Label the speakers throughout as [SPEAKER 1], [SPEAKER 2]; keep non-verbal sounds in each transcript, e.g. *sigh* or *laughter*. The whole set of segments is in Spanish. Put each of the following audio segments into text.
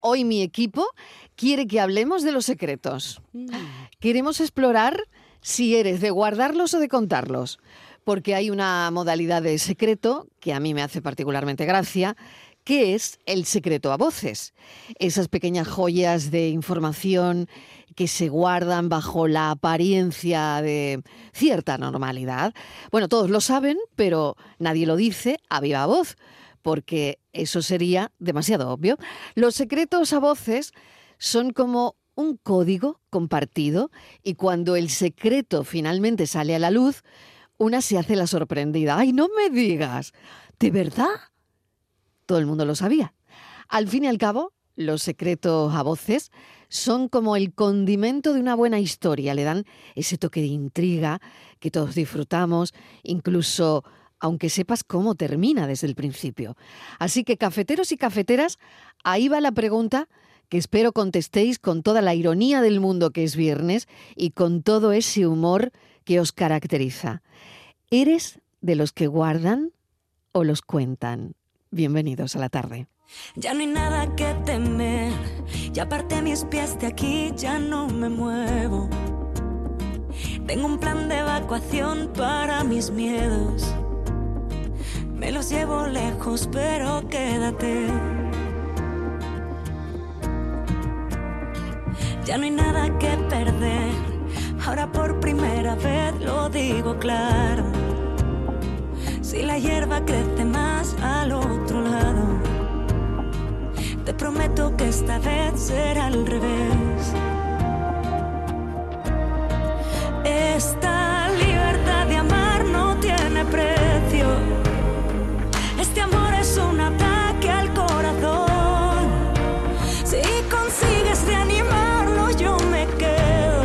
[SPEAKER 1] hoy mi equipo quiere que hablemos de los secretos. Queremos explorar si eres de guardarlos o de contarlos, porque hay una modalidad de secreto que a mí me hace particularmente gracia, que es el secreto a voces. Esas pequeñas joyas de información que se guardan bajo la apariencia de cierta normalidad. Bueno, todos lo saben, pero nadie lo dice a viva voz, porque eso sería demasiado obvio. Los secretos a voces son como un código compartido y cuando el secreto finalmente sale a la luz, una se hace la sorprendida. ¡Ay, no me digas! ¿De verdad? Todo el mundo lo sabía. Al fin y al cabo, los secretos a voces son como el condimento de una buena historia, le dan ese toque de intriga que todos disfrutamos, incluso aunque sepas cómo termina desde el principio. Así que cafeteros y cafeteras, ahí va la pregunta que espero contestéis con toda la ironía del mundo que es viernes y con todo ese humor que os caracteriza. ¿Eres de los que guardan o los cuentan? Bienvenidos a la tarde.
[SPEAKER 2] Ya no hay nada que temer, ya aparté mis pies de aquí, ya no me muevo. Tengo un plan de evacuación para mis miedos. Me los llevo lejos, pero quédate. Ya no hay nada que perder. Ahora por primera vez lo digo claro. Si la hierba crece más al otro lado, te prometo que esta vez será al revés. Esta libertad de amar no tiene precio. Este amor es un ataque al corazón. Si consigues reanimarlo, yo me quedo.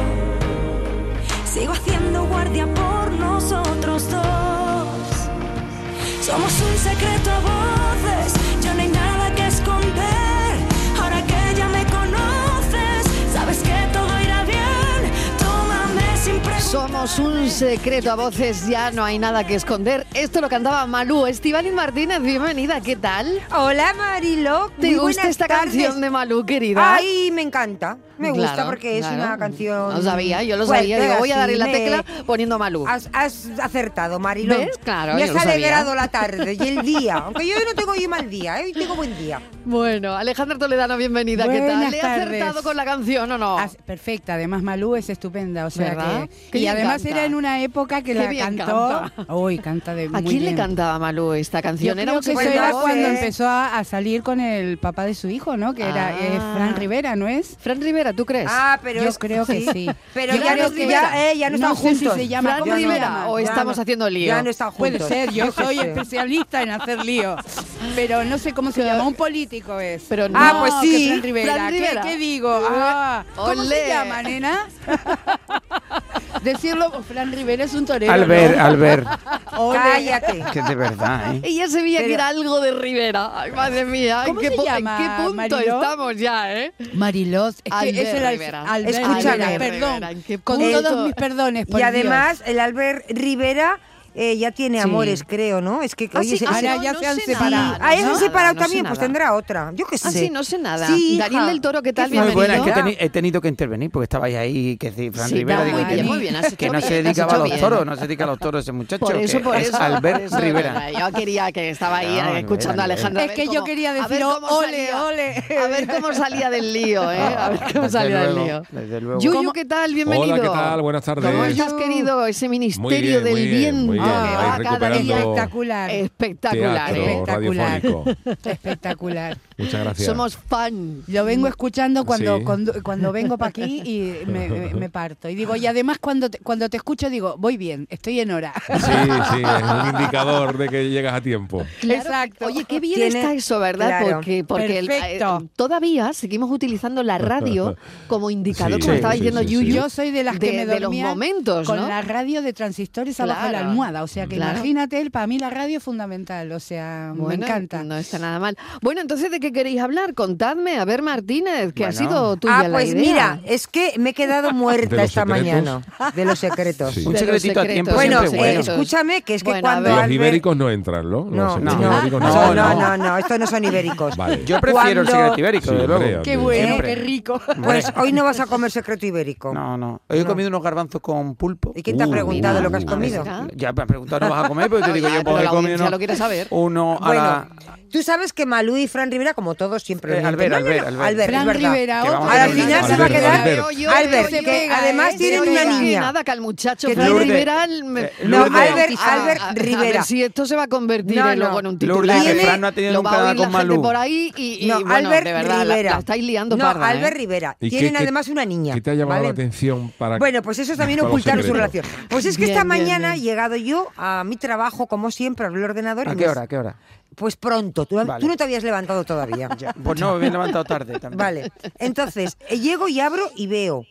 [SPEAKER 2] Sigo haciendo guardia por nosotros dos. Somos un secreto a voces, ya no hay nada que esconder. Ahora que ya me conoces, sabes que todo irá bien. Tómame sin
[SPEAKER 1] Somos un secreto a voces, ya no hay nada que esconder. Esto lo cantaba Malú. Estibaliz Martínez, bienvenida, ¿qué tal?
[SPEAKER 3] Hola Mariló,
[SPEAKER 1] ¿Te
[SPEAKER 3] muy
[SPEAKER 1] gusta
[SPEAKER 3] buenas
[SPEAKER 1] esta
[SPEAKER 3] tardes.
[SPEAKER 1] canción de Malú, querida?
[SPEAKER 3] Ay, me encanta. Me gusta
[SPEAKER 1] Claro,
[SPEAKER 3] porque es
[SPEAKER 1] claro.
[SPEAKER 3] una canción.
[SPEAKER 1] Lo sabía, yo lo
[SPEAKER 3] fuerte,
[SPEAKER 1] sabía. Digo, voy a darle
[SPEAKER 3] así
[SPEAKER 1] la
[SPEAKER 3] me-
[SPEAKER 1] tecla poniendo a Malú.
[SPEAKER 3] Has, has acertado, Mariló.
[SPEAKER 1] ¿Ves? Claro,
[SPEAKER 3] Me
[SPEAKER 1] yo
[SPEAKER 3] has
[SPEAKER 1] lo sabía.
[SPEAKER 3] alegrado la tarde y el día. Aunque yo hoy no tengo hoy mal día, ¿eh? hoy tengo buen día.
[SPEAKER 1] Bueno, Alejandra Toledano, bienvenida, ¿qué tal?
[SPEAKER 4] Buenas
[SPEAKER 1] ¿Le he
[SPEAKER 4] tardes.
[SPEAKER 1] acertado con la canción o no?
[SPEAKER 4] Ah, perfecta, además Malú es estupenda, o
[SPEAKER 1] ¿Verdad?
[SPEAKER 4] sea
[SPEAKER 1] Qué
[SPEAKER 4] que y
[SPEAKER 1] bien
[SPEAKER 4] además
[SPEAKER 1] canta.
[SPEAKER 4] era en una época que
[SPEAKER 1] Qué
[SPEAKER 4] la
[SPEAKER 1] bien
[SPEAKER 4] cantó. Uy, canta de
[SPEAKER 1] ¿A
[SPEAKER 4] muy
[SPEAKER 1] quién le
[SPEAKER 4] bien.
[SPEAKER 1] cantaba Malú esta
[SPEAKER 4] Yo
[SPEAKER 1] canción?
[SPEAKER 4] creo que eso
[SPEAKER 3] secreto
[SPEAKER 4] era
[SPEAKER 3] a
[SPEAKER 4] cuando
[SPEAKER 3] voces.
[SPEAKER 4] empezó a, a salir con el papá de su hijo, ¿no? Que era eh,
[SPEAKER 1] Ah.
[SPEAKER 4] Fran Rivera, ¿no es?
[SPEAKER 1] Fran Rivera, ¿tú crees?
[SPEAKER 3] Ah, pero.
[SPEAKER 4] Yo creo que sí.
[SPEAKER 3] Pero
[SPEAKER 4] Yo
[SPEAKER 3] ya,
[SPEAKER 4] creo
[SPEAKER 3] no,
[SPEAKER 4] que-
[SPEAKER 3] ya, eh, ya no, están
[SPEAKER 4] sé si
[SPEAKER 3] juntos.
[SPEAKER 4] se llama-
[SPEAKER 1] ¿Fran
[SPEAKER 4] ¿cómo se
[SPEAKER 1] Rivera
[SPEAKER 4] llama?
[SPEAKER 1] o
[SPEAKER 3] Ya
[SPEAKER 1] estamos
[SPEAKER 3] no-
[SPEAKER 1] haciendo lío?
[SPEAKER 3] Ya no están
[SPEAKER 4] Puede
[SPEAKER 3] juntos.
[SPEAKER 4] ser,
[SPEAKER 3] *laughs*
[SPEAKER 4] yo
[SPEAKER 3] qué
[SPEAKER 4] soy
[SPEAKER 3] sé.
[SPEAKER 4] especialista en hacer lío, pero no sé cómo se llama, un político es.
[SPEAKER 1] Pero
[SPEAKER 4] ah,
[SPEAKER 1] no,
[SPEAKER 4] pues
[SPEAKER 1] que
[SPEAKER 4] sí,
[SPEAKER 1] Fran
[SPEAKER 4] Fran
[SPEAKER 1] Rivera.
[SPEAKER 4] Rivera. ¿Qué-
[SPEAKER 1] Rivera.
[SPEAKER 4] ¿Qué, digo? Ah, ¿Cómo
[SPEAKER 1] Olé.
[SPEAKER 4] se
[SPEAKER 1] *laughs*
[SPEAKER 4] llama, nena? Decirlo, Fran Rivera es un torero. ¿no?
[SPEAKER 5] Albert, Albert,
[SPEAKER 4] Ole.
[SPEAKER 3] Cállate.
[SPEAKER 5] que de verdad, ¿eh?
[SPEAKER 1] Ella se veía
[SPEAKER 3] Pero-
[SPEAKER 1] que era algo de Rivera. Ay, madre mía, ¿en
[SPEAKER 4] ¿Cómo
[SPEAKER 1] qué,
[SPEAKER 4] se
[SPEAKER 1] pu- en
[SPEAKER 4] llama,
[SPEAKER 1] qué punto
[SPEAKER 4] Mariló?
[SPEAKER 1] estamos ya, eh?
[SPEAKER 4] Marilós, es que
[SPEAKER 1] Albert
[SPEAKER 4] ese era el-
[SPEAKER 1] Rivera.
[SPEAKER 4] Albert
[SPEAKER 3] Escúchame.
[SPEAKER 4] Rivera,
[SPEAKER 3] Albert
[SPEAKER 4] perdón.
[SPEAKER 1] Rivera, ¿en qué
[SPEAKER 4] con
[SPEAKER 1] punto?
[SPEAKER 4] todos mis perdones, por
[SPEAKER 3] Y además, el Albert Rivera eh, ya tiene
[SPEAKER 1] Sí.
[SPEAKER 3] amores, creo, ¿no? Es que. oye, se-
[SPEAKER 4] ah,
[SPEAKER 3] se-
[SPEAKER 4] ahora ya se han
[SPEAKER 1] sé
[SPEAKER 4] separado,
[SPEAKER 1] nada,
[SPEAKER 4] ¿no?
[SPEAKER 3] Ah, eso
[SPEAKER 1] sé
[SPEAKER 3] se ha
[SPEAKER 1] nada,
[SPEAKER 3] separado
[SPEAKER 1] no sé
[SPEAKER 3] también, pues
[SPEAKER 1] nada.
[SPEAKER 3] tendrá otra. Yo qué sé.
[SPEAKER 1] Ah, sí, no sé nada.
[SPEAKER 3] Sí, hija.
[SPEAKER 1] Daniel del Toro, ¿qué tal?
[SPEAKER 3] Qué
[SPEAKER 5] Muy buena, es
[SPEAKER 1] Bienvenido.
[SPEAKER 5] que he,
[SPEAKER 3] Bienvenido.
[SPEAKER 5] teni- he tenido que intervenir porque estabais ahí, que sí, Fran
[SPEAKER 1] Sí,
[SPEAKER 5] Rivera,
[SPEAKER 1] está
[SPEAKER 5] digo,
[SPEAKER 1] muy
[SPEAKER 5] que,
[SPEAKER 1] bien, muy bien, has hecho
[SPEAKER 5] que no se
[SPEAKER 1] bien, has
[SPEAKER 5] dedicaba a
[SPEAKER 1] hecho
[SPEAKER 5] los
[SPEAKER 1] bien.
[SPEAKER 5] toros, no se dedica a los toros ese muchacho,
[SPEAKER 1] Por eso,
[SPEAKER 5] que
[SPEAKER 1] por
[SPEAKER 5] es
[SPEAKER 1] eso.
[SPEAKER 5] Albert
[SPEAKER 1] por eso,
[SPEAKER 5] Rivera.
[SPEAKER 1] verdad. Yo quería que estaba ahí
[SPEAKER 5] No,
[SPEAKER 1] eh,
[SPEAKER 5] Rivera,
[SPEAKER 1] escuchando a
[SPEAKER 5] Rivera.
[SPEAKER 1] Alejandra. a
[SPEAKER 4] Es
[SPEAKER 1] ver
[SPEAKER 4] que yo
[SPEAKER 1] cómo-
[SPEAKER 4] quería
[SPEAKER 1] a ver
[SPEAKER 4] decir,
[SPEAKER 1] cómo
[SPEAKER 4] ole,
[SPEAKER 1] salía-
[SPEAKER 4] ole.
[SPEAKER 1] A ver cómo salía del lío, ¿eh? A
[SPEAKER 3] *laughs*
[SPEAKER 1] ver cómo
[SPEAKER 5] Desde
[SPEAKER 1] salía del
[SPEAKER 5] luego,
[SPEAKER 1] lío.
[SPEAKER 5] desde luego.
[SPEAKER 1] Yuyu,
[SPEAKER 4] ¿Cómo-
[SPEAKER 1] ¿qué tal? Bienvenido.
[SPEAKER 6] Hola, ¿qué tal? Buenas tardes.
[SPEAKER 1] ¿Cómo estás, querido? Ese
[SPEAKER 6] Muy
[SPEAKER 1] ministerio
[SPEAKER 6] bien,
[SPEAKER 1] del
[SPEAKER 6] muy bien,
[SPEAKER 1] viento
[SPEAKER 6] muy bien.
[SPEAKER 1] que va
[SPEAKER 6] Ahí
[SPEAKER 1] cada día
[SPEAKER 6] recuperando
[SPEAKER 4] Espectacular.
[SPEAKER 1] espectacular,
[SPEAKER 6] teatro
[SPEAKER 1] ¿eh?
[SPEAKER 4] Espectacular.
[SPEAKER 6] radiofónico.
[SPEAKER 4] Espectacular.
[SPEAKER 6] Muchas gracias.
[SPEAKER 1] Somos fan.
[SPEAKER 4] Lo vengo escuchando cuando,
[SPEAKER 6] Sí.
[SPEAKER 4] cuando, cuando vengo para aquí y me, me- me parto. Y digo, y además cuando te, cuando te escucho digo, voy bien, estoy en hora.
[SPEAKER 6] Sí, sí, es un indicador de que llegas a tiempo.
[SPEAKER 4] Exacto.
[SPEAKER 1] Oye, qué bien
[SPEAKER 3] Tiene-
[SPEAKER 1] está eso, ¿verdad?
[SPEAKER 3] claro.
[SPEAKER 1] Porque, porque el-
[SPEAKER 4] Perfecto.
[SPEAKER 1] eh, todavía seguimos utilizando la radio como indicador,
[SPEAKER 6] Sí,
[SPEAKER 1] como
[SPEAKER 6] sí,
[SPEAKER 1] estaba
[SPEAKER 6] sí,
[SPEAKER 1] diciendo
[SPEAKER 6] sí, sí.
[SPEAKER 1] Yuyu.
[SPEAKER 4] Yo soy de las que
[SPEAKER 1] de-
[SPEAKER 4] me
[SPEAKER 1] de los
[SPEAKER 4] dormía
[SPEAKER 1] momentos,
[SPEAKER 4] con
[SPEAKER 1] ¿no?
[SPEAKER 4] la radio de transistores abajo de la
[SPEAKER 1] Claro,
[SPEAKER 4] almohada. O sea que
[SPEAKER 1] claro.
[SPEAKER 4] imagínate, el- para mí la radio es fundamental. O sea, me
[SPEAKER 1] Bueno,
[SPEAKER 4] encanta.
[SPEAKER 1] No está nada mal. Bueno, entonces, ¿de qué queréis hablar? Contadme, a ver Martínez, que ha
[SPEAKER 5] Bueno.
[SPEAKER 1] sido tuya
[SPEAKER 3] Ah,
[SPEAKER 1] la
[SPEAKER 3] pues
[SPEAKER 1] idea.
[SPEAKER 3] mira, es que me he quedado
[SPEAKER 6] ¿De
[SPEAKER 3] muerta
[SPEAKER 6] los
[SPEAKER 3] esta
[SPEAKER 6] secretos?
[SPEAKER 3] mañana de los secretos.
[SPEAKER 6] Sí.
[SPEAKER 5] Un
[SPEAKER 1] De
[SPEAKER 5] secretito
[SPEAKER 1] los
[SPEAKER 5] a tiempo siempre
[SPEAKER 1] secretos,
[SPEAKER 3] Bueno,
[SPEAKER 1] de los
[SPEAKER 5] es
[SPEAKER 3] eh,
[SPEAKER 5] bueno.
[SPEAKER 1] secretos.
[SPEAKER 3] escúchame, que es que
[SPEAKER 1] Bueno, a
[SPEAKER 3] cuando
[SPEAKER 1] ver.
[SPEAKER 6] Los
[SPEAKER 3] Albert-
[SPEAKER 6] ibéricos no entran,
[SPEAKER 3] No,
[SPEAKER 6] ¿no? Los
[SPEAKER 5] no,
[SPEAKER 3] no, no,
[SPEAKER 6] ibéricos no.
[SPEAKER 3] no,
[SPEAKER 5] no.
[SPEAKER 3] no, no, estos no son ibéricos.
[SPEAKER 6] Vale.
[SPEAKER 5] Yo prefiero el
[SPEAKER 3] Cuando-
[SPEAKER 5] secreto ibérico,
[SPEAKER 6] Sí,
[SPEAKER 5] de luego.
[SPEAKER 6] hombre,
[SPEAKER 4] Qué bueno,
[SPEAKER 5] Siempre.
[SPEAKER 4] qué
[SPEAKER 5] *laughs*
[SPEAKER 4] rico.
[SPEAKER 3] Pues hoy no vas a comer secreto ibérico.
[SPEAKER 5] No, no. Hoy he comido unos garbanzos con pulpo.
[SPEAKER 3] ¿Y quién te ha
[SPEAKER 6] Uh,
[SPEAKER 3] preguntado
[SPEAKER 6] mira,
[SPEAKER 3] lo que has
[SPEAKER 6] uh,
[SPEAKER 3] comido?
[SPEAKER 1] mira.
[SPEAKER 5] Ya me han preguntado, ¿no vas a comer? Pero yo digo,
[SPEAKER 1] Ya,
[SPEAKER 5] yo
[SPEAKER 1] pero
[SPEAKER 5] pues, he
[SPEAKER 1] la
[SPEAKER 5] comido
[SPEAKER 1] audiencia
[SPEAKER 5] uno,
[SPEAKER 1] lo quiere saber.
[SPEAKER 5] uno a
[SPEAKER 3] Bueno,
[SPEAKER 5] la-
[SPEAKER 3] tú sabes que Malú y Fran Rivera, como todos, siempre...
[SPEAKER 5] Eh,
[SPEAKER 3] lo
[SPEAKER 5] Albert,
[SPEAKER 3] mienten.
[SPEAKER 5] Albert,
[SPEAKER 3] No, no, no,
[SPEAKER 5] Albert.
[SPEAKER 3] Albert,
[SPEAKER 4] Fran
[SPEAKER 3] es verdad.
[SPEAKER 4] Rivera,
[SPEAKER 5] Que
[SPEAKER 4] otro.
[SPEAKER 5] vamos a
[SPEAKER 3] Al final se va a
[SPEAKER 6] Albert,
[SPEAKER 3] quedar *laughs*
[SPEAKER 6] Albert.
[SPEAKER 1] Oye, oye,
[SPEAKER 3] Albert,
[SPEAKER 1] oye,
[SPEAKER 3] que
[SPEAKER 1] pega,
[SPEAKER 3] además
[SPEAKER 1] ¿eh?
[SPEAKER 3] tienen
[SPEAKER 1] Pero
[SPEAKER 3] una
[SPEAKER 1] oiga,
[SPEAKER 3] niña.
[SPEAKER 1] Nada, que al muchacho
[SPEAKER 3] Que
[SPEAKER 1] Fran
[SPEAKER 3] Lourdes-
[SPEAKER 1] Rivera... el- me-
[SPEAKER 5] Eh,
[SPEAKER 1] lo
[SPEAKER 5] Lourdes-
[SPEAKER 1] voy a
[SPEAKER 5] Albert-
[SPEAKER 1] bautizar.
[SPEAKER 3] Albert
[SPEAKER 1] A- a- A
[SPEAKER 3] Rivera.
[SPEAKER 1] ver si esto se va a convertir
[SPEAKER 3] No,
[SPEAKER 1] en
[SPEAKER 3] no.
[SPEAKER 1] luego en un título.
[SPEAKER 5] Lourdes, que
[SPEAKER 3] Tiene-
[SPEAKER 5] Fran no ha tenido
[SPEAKER 1] lo
[SPEAKER 5] nunca
[SPEAKER 1] va a
[SPEAKER 5] nada
[SPEAKER 1] oír la
[SPEAKER 5] con Malú.
[SPEAKER 1] gente por ahí y, y,
[SPEAKER 3] No,
[SPEAKER 1] bueno,
[SPEAKER 3] Albert
[SPEAKER 1] de verdad, la-
[SPEAKER 3] Rivera.
[SPEAKER 1] La, estáis liando
[SPEAKER 3] No,
[SPEAKER 1] parda, ¿eh?
[SPEAKER 3] Albert Rivera.
[SPEAKER 6] ¿Y qué-
[SPEAKER 3] Tienen
[SPEAKER 6] qué-
[SPEAKER 3] además una niña.
[SPEAKER 6] ¿Qué te ha llamado
[SPEAKER 3] ¿vale?
[SPEAKER 6] la atención para
[SPEAKER 3] Bueno, pues eso es también
[SPEAKER 6] para los
[SPEAKER 3] ocultar su
[SPEAKER 6] secretos?
[SPEAKER 3] relación. Pues es que
[SPEAKER 1] Bien,
[SPEAKER 3] esta
[SPEAKER 1] bien,
[SPEAKER 3] mañana
[SPEAKER 1] bien.
[SPEAKER 3] he llegado yo a mi trabajo, como siempre, al ordenador.
[SPEAKER 5] ¿A
[SPEAKER 3] y
[SPEAKER 5] qué
[SPEAKER 3] me-
[SPEAKER 5] hora? ¿A qué hora?
[SPEAKER 3] Pues pronto. Tú,
[SPEAKER 5] Vale.
[SPEAKER 3] tú no te habías
[SPEAKER 5] *laughs*
[SPEAKER 3] levantado todavía.
[SPEAKER 5] Pues no, me he levantado tarde también.
[SPEAKER 3] Vale. Entonces, eh, llego y abro y veo.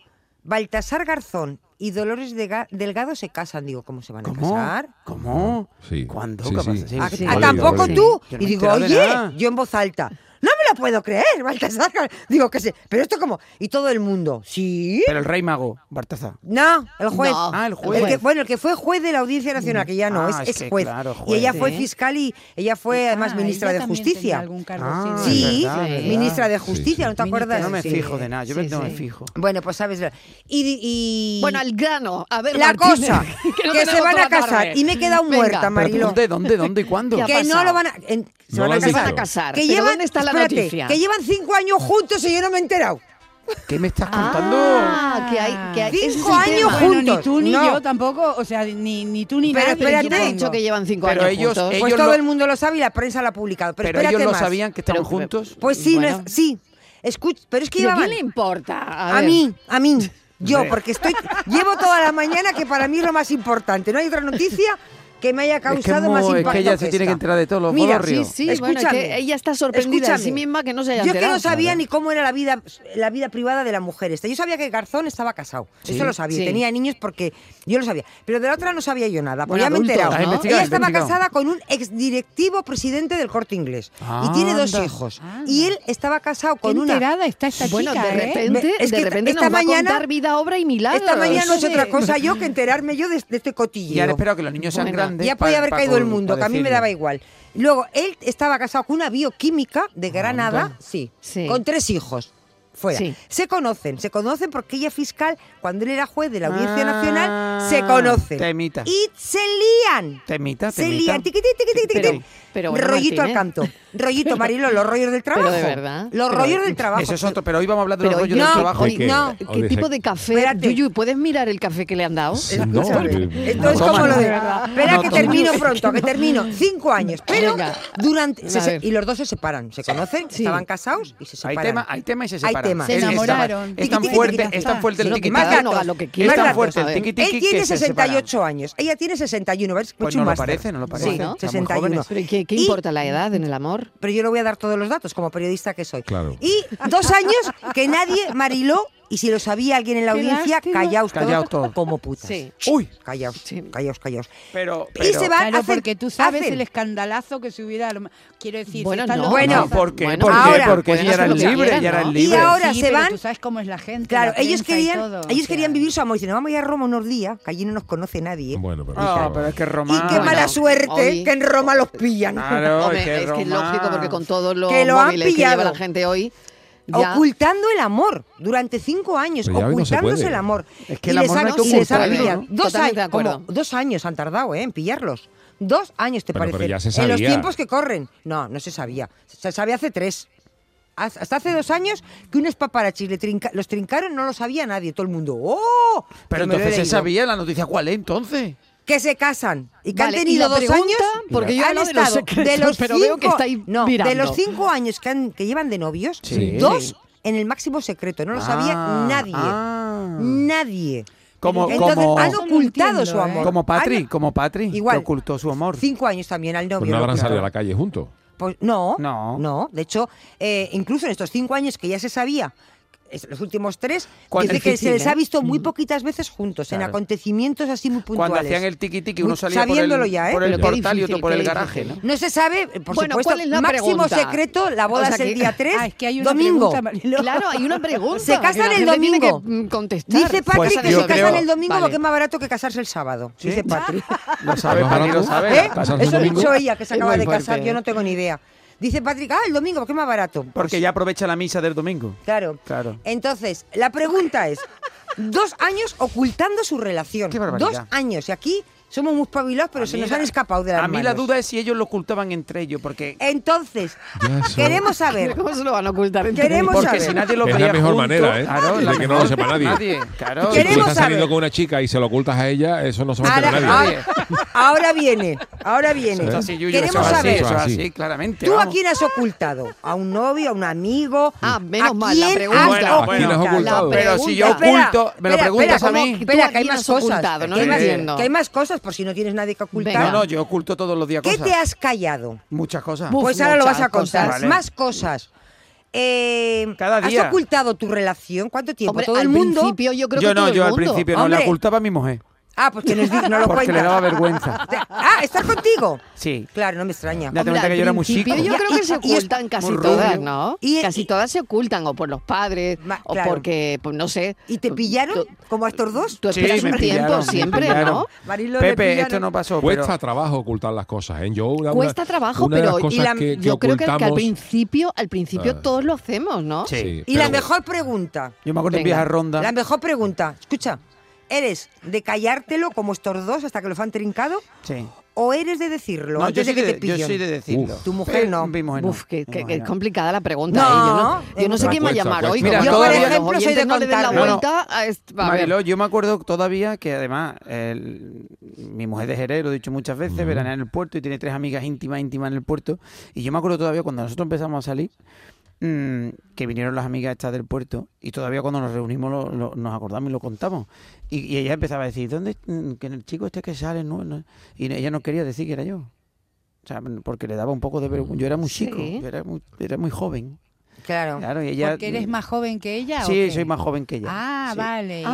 [SPEAKER 3] Baltasar Garzón y Dolores Dega- Delgado se casan. Digo, ¿cómo se van a
[SPEAKER 5] ¿Cómo?
[SPEAKER 3] casar?
[SPEAKER 5] ¿Cómo?
[SPEAKER 6] Sí.
[SPEAKER 5] ¿Cuándo?
[SPEAKER 6] Sí,
[SPEAKER 5] ¿Qué
[SPEAKER 6] sí.
[SPEAKER 5] pasa? Sí,
[SPEAKER 3] Ah,
[SPEAKER 5] sí.
[SPEAKER 3] ah,
[SPEAKER 6] Dolores,
[SPEAKER 3] tampoco
[SPEAKER 6] Dolores.
[SPEAKER 3] tú.
[SPEAKER 5] Yo no me
[SPEAKER 3] Y
[SPEAKER 5] he
[SPEAKER 3] digo,
[SPEAKER 5] enterado de
[SPEAKER 3] oye,
[SPEAKER 5] nada.
[SPEAKER 3] yo en voz alta. No me lo puedo creer, Baltasar. Gar-". Digo que sé. Pero esto como. Y todo el mundo. ¿Sí?
[SPEAKER 5] Pero el rey mago, Bartaza.
[SPEAKER 3] No, el juez.
[SPEAKER 1] No,
[SPEAKER 5] Ah, el juez.
[SPEAKER 3] que- bueno, el que fue juez de la Audiencia Nacional, que ya no,
[SPEAKER 5] Ah,
[SPEAKER 3] es,
[SPEAKER 5] es
[SPEAKER 3] es
[SPEAKER 5] que
[SPEAKER 3] juez.
[SPEAKER 5] claro,
[SPEAKER 3] Y
[SPEAKER 5] juez,
[SPEAKER 3] ella fue
[SPEAKER 1] ¿eh?
[SPEAKER 3] fiscal y ella fue además
[SPEAKER 4] Ah,
[SPEAKER 3] ministra
[SPEAKER 4] ella
[SPEAKER 3] de
[SPEAKER 4] también
[SPEAKER 3] Justicia.
[SPEAKER 4] tenía algún cargo,
[SPEAKER 5] Ah,
[SPEAKER 4] sí.
[SPEAKER 3] Sí,
[SPEAKER 5] es verdad, es
[SPEAKER 3] ministra de
[SPEAKER 5] verdad.
[SPEAKER 3] Justicia,
[SPEAKER 6] Sí, sí.
[SPEAKER 3] ¿no te acuerdas?
[SPEAKER 5] No me
[SPEAKER 3] Sí.
[SPEAKER 5] fijo de nada, yo
[SPEAKER 1] Sí,
[SPEAKER 5] no me
[SPEAKER 1] sí.
[SPEAKER 5] fijo.
[SPEAKER 3] Bueno, pues sabes. Y, y-
[SPEAKER 1] Bueno, al grano. A ver,
[SPEAKER 3] la
[SPEAKER 1] Martínez, *laughs*
[SPEAKER 3] cosa, que,
[SPEAKER 1] no
[SPEAKER 3] se
[SPEAKER 1] tenemos
[SPEAKER 3] van a
[SPEAKER 1] toda la
[SPEAKER 3] casar.
[SPEAKER 1] tarde.
[SPEAKER 3] Y me he quedado
[SPEAKER 1] Venga.
[SPEAKER 3] muerta,
[SPEAKER 5] Pero
[SPEAKER 3] Marilo.
[SPEAKER 5] ¿Dónde, dónde, dónde y cuándo?
[SPEAKER 1] ¿Qué ha
[SPEAKER 3] Que no
[SPEAKER 1] pasado?
[SPEAKER 3] lo van a. en- se
[SPEAKER 6] No
[SPEAKER 3] van
[SPEAKER 6] lo
[SPEAKER 3] a
[SPEAKER 6] has
[SPEAKER 1] se van a
[SPEAKER 3] casar.
[SPEAKER 6] dicho.
[SPEAKER 1] casar.
[SPEAKER 3] Que
[SPEAKER 1] ¿Pero
[SPEAKER 3] llevan,
[SPEAKER 1] ¿Dónde está la
[SPEAKER 3] espérate,
[SPEAKER 1] noticia?
[SPEAKER 3] que llevan cinco años juntos y yo no me he enterado.
[SPEAKER 5] ¿Qué me estás contando?
[SPEAKER 1] Ah, que hay... Que hay- ese es
[SPEAKER 3] Cinco
[SPEAKER 1] el
[SPEAKER 3] años
[SPEAKER 1] tema.
[SPEAKER 3] juntos.
[SPEAKER 4] Bueno, ni tú ni
[SPEAKER 3] No.
[SPEAKER 4] yo tampoco, o sea, ni, ni tú ni
[SPEAKER 3] Pero
[SPEAKER 4] nadie.
[SPEAKER 1] Pero
[SPEAKER 3] espérate.
[SPEAKER 1] ¿quién ha dicho
[SPEAKER 4] supongo.
[SPEAKER 1] que llevan cinco
[SPEAKER 5] Pero
[SPEAKER 1] años
[SPEAKER 5] ellos-
[SPEAKER 1] juntos?
[SPEAKER 5] ellos-
[SPEAKER 3] Pues todo
[SPEAKER 5] lo-
[SPEAKER 3] el mundo lo sabe y la prensa lo ha publicado. Pero,
[SPEAKER 5] Pero
[SPEAKER 3] espérate
[SPEAKER 5] ellos lo
[SPEAKER 3] más.
[SPEAKER 5] sabían que estaban
[SPEAKER 1] Pero-
[SPEAKER 5] juntos.
[SPEAKER 3] Pues sí, no es-
[SPEAKER 1] Bueno.
[SPEAKER 3] sí. Escuch- pero es que
[SPEAKER 1] ¿Y a
[SPEAKER 3] llevaban.
[SPEAKER 1] quién le importa?
[SPEAKER 3] A,
[SPEAKER 1] ver.
[SPEAKER 3] mí,
[SPEAKER 5] *laughs*
[SPEAKER 3] a mí. Yo,
[SPEAKER 5] Hombre.
[SPEAKER 3] porque estoy. Llevo toda la mañana que para mí es lo más importante. No hay otra noticia que me haya
[SPEAKER 5] que es
[SPEAKER 3] causado
[SPEAKER 5] muy-
[SPEAKER 3] más
[SPEAKER 5] es que
[SPEAKER 3] impacto.
[SPEAKER 5] ella se tiene
[SPEAKER 3] esta.
[SPEAKER 5] que enterar de todo lo
[SPEAKER 3] Mira,
[SPEAKER 5] bodorrio.
[SPEAKER 1] Sí, sí, bueno, es que
[SPEAKER 3] escúchame,
[SPEAKER 1] ella está sorprendida de sí
[SPEAKER 3] escúchame.
[SPEAKER 1] misma que no se haya
[SPEAKER 3] Yo que
[SPEAKER 1] enterado.
[SPEAKER 3] no sabía ni cómo era la vida, la vida privada de la mujer esta. Yo sabía que Garzón estaba casado.
[SPEAKER 5] Sí.
[SPEAKER 3] Eso lo sabía.
[SPEAKER 1] Sí.
[SPEAKER 3] Tenía niños porque yo lo sabía. Pero de la otra no sabía yo nada. Pues
[SPEAKER 1] Bueno,
[SPEAKER 3] ya me he
[SPEAKER 1] adultos,
[SPEAKER 3] enterado.
[SPEAKER 1] ¿no?
[SPEAKER 5] Ah, investigado,
[SPEAKER 3] Ella estaba
[SPEAKER 5] investigado.
[SPEAKER 3] casada con un exdirectivo presidente del Corte Inglés.
[SPEAKER 1] Ah,
[SPEAKER 3] y tiene dos
[SPEAKER 5] Anda.
[SPEAKER 3] hijos.
[SPEAKER 4] Anda.
[SPEAKER 3] Y él estaba casado
[SPEAKER 4] Qué
[SPEAKER 3] con una...
[SPEAKER 4] enterada está esta
[SPEAKER 1] Bueno,
[SPEAKER 4] chica,
[SPEAKER 1] de
[SPEAKER 4] ¿eh?
[SPEAKER 1] repente,
[SPEAKER 3] Me- es
[SPEAKER 1] de
[SPEAKER 3] que
[SPEAKER 1] repente
[SPEAKER 3] esta
[SPEAKER 1] nos
[SPEAKER 3] mañana-
[SPEAKER 1] va a contar vida, obra y milagros.
[SPEAKER 3] Esta mañana no es
[SPEAKER 4] Sí.
[SPEAKER 3] otra
[SPEAKER 1] *laughs*
[SPEAKER 3] cosa yo que enterarme yo de, de
[SPEAKER 5] Y
[SPEAKER 3] este
[SPEAKER 5] ahora
[SPEAKER 3] cotilleo.
[SPEAKER 5] espero que los niños sean
[SPEAKER 1] Bueno,
[SPEAKER 5] grandes.
[SPEAKER 3] Ya podía
[SPEAKER 5] pa-
[SPEAKER 3] haber
[SPEAKER 5] pa-
[SPEAKER 3] caído el
[SPEAKER 5] pa-
[SPEAKER 3] mundo,
[SPEAKER 5] pa
[SPEAKER 3] que a mí me
[SPEAKER 5] decirle.
[SPEAKER 3] daba igual. Luego, él estaba casado con una bioquímica de
[SPEAKER 5] Ah,
[SPEAKER 3] Granada,
[SPEAKER 5] Anda.
[SPEAKER 3] sí,
[SPEAKER 1] Sí.
[SPEAKER 3] con tres hijos. Fuera.
[SPEAKER 1] Sí.
[SPEAKER 3] Se conocen, se conocen porque ella es fiscal, cuando él era juez de la Audiencia
[SPEAKER 5] Ah,
[SPEAKER 3] Nacional, se conocen.
[SPEAKER 5] temita.
[SPEAKER 3] Y se lían.
[SPEAKER 5] Temita,
[SPEAKER 3] se
[SPEAKER 5] temita.
[SPEAKER 3] lían. Tiqui, tiqui, tiqui, tiqui,
[SPEAKER 1] Pero-
[SPEAKER 3] tiqui.
[SPEAKER 1] pero bueno,
[SPEAKER 3] rollito
[SPEAKER 1] Martínez.
[SPEAKER 3] al canto. Rollito, Marilo, los rollos del trabajo.
[SPEAKER 1] Pero de verdad.
[SPEAKER 3] Los
[SPEAKER 1] Pero-
[SPEAKER 3] rollos del trabajo.
[SPEAKER 5] Eso es otro, pero hoy vamos a hablar de los
[SPEAKER 1] Pero
[SPEAKER 5] rollos
[SPEAKER 1] yo-
[SPEAKER 5] del trabajo.
[SPEAKER 1] oye,
[SPEAKER 6] ¿Qué?
[SPEAKER 1] no,
[SPEAKER 6] O
[SPEAKER 1] ¿qué
[SPEAKER 6] de-
[SPEAKER 1] tipo de café?
[SPEAKER 3] Espérate.
[SPEAKER 1] Yuyu, ¿puedes mirar el café que le han dado?
[SPEAKER 6] Sí, no,
[SPEAKER 3] Escúchame,
[SPEAKER 6] eh,
[SPEAKER 3] Esto es
[SPEAKER 5] no
[SPEAKER 3] como
[SPEAKER 5] toman.
[SPEAKER 3] lo de.
[SPEAKER 5] No,
[SPEAKER 3] Espera, que
[SPEAKER 5] toman.
[SPEAKER 3] termino pronto, que termino. Cinco años. Pero
[SPEAKER 1] Venga.
[SPEAKER 3] durante. se-
[SPEAKER 1] A ver.
[SPEAKER 3] y los dos se separan, se conocen,
[SPEAKER 1] Sí.
[SPEAKER 3] estaban casados y se
[SPEAKER 5] Hay
[SPEAKER 3] separan.
[SPEAKER 5] tema, hay tema y se
[SPEAKER 3] Hay
[SPEAKER 5] separan.
[SPEAKER 3] tema.
[SPEAKER 4] Se
[SPEAKER 5] Es- es-
[SPEAKER 4] enamoraron.
[SPEAKER 5] Es tan
[SPEAKER 3] Tiqui, tiqui,
[SPEAKER 5] fuerte,
[SPEAKER 3] tiqui,
[SPEAKER 5] es tan fuerte el
[SPEAKER 1] Pero
[SPEAKER 5] tiki
[SPEAKER 1] que cada
[SPEAKER 3] Más
[SPEAKER 1] uno haga lo que quiera.
[SPEAKER 5] Es tan
[SPEAKER 3] Más
[SPEAKER 5] fuerte el
[SPEAKER 1] datos, a ver.
[SPEAKER 5] tiki
[SPEAKER 3] Él tiene 68 años, ella tiene 61, ¿ves?
[SPEAKER 5] Pues
[SPEAKER 3] Mucho
[SPEAKER 5] no lo
[SPEAKER 3] más.
[SPEAKER 5] parece, no lo parece.
[SPEAKER 3] Sí,
[SPEAKER 5] Están
[SPEAKER 1] ¿no?
[SPEAKER 5] muy
[SPEAKER 3] 61.
[SPEAKER 5] jóvenes.
[SPEAKER 1] Pero ¿y qué, qué
[SPEAKER 3] Y-
[SPEAKER 1] importa la edad en el amor?
[SPEAKER 3] Pero yo le voy a dar todos los datos como periodista que soy.
[SPEAKER 6] Claro.
[SPEAKER 3] Y dos años que nadie mariló y si lo sabía alguien en la
[SPEAKER 4] Qué
[SPEAKER 3] audiencia,
[SPEAKER 4] lástima.
[SPEAKER 3] callaos todos
[SPEAKER 5] Callaos todos.
[SPEAKER 3] como putas.
[SPEAKER 1] Sí.
[SPEAKER 5] Uy,
[SPEAKER 3] Callaos,
[SPEAKER 1] Sí.
[SPEAKER 3] callaos, callaos.
[SPEAKER 5] pero,
[SPEAKER 3] y
[SPEAKER 5] pero-
[SPEAKER 3] se van
[SPEAKER 4] Claro,
[SPEAKER 3] a hacer,
[SPEAKER 4] porque tú sabes
[SPEAKER 3] hacen-
[SPEAKER 4] el escandalazo que se hubiera... arma- Quiero decir,
[SPEAKER 1] Bueno,
[SPEAKER 4] se están
[SPEAKER 1] no.
[SPEAKER 4] los-
[SPEAKER 3] Bueno,
[SPEAKER 5] no, ¿por qué?
[SPEAKER 1] Bueno,
[SPEAKER 5] ¿Por qué?
[SPEAKER 3] ahora-
[SPEAKER 5] Porque
[SPEAKER 1] Pueden
[SPEAKER 5] ya
[SPEAKER 1] hacer
[SPEAKER 5] eran
[SPEAKER 1] lo que
[SPEAKER 5] libres,
[SPEAKER 1] quieran,
[SPEAKER 5] ya
[SPEAKER 1] ¿no?
[SPEAKER 5] eran
[SPEAKER 1] Y
[SPEAKER 5] libres.
[SPEAKER 3] ahora
[SPEAKER 4] Sí,
[SPEAKER 3] se
[SPEAKER 4] pero
[SPEAKER 3] van-
[SPEAKER 4] tú sabes cómo es la gente.
[SPEAKER 3] Claro,
[SPEAKER 4] la prensa
[SPEAKER 3] ellos
[SPEAKER 4] y
[SPEAKER 3] querían,
[SPEAKER 4] todo,
[SPEAKER 3] ellos
[SPEAKER 4] o
[SPEAKER 3] querían
[SPEAKER 4] sea.
[SPEAKER 3] vivir su amor. Dicen, vamos a ir a Roma unos días, que allí no nos conoce nadie.
[SPEAKER 6] Bueno, pero,
[SPEAKER 5] Ah,
[SPEAKER 6] eso-
[SPEAKER 5] pero es que
[SPEAKER 3] y
[SPEAKER 5] Román.
[SPEAKER 3] qué mala
[SPEAKER 1] bueno,
[SPEAKER 3] suerte
[SPEAKER 1] hoy-
[SPEAKER 3] que en Roma los pillan.
[SPEAKER 5] Claro,
[SPEAKER 1] *laughs* Hombre,
[SPEAKER 5] que
[SPEAKER 1] es que es
[SPEAKER 5] Román.
[SPEAKER 1] lógico, porque con todos los
[SPEAKER 3] Que lo han
[SPEAKER 1] móviles que lleva
[SPEAKER 3] pillado.
[SPEAKER 1] la gente hoy... ya-
[SPEAKER 3] Ocultando el amor durante cinco años,
[SPEAKER 6] Pero ya hoy no se
[SPEAKER 3] ocultándose
[SPEAKER 6] puede.
[SPEAKER 3] el amor.
[SPEAKER 5] Es ¿eh? que
[SPEAKER 3] Y
[SPEAKER 5] el
[SPEAKER 3] les
[SPEAKER 5] amor
[SPEAKER 3] han-
[SPEAKER 5] no hay que
[SPEAKER 3] y les han
[SPEAKER 5] ocultarlo,
[SPEAKER 3] pillado.
[SPEAKER 1] ¿no?
[SPEAKER 3] dos,
[SPEAKER 1] Totalmente de
[SPEAKER 3] años,
[SPEAKER 1] acuerdo.
[SPEAKER 3] como dos años han tardado eh, en pillarlos. Dos años, te
[SPEAKER 6] Bueno, pero
[SPEAKER 3] parece.
[SPEAKER 6] ya se
[SPEAKER 3] En los
[SPEAKER 6] sabía.
[SPEAKER 3] tiempos que corren. No, no se sabía. Se sabe hace tres. Haz- Hasta hace dos años que unos paparachis le trinca- los trincaron, no lo sabía nadie. Todo el mundo, ¡oh!
[SPEAKER 5] Pero
[SPEAKER 3] Yo me lo he
[SPEAKER 5] entonces se
[SPEAKER 3] leído.
[SPEAKER 5] sabía la noticia. ¿Cuál es entonces?
[SPEAKER 3] que se casan y que
[SPEAKER 1] Vale,
[SPEAKER 3] han
[SPEAKER 1] y la
[SPEAKER 3] tenido dos
[SPEAKER 1] pregunta,
[SPEAKER 3] años
[SPEAKER 1] porque yo
[SPEAKER 3] han
[SPEAKER 1] hablo de los
[SPEAKER 3] estado
[SPEAKER 1] secretos, pero veo que estáis
[SPEAKER 3] no, de
[SPEAKER 1] virando.
[SPEAKER 3] los cinco años que, han- que llevan de novios
[SPEAKER 5] Sí.
[SPEAKER 3] dos en el máximo secreto no lo sabía
[SPEAKER 5] Ah,
[SPEAKER 3] nadie
[SPEAKER 5] ah.
[SPEAKER 3] nadie
[SPEAKER 5] Como,
[SPEAKER 3] entonces
[SPEAKER 5] como,
[SPEAKER 3] han ocultado
[SPEAKER 4] entiendo,
[SPEAKER 3] su
[SPEAKER 4] ¿eh?
[SPEAKER 3] amor
[SPEAKER 5] como Patri,
[SPEAKER 3] Han-
[SPEAKER 5] como Patri,
[SPEAKER 3] Igual.
[SPEAKER 5] que ocultó su amor.
[SPEAKER 3] cinco años también al novio
[SPEAKER 6] pues no
[SPEAKER 3] lo
[SPEAKER 6] habrán
[SPEAKER 3] ocultó.
[SPEAKER 6] salido a la calle juntos.
[SPEAKER 3] Pues no,
[SPEAKER 5] No.
[SPEAKER 3] no. De hecho, eh, incluso en estos cinco años que ya se sabía es- los últimos tres,
[SPEAKER 5] Cuán
[SPEAKER 3] dice que
[SPEAKER 5] difícil,
[SPEAKER 3] se les
[SPEAKER 5] ¿eh?
[SPEAKER 3] ha visto muy poquitas veces juntos, en
[SPEAKER 5] Claro.
[SPEAKER 3] acontecimientos así muy puntuales.
[SPEAKER 5] Cuando hacían el tiki tiki, uno
[SPEAKER 3] Muy-
[SPEAKER 5] salía por
[SPEAKER 3] sabiéndolo
[SPEAKER 5] el,
[SPEAKER 3] ya, ¿eh?
[SPEAKER 5] por el
[SPEAKER 1] Pero qué
[SPEAKER 5] portal y otro
[SPEAKER 1] difícil,
[SPEAKER 5] por
[SPEAKER 1] qué
[SPEAKER 5] el
[SPEAKER 1] difícil.
[SPEAKER 5] garaje, ¿no?
[SPEAKER 3] No se sabe, eh, por
[SPEAKER 1] Bueno,
[SPEAKER 3] supuesto,
[SPEAKER 1] ¿cuál es la
[SPEAKER 3] máximo
[SPEAKER 1] pregunta?
[SPEAKER 3] secreto, la boda
[SPEAKER 1] O sea
[SPEAKER 3] es el
[SPEAKER 1] que-
[SPEAKER 3] día 3,
[SPEAKER 4] Ah, es que hay una
[SPEAKER 3] domingo.
[SPEAKER 4] pregunta, Mariló.
[SPEAKER 1] Claro, hay una pregunta.
[SPEAKER 3] Se casan
[SPEAKER 1] que la
[SPEAKER 3] el
[SPEAKER 1] gente tiene
[SPEAKER 3] domingo.
[SPEAKER 1] que, mm, contestar.
[SPEAKER 3] Dice
[SPEAKER 1] Pues
[SPEAKER 3] Patrick
[SPEAKER 1] yo
[SPEAKER 3] que se
[SPEAKER 1] creo-
[SPEAKER 3] casan el domingo
[SPEAKER 1] Vale.
[SPEAKER 3] porque es más barato que casarse el sábado.
[SPEAKER 5] ¿Sí?
[SPEAKER 3] Dice Patrick.
[SPEAKER 5] *laughs* Lo sabe, para qué lo sabe.
[SPEAKER 3] ¿Eh?
[SPEAKER 5] Casarse el
[SPEAKER 3] Eso lo ha
[SPEAKER 5] domingo.
[SPEAKER 3] dicho ella, que se
[SPEAKER 1] Es
[SPEAKER 3] acaba
[SPEAKER 1] muy
[SPEAKER 3] de
[SPEAKER 1] fuerte,
[SPEAKER 3] casar,
[SPEAKER 1] ¿eh?
[SPEAKER 3] yo no tengo ni idea. Dice Patrick, ah, el domingo porque es más barato.
[SPEAKER 5] Porque ya aprovecha la misa del domingo.
[SPEAKER 3] Claro.
[SPEAKER 5] Claro.
[SPEAKER 3] Entonces, la pregunta es, dos años ocultando su relación.
[SPEAKER 5] Qué barbaridad.
[SPEAKER 3] dos años. Y aquí somos muy espabilados, pero pues se
[SPEAKER 5] mí
[SPEAKER 3] nos
[SPEAKER 5] la-
[SPEAKER 3] han escapado de las
[SPEAKER 5] A mí la
[SPEAKER 3] manos.
[SPEAKER 5] duda es si ellos lo ocultaban entre ellos, porque
[SPEAKER 3] Entonces, ah,
[SPEAKER 6] Ya sé.
[SPEAKER 3] queremos saber,
[SPEAKER 1] ¿Cómo se lo van a ocultar entre
[SPEAKER 3] Queremos
[SPEAKER 1] ellos?
[SPEAKER 5] porque
[SPEAKER 3] sabe.
[SPEAKER 5] si nadie lo
[SPEAKER 6] Es la
[SPEAKER 5] veía
[SPEAKER 6] mejor
[SPEAKER 5] junto,
[SPEAKER 6] manera, ¿eh?
[SPEAKER 5] Claro,
[SPEAKER 6] De
[SPEAKER 5] la
[SPEAKER 6] que no lo
[SPEAKER 5] mejor-
[SPEAKER 6] sepa nadie.
[SPEAKER 5] Claro.
[SPEAKER 6] Si tú
[SPEAKER 3] Queremos
[SPEAKER 6] estás saliendo
[SPEAKER 3] saber.
[SPEAKER 6] con una chica y se lo ocultas a ella, eso no se va a
[SPEAKER 3] Ahora,
[SPEAKER 6] enterar nadie.
[SPEAKER 3] ahora, ahora viene, ahora viene.
[SPEAKER 5] Eso así, Yuyu,
[SPEAKER 3] Queremos
[SPEAKER 5] eso es así,
[SPEAKER 3] saber,
[SPEAKER 5] Eso es
[SPEAKER 6] Así.
[SPEAKER 5] así, claramente.
[SPEAKER 3] ¿tú a
[SPEAKER 5] vamos.
[SPEAKER 3] quién has ocultado? ¿A un novio, a un amigo?
[SPEAKER 1] Ah, menos
[SPEAKER 3] ¿A
[SPEAKER 1] mal la
[SPEAKER 3] quién
[SPEAKER 1] pregunta.
[SPEAKER 3] has
[SPEAKER 5] Bueno,
[SPEAKER 6] ¿A quién has
[SPEAKER 3] ocultado?
[SPEAKER 6] ocultado?
[SPEAKER 1] La
[SPEAKER 5] Pero si yo
[SPEAKER 3] Espera,
[SPEAKER 5] oculto, me lo
[SPEAKER 3] espera,
[SPEAKER 5] preguntas a
[SPEAKER 3] espera,
[SPEAKER 5] mí.
[SPEAKER 1] ¿cómo?
[SPEAKER 3] Espera,
[SPEAKER 1] ¿Tú
[SPEAKER 3] que hay
[SPEAKER 1] a quién
[SPEAKER 3] más
[SPEAKER 1] has
[SPEAKER 3] cosas.
[SPEAKER 1] ocultado? No
[SPEAKER 3] que, hay
[SPEAKER 5] lo
[SPEAKER 3] más,
[SPEAKER 1] entiendo.
[SPEAKER 3] que hay más cosas por si no tienes nadie que ocultar.
[SPEAKER 1] Venga.
[SPEAKER 5] No, no, yo oculto todos los días
[SPEAKER 3] ¿Qué
[SPEAKER 5] cosas.
[SPEAKER 3] te has callado?
[SPEAKER 5] Muchas cosas.
[SPEAKER 1] Uf,
[SPEAKER 3] Pues ahora lo vas
[SPEAKER 1] muchas
[SPEAKER 3] a contar.
[SPEAKER 5] cosas. Vale.
[SPEAKER 3] Más cosas. Eh,
[SPEAKER 5] Cada
[SPEAKER 3] ¿Has
[SPEAKER 5] día.
[SPEAKER 3] ocultado tu relación? ¿Cuánto tiempo?
[SPEAKER 1] Hombre,
[SPEAKER 3] ¿Todo
[SPEAKER 1] al
[SPEAKER 3] el mundo?
[SPEAKER 1] principio yo creo
[SPEAKER 5] yo
[SPEAKER 1] que
[SPEAKER 5] no,
[SPEAKER 1] todo el
[SPEAKER 5] yo al
[SPEAKER 1] mundo.
[SPEAKER 5] principio no
[SPEAKER 3] Hombre.
[SPEAKER 5] la ocultaba a mi mujer.
[SPEAKER 3] Ah, pues que no, es di- no lo
[SPEAKER 5] Porque
[SPEAKER 3] cuentas.
[SPEAKER 5] le daba
[SPEAKER 3] *laughs*
[SPEAKER 5] vergüenza.
[SPEAKER 3] Ah, ¿estás contigo?
[SPEAKER 5] Sí.
[SPEAKER 3] Claro, no me extraña.
[SPEAKER 5] Ya te cuenta
[SPEAKER 1] al
[SPEAKER 5] que yo era muy
[SPEAKER 1] principio
[SPEAKER 5] chico.
[SPEAKER 1] Yo creo que se
[SPEAKER 3] Ya, y- y es
[SPEAKER 1] ocultan casi
[SPEAKER 5] muy
[SPEAKER 1] todas,
[SPEAKER 5] rubio.
[SPEAKER 1] ¿no?
[SPEAKER 3] Y-
[SPEAKER 1] casi
[SPEAKER 3] y-
[SPEAKER 1] todas se ocultan, o por los padres,
[SPEAKER 3] Ma-
[SPEAKER 1] o
[SPEAKER 3] claro.
[SPEAKER 1] porque, pues, no sé.
[SPEAKER 3] ¿Y te pillaron
[SPEAKER 1] Tú,
[SPEAKER 3] como a estos dos?
[SPEAKER 1] tú esperas
[SPEAKER 5] me
[SPEAKER 1] un
[SPEAKER 5] pillaron,
[SPEAKER 1] tiempo
[SPEAKER 5] me
[SPEAKER 1] siempre,
[SPEAKER 5] pillaron.
[SPEAKER 1] ¿no?
[SPEAKER 3] Marilo, le
[SPEAKER 5] Pepe,
[SPEAKER 3] pillaron.
[SPEAKER 5] esto no pasó.
[SPEAKER 6] Cuesta
[SPEAKER 5] pero-
[SPEAKER 6] trabajo ocultar las cosas, ¿eh? Yo, una-
[SPEAKER 1] Cuesta
[SPEAKER 6] una-
[SPEAKER 1] trabajo,
[SPEAKER 6] una de las
[SPEAKER 1] pero y
[SPEAKER 6] cosas
[SPEAKER 1] la-
[SPEAKER 6] que- que
[SPEAKER 1] yo creo que al- que al
[SPEAKER 6] ocultamos-
[SPEAKER 1] principio, al principio
[SPEAKER 6] Ah.
[SPEAKER 1] todos lo hacemos, ¿no?
[SPEAKER 5] Sí.
[SPEAKER 6] Sí,
[SPEAKER 3] Y la
[SPEAKER 6] pero-
[SPEAKER 3] mejor pregunta.
[SPEAKER 5] Yo me acuerdo en
[SPEAKER 1] Venga.
[SPEAKER 5] vieja ronda.
[SPEAKER 3] La mejor pregunta. Escucha. ¿Eres de callártelo como estos dos hasta que los han trincado?
[SPEAKER 5] Sí.
[SPEAKER 3] ¿O eres de decirlo
[SPEAKER 5] No, yo
[SPEAKER 3] antes de
[SPEAKER 5] soy
[SPEAKER 3] que
[SPEAKER 5] de,
[SPEAKER 3] te
[SPEAKER 5] yo
[SPEAKER 3] pillen?
[SPEAKER 5] soy de decirlo.
[SPEAKER 6] Uf.
[SPEAKER 3] Tu mujer no.
[SPEAKER 5] Mi mujer no.
[SPEAKER 1] Uf, que, que-
[SPEAKER 5] Mi
[SPEAKER 1] que
[SPEAKER 5] mujer
[SPEAKER 1] es
[SPEAKER 5] no.
[SPEAKER 1] complicada la pregunta.
[SPEAKER 3] No,
[SPEAKER 1] ¿eh? yo no,
[SPEAKER 3] no,
[SPEAKER 1] yo no sé
[SPEAKER 6] no.
[SPEAKER 1] quién va a
[SPEAKER 6] Cuesta,
[SPEAKER 1] llamar hoy.
[SPEAKER 6] cuesta. Mira,
[SPEAKER 1] como
[SPEAKER 5] yo, por
[SPEAKER 1] los
[SPEAKER 3] ejemplo, soy
[SPEAKER 1] oyentes
[SPEAKER 3] de
[SPEAKER 1] no le den la
[SPEAKER 3] contarlo.
[SPEAKER 1] vuelta a est- a ver.
[SPEAKER 5] Mariló, yo me acuerdo todavía que además el- mi mujer de Jerez, lo he dicho muchas veces, veranea en el puerto y tiene tres amigas íntimas, íntimas en el puerto. Y yo me acuerdo todavía cuando nosotros empezamos a salir, mm, que vinieron las amigas estas del puerto y todavía cuando nos reunimos lo- lo- nos acordamos y lo contamos. Y, y ella empezaba a decir, ¿dónde? mm, Que el chico este que sale, no, no". Y ella no quería decir que era yo. O sea, mm, porque le daba un poco de vergüenza. Yo era muy chico,
[SPEAKER 1] Sí.
[SPEAKER 5] yo era muy, era muy joven.
[SPEAKER 3] Claro.
[SPEAKER 5] Claro, y ella...
[SPEAKER 4] ¿Porque eres más joven que ella? o
[SPEAKER 5] Sí,
[SPEAKER 4] qué?
[SPEAKER 5] soy más joven que ella.
[SPEAKER 4] Ah,
[SPEAKER 5] sí.
[SPEAKER 4] vale.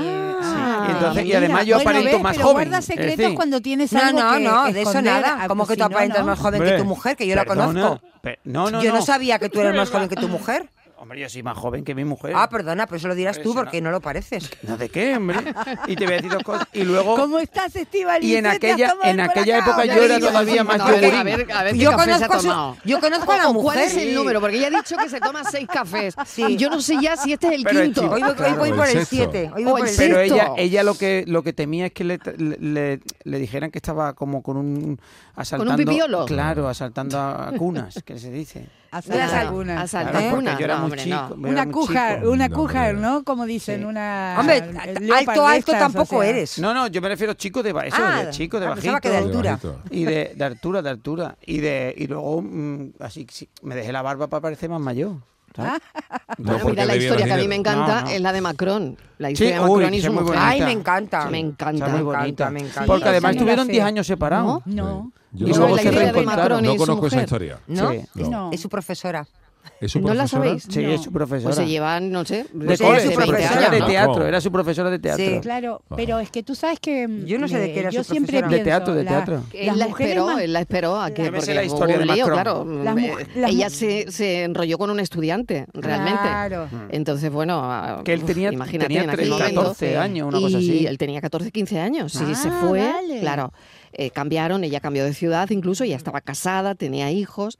[SPEAKER 1] Ah,
[SPEAKER 5] Sí, entonces- y
[SPEAKER 4] mira.
[SPEAKER 5] además yo
[SPEAKER 4] Bueno,
[SPEAKER 5] aparento
[SPEAKER 4] ves,
[SPEAKER 5] más
[SPEAKER 4] pero
[SPEAKER 5] joven,
[SPEAKER 4] guarda
[SPEAKER 5] es
[SPEAKER 4] secretos
[SPEAKER 5] decir-
[SPEAKER 4] cuando tienes
[SPEAKER 3] No,
[SPEAKER 4] algo
[SPEAKER 3] no,
[SPEAKER 4] que
[SPEAKER 3] no, de eso
[SPEAKER 4] esconder.
[SPEAKER 3] nada.
[SPEAKER 4] Ah,
[SPEAKER 3] ¿Cómo
[SPEAKER 4] pues
[SPEAKER 3] que tú
[SPEAKER 4] si no,
[SPEAKER 3] aparentas
[SPEAKER 4] no.
[SPEAKER 3] más joven que
[SPEAKER 6] Hombre,
[SPEAKER 3] tu mujer? Que yo la
[SPEAKER 5] Perdona,
[SPEAKER 3] conozco.
[SPEAKER 5] pe- no, no,
[SPEAKER 3] yo no.
[SPEAKER 5] no.
[SPEAKER 3] sabía que
[SPEAKER 5] *laughs*
[SPEAKER 3] tú eras más joven que tu mujer.
[SPEAKER 5] Hombre, yo soy más joven que mi mujer.
[SPEAKER 3] Ah, perdona, pero eso lo dirás tú
[SPEAKER 5] Pues, Eso no.
[SPEAKER 3] porque no lo pareces.
[SPEAKER 5] ¿No de qué, hombre? Y te voy a decir dos cosas. Y luego...
[SPEAKER 4] ¿Cómo estás, Estivali?
[SPEAKER 5] Y en aquella, en aquella época yo era todavía más
[SPEAKER 1] No, a ver, a
[SPEAKER 5] joven.
[SPEAKER 1] ver, a ver qué
[SPEAKER 3] Yo
[SPEAKER 1] café se ha
[SPEAKER 3] conozco, su-
[SPEAKER 1] tomado.
[SPEAKER 3] yo conozco a la
[SPEAKER 1] O
[SPEAKER 3] mujer.
[SPEAKER 1] ¿Cuál es el
[SPEAKER 3] Sí.
[SPEAKER 1] número? Porque ella ha dicho que se toma seis cafés.
[SPEAKER 3] Sí.
[SPEAKER 1] Y yo no sé ya si este es el
[SPEAKER 5] Pero el
[SPEAKER 1] quinto.
[SPEAKER 5] chico-
[SPEAKER 3] *laughs* Hoy voy, hoy voy
[SPEAKER 6] Claro,
[SPEAKER 3] por
[SPEAKER 6] el
[SPEAKER 3] el
[SPEAKER 6] sexto.
[SPEAKER 3] 7. Hoy
[SPEAKER 1] O
[SPEAKER 3] voy
[SPEAKER 1] el
[SPEAKER 3] por el
[SPEAKER 1] sexto.
[SPEAKER 5] Pero
[SPEAKER 3] siete.
[SPEAKER 5] ella, ella lo que lo que temía es que le, le- le dijeran que estaba como con un asaltando.
[SPEAKER 1] pipiolo.
[SPEAKER 5] Claro, asaltando a cunas, que se
[SPEAKER 3] *laughs*
[SPEAKER 5] dice.
[SPEAKER 3] Las
[SPEAKER 1] Claro,
[SPEAKER 4] algunas.
[SPEAKER 1] asaltar
[SPEAKER 5] Claro,
[SPEAKER 3] ¿Eh?
[SPEAKER 5] porque
[SPEAKER 1] una.
[SPEAKER 5] yo era
[SPEAKER 1] No,
[SPEAKER 5] muy
[SPEAKER 1] hombre,
[SPEAKER 5] chico.
[SPEAKER 1] no.
[SPEAKER 5] yo era
[SPEAKER 4] Una
[SPEAKER 5] muy
[SPEAKER 4] cujar,
[SPEAKER 5] chico.
[SPEAKER 4] una
[SPEAKER 6] No,
[SPEAKER 4] cujar,
[SPEAKER 6] hombre.
[SPEAKER 4] ¿no? Como dicen,
[SPEAKER 5] Sí.
[SPEAKER 4] una.
[SPEAKER 3] Hombre,
[SPEAKER 4] leopard de
[SPEAKER 3] alto, alto
[SPEAKER 4] estas,
[SPEAKER 3] tampoco
[SPEAKER 4] o sea.
[SPEAKER 3] eres.
[SPEAKER 5] No, no, yo me refiero a chico de, ba- eso,
[SPEAKER 3] Ah,
[SPEAKER 5] de chico, de
[SPEAKER 3] ah,
[SPEAKER 5] bajito.
[SPEAKER 3] pensaba que de
[SPEAKER 6] De
[SPEAKER 3] altura.
[SPEAKER 6] bajito.
[SPEAKER 5] Y de, de altura, de altura. Y de y luego mm, así sí, me dejé la barba para parecer más mayor.
[SPEAKER 1] *laughs*
[SPEAKER 5] ¿sabes?
[SPEAKER 6] No,
[SPEAKER 1] Bueno,
[SPEAKER 6] porque
[SPEAKER 1] mira, la
[SPEAKER 6] debía
[SPEAKER 1] historia que a mí
[SPEAKER 6] dinero.
[SPEAKER 1] me encanta Eh,
[SPEAKER 5] No, no.
[SPEAKER 1] es la de Macron. La historia de
[SPEAKER 5] uy,
[SPEAKER 1] Macron y
[SPEAKER 5] que
[SPEAKER 1] su
[SPEAKER 5] es muy
[SPEAKER 1] mujer.
[SPEAKER 5] bonita.
[SPEAKER 3] Ay, me encanta.
[SPEAKER 1] Me encanta.
[SPEAKER 5] Está muy
[SPEAKER 3] encanta,
[SPEAKER 5] bonita.
[SPEAKER 3] me encanta.
[SPEAKER 5] Porque
[SPEAKER 4] Sí,
[SPEAKER 5] además
[SPEAKER 4] sí, me la
[SPEAKER 5] estuvieron
[SPEAKER 4] sé.
[SPEAKER 5] 10 años separados.
[SPEAKER 4] No.
[SPEAKER 6] Yo
[SPEAKER 5] Y
[SPEAKER 6] no
[SPEAKER 5] luego se
[SPEAKER 6] sé la historia de
[SPEAKER 5] reencontraron.
[SPEAKER 1] Macron y
[SPEAKER 6] No
[SPEAKER 1] su
[SPEAKER 6] conozco esa
[SPEAKER 1] mujer.
[SPEAKER 6] historia.
[SPEAKER 3] ¿No?
[SPEAKER 5] Sí.
[SPEAKER 6] No.
[SPEAKER 4] No.
[SPEAKER 3] Es su profesora.
[SPEAKER 6] ¿Es su
[SPEAKER 1] ¿No la
[SPEAKER 6] profesora?
[SPEAKER 1] sabéis?
[SPEAKER 5] Sí,
[SPEAKER 4] No.
[SPEAKER 5] es su profesora.
[SPEAKER 1] Pues se llevan, no sé,
[SPEAKER 5] de
[SPEAKER 1] no sé,
[SPEAKER 5] cole,
[SPEAKER 3] su
[SPEAKER 5] su
[SPEAKER 1] 20
[SPEAKER 5] profesora de
[SPEAKER 1] años, ¿no?
[SPEAKER 5] teatro. Era su profesora de teatro.
[SPEAKER 3] Sí.
[SPEAKER 4] Claro,
[SPEAKER 6] Ajá.
[SPEAKER 4] pero es que tú sabes que. mm,
[SPEAKER 3] Yo no sé de
[SPEAKER 4] eh,
[SPEAKER 3] qué era
[SPEAKER 4] yo
[SPEAKER 3] su
[SPEAKER 4] siempre
[SPEAKER 3] profesora.
[SPEAKER 5] De
[SPEAKER 4] pienso,
[SPEAKER 5] teatro, de
[SPEAKER 4] la-
[SPEAKER 5] teatro.
[SPEAKER 4] las
[SPEAKER 1] Él la
[SPEAKER 4] mujeres
[SPEAKER 1] esperó,
[SPEAKER 4] más-
[SPEAKER 1] él la esperó a que
[SPEAKER 5] Yo me sé
[SPEAKER 1] porque
[SPEAKER 5] la
[SPEAKER 1] hubo
[SPEAKER 5] historia
[SPEAKER 1] un
[SPEAKER 5] de
[SPEAKER 1] lío,
[SPEAKER 5] Macron.
[SPEAKER 1] claro.
[SPEAKER 4] Las mu-
[SPEAKER 1] Eh,
[SPEAKER 4] las
[SPEAKER 1] Ella
[SPEAKER 4] mu-
[SPEAKER 1] se, se enrolló con un estudiante, realmente.
[SPEAKER 4] Claro.
[SPEAKER 1] Entonces, bueno, ah,
[SPEAKER 5] Mm. Que él
[SPEAKER 1] uf,
[SPEAKER 5] tenía,
[SPEAKER 1] imagínate
[SPEAKER 5] tenía
[SPEAKER 1] en aquel
[SPEAKER 5] 13,
[SPEAKER 1] momento.
[SPEAKER 5] 14 años, una
[SPEAKER 1] y
[SPEAKER 5] cosa así.
[SPEAKER 1] él tenía 14, 15 años. Sí,
[SPEAKER 4] Ah,
[SPEAKER 1] se fue.
[SPEAKER 4] vale.
[SPEAKER 1] Claro, eh, cambiaron, ella cambió de ciudad incluso, ya estaba casada, tenía hijos.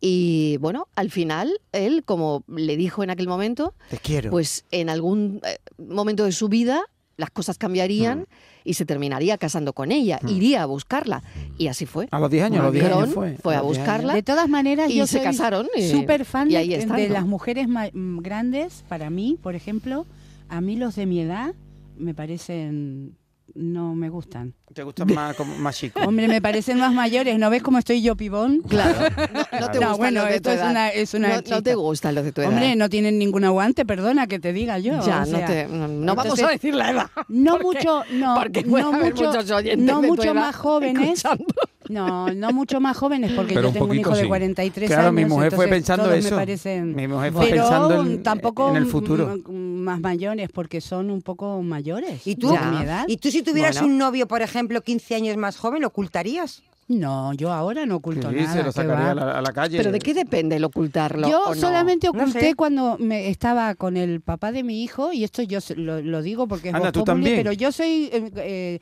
[SPEAKER 1] Y bueno, al final, él, como le dijo en aquel momento,
[SPEAKER 5] Te quiero.
[SPEAKER 1] pues en algún eh, momento de su vida las cosas cambiarían
[SPEAKER 5] Mm.
[SPEAKER 1] y se terminaría casando con ella,
[SPEAKER 5] Hmm.
[SPEAKER 1] iría a buscarla. Y así fue.
[SPEAKER 5] a los 10 años, a los 10 años
[SPEAKER 1] Macron
[SPEAKER 5] fue.
[SPEAKER 1] fue a
[SPEAKER 5] los 10 años.
[SPEAKER 1] buscarla.
[SPEAKER 4] De todas maneras,
[SPEAKER 1] Y
[SPEAKER 4] yo
[SPEAKER 1] se
[SPEAKER 4] soy
[SPEAKER 1] casaron y-
[SPEAKER 4] Súper fan
[SPEAKER 1] y
[SPEAKER 4] de-
[SPEAKER 1] ahí están,
[SPEAKER 4] de
[SPEAKER 1] ¿no?
[SPEAKER 4] las mujeres ma- mm, grandes. Para mí, por ejemplo, a mí los de mi edad me parecen. No me gustan.
[SPEAKER 5] Te gustan más, como- más
[SPEAKER 1] *laughs*
[SPEAKER 5] chicos.
[SPEAKER 4] Hombre, me parecen más mayores. ¿No ves cómo estoy yo pibón?
[SPEAKER 1] Claro. No, no te
[SPEAKER 4] *laughs* No,
[SPEAKER 1] gustan
[SPEAKER 4] bueno,
[SPEAKER 1] los de
[SPEAKER 4] esto
[SPEAKER 1] tu
[SPEAKER 4] es
[SPEAKER 1] edad.
[SPEAKER 4] una- es una
[SPEAKER 1] no, no te
[SPEAKER 4] chita.
[SPEAKER 1] gustan los de tu edad.
[SPEAKER 4] Hombre, no tienen ningún aguante, perdona que te diga yo.
[SPEAKER 1] ya,
[SPEAKER 4] o sea,
[SPEAKER 1] no, te, no, no vamos
[SPEAKER 4] entonces-
[SPEAKER 1] a decir la edad.
[SPEAKER 4] *laughs* No
[SPEAKER 1] porque-
[SPEAKER 4] mucho, no,
[SPEAKER 1] porque puede
[SPEAKER 4] no
[SPEAKER 1] haber
[SPEAKER 4] mucho,
[SPEAKER 1] muchos oyentes
[SPEAKER 4] no
[SPEAKER 1] de tu
[SPEAKER 4] mucho
[SPEAKER 1] edad
[SPEAKER 4] más jóvenes,
[SPEAKER 1] escuchando.
[SPEAKER 4] *laughs* No, no mucho más jóvenes, porque
[SPEAKER 6] Pero
[SPEAKER 4] yo
[SPEAKER 6] un
[SPEAKER 4] tengo un
[SPEAKER 6] poquito
[SPEAKER 4] hijo de
[SPEAKER 6] sí.
[SPEAKER 4] 43
[SPEAKER 5] Claro,
[SPEAKER 4] años.
[SPEAKER 5] mi mujer fue
[SPEAKER 4] entonces
[SPEAKER 5] pensando
[SPEAKER 4] todos
[SPEAKER 5] eso.
[SPEAKER 4] Me parecen,
[SPEAKER 5] Mi mujer fue
[SPEAKER 4] pero
[SPEAKER 5] pensando en-
[SPEAKER 4] tampoco
[SPEAKER 5] en el futuro.
[SPEAKER 4] m- m- más mayores, porque son un poco mayores.
[SPEAKER 3] ¿Y tú?
[SPEAKER 4] de mi edad?
[SPEAKER 3] ¿Y tú si tuvieras
[SPEAKER 1] Bueno.
[SPEAKER 3] un novio, por ejemplo, 15 años más joven, lo ocultarías?
[SPEAKER 4] No, yo ahora no oculto
[SPEAKER 5] Sí,
[SPEAKER 4] nada.
[SPEAKER 5] se lo
[SPEAKER 4] ¿qué
[SPEAKER 5] sacaría
[SPEAKER 4] va?
[SPEAKER 5] a la, a la calle.
[SPEAKER 1] ¿Pero de qué depende el ocultarlo?
[SPEAKER 4] Yo
[SPEAKER 1] o no?
[SPEAKER 4] solamente
[SPEAKER 3] No
[SPEAKER 4] oculté
[SPEAKER 3] sé.
[SPEAKER 4] cuando me estaba con el papá de mi hijo, y esto yo se- lo, lo digo porque es
[SPEAKER 5] Anda,
[SPEAKER 4] voz
[SPEAKER 5] tú
[SPEAKER 4] populi,
[SPEAKER 5] también.
[SPEAKER 4] pero yo soy eh, eh,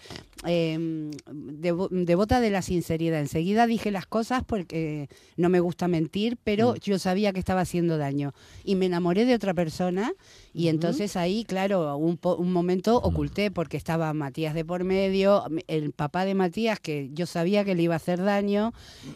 [SPEAKER 4] eh, devo- devota de la sinceridad. Enseguida dije las cosas porque no me gusta mentir,
[SPEAKER 5] Mm.
[SPEAKER 4] pero yo sabía que estaba haciendo daño. Y me enamoré de otra persona, y entonces ahí, claro, un, po- un momento oculté porque estaba Matías de por medio, el papá de Matías, que yo sabía que le iba a hacer daño,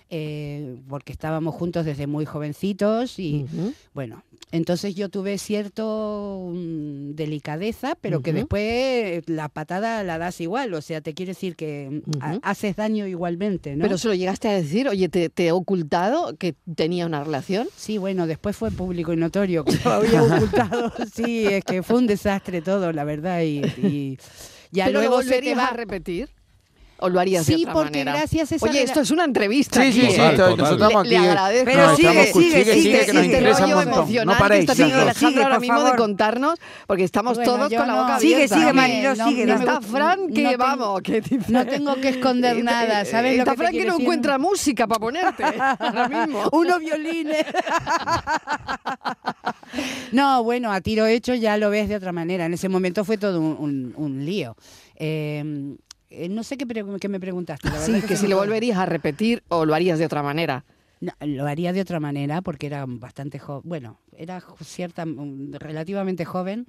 [SPEAKER 4] eh, porque estábamos juntos desde muy jovencitos y.
[SPEAKER 1] Ujú.
[SPEAKER 4] Bueno, entonces yo tuve cierto mm, delicadeza, pero que
[SPEAKER 1] Ujú.
[SPEAKER 4] después eh, la patada la das igual, o sea, te quiere decir que mm, ha-
[SPEAKER 1] Ujú.
[SPEAKER 4] haces daño igualmente, ¿no?
[SPEAKER 1] Pero se lo llegaste a decir, oye, te, te he ocultado que tenía una relación.
[SPEAKER 4] Sí, bueno, después fue público
[SPEAKER 1] *laughs*
[SPEAKER 4] y notorio que lo había ocultado. Sí, es que fue un desastre todo, la verdad, y, y ya
[SPEAKER 1] ¿Pero
[SPEAKER 4] luego
[SPEAKER 1] lo
[SPEAKER 4] se te
[SPEAKER 1] volverías
[SPEAKER 4] va-
[SPEAKER 1] a repetir? ¿O lo harías de
[SPEAKER 4] Sí,
[SPEAKER 1] otra
[SPEAKER 4] porque
[SPEAKER 1] manera?
[SPEAKER 4] gracias a esa
[SPEAKER 1] Oye,
[SPEAKER 4] rela-
[SPEAKER 1] esto es una entrevista.
[SPEAKER 5] Sí, sí,
[SPEAKER 1] aquí,
[SPEAKER 5] sí,
[SPEAKER 1] ¿eh?
[SPEAKER 6] Total,
[SPEAKER 5] estoy-
[SPEAKER 6] total.
[SPEAKER 5] estamos
[SPEAKER 1] Le-
[SPEAKER 5] aquí.
[SPEAKER 1] le agradezco.
[SPEAKER 3] Pero
[SPEAKER 5] No, estamos
[SPEAKER 3] sigue,
[SPEAKER 5] con-
[SPEAKER 3] sigue, sigue,
[SPEAKER 5] que nos
[SPEAKER 3] sigue.
[SPEAKER 5] interesa un
[SPEAKER 1] rollo
[SPEAKER 5] montón.
[SPEAKER 1] emocionante
[SPEAKER 5] No paréis.
[SPEAKER 1] que está haciendo
[SPEAKER 3] sigue,
[SPEAKER 1] Alejandra
[SPEAKER 3] sigue,
[SPEAKER 1] ahora
[SPEAKER 3] por
[SPEAKER 1] mismo de
[SPEAKER 3] favor.
[SPEAKER 1] contarnos, porque estamos
[SPEAKER 4] Bueno,
[SPEAKER 1] todos
[SPEAKER 4] yo
[SPEAKER 1] con la
[SPEAKER 4] no-
[SPEAKER 1] boca
[SPEAKER 3] Sigue,
[SPEAKER 1] abierta.
[SPEAKER 3] sigue,
[SPEAKER 1] ¿eh?
[SPEAKER 3] Mari. Mariló, sigue.
[SPEAKER 4] me
[SPEAKER 1] Está
[SPEAKER 4] gusta-
[SPEAKER 1] Fran, que oh,
[SPEAKER 4] no te-
[SPEAKER 1] vamos, que dice-
[SPEAKER 4] No tengo que
[SPEAKER 1] Eh,
[SPEAKER 4] esconder nada, ¿sabes? lo
[SPEAKER 1] Está
[SPEAKER 4] que te
[SPEAKER 1] Fran que
[SPEAKER 4] quiero
[SPEAKER 1] no
[SPEAKER 4] decir?
[SPEAKER 1] encuentra música para ponerte ahora mismo.
[SPEAKER 4] unos violines. *laughs* no, bueno, a tiro hecho ya lo ves de otra manera. En ese momento fue todo un, un- un lío. Eh, eh, no sé qué, pre- qué me preguntaste. la verdad
[SPEAKER 1] Sí,
[SPEAKER 4] que
[SPEAKER 1] que si
[SPEAKER 4] se me
[SPEAKER 1] lo
[SPEAKER 4] fue.
[SPEAKER 1] volverías a repetir o lo harías de otra manera.
[SPEAKER 4] No, lo haría de otra manera porque era bastante joven. Bueno, era jo- cierta, mm, relativamente joven.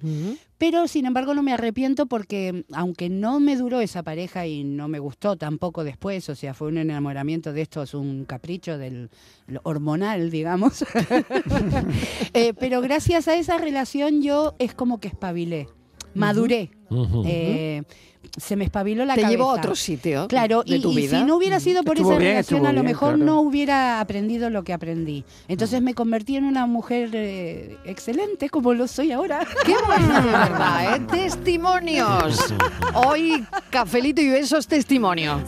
[SPEAKER 4] Pero sin embargo no me arrepiento porque mm, aunque no me duró esa pareja y no me gustó tampoco después, o sea, fue un enamoramiento de estos, un capricho del lo hormonal, digamos. *laughs* Eh, pero gracias a esa relación yo es como que espabilé, maduré. Eh, se me espabiló la
[SPEAKER 1] Te
[SPEAKER 4] cabeza.
[SPEAKER 1] llevó a otro sitio
[SPEAKER 4] Claro,
[SPEAKER 1] de
[SPEAKER 4] y,
[SPEAKER 1] tu
[SPEAKER 4] y
[SPEAKER 1] vida.
[SPEAKER 4] si no hubiera sido por
[SPEAKER 5] Estuvo
[SPEAKER 4] esa
[SPEAKER 5] bien,
[SPEAKER 4] relación,
[SPEAKER 5] estuvo
[SPEAKER 4] a lo
[SPEAKER 5] bien,
[SPEAKER 4] mejor
[SPEAKER 5] claro.
[SPEAKER 4] no hubiera aprendido lo que aprendí. Entonces me convertí en una mujer eh, excelente, como lo soy ahora.
[SPEAKER 1] *laughs* Qué bueno, de verdad, ¿eh? Testimonios. Hoy, cafelito y besos, testimonio.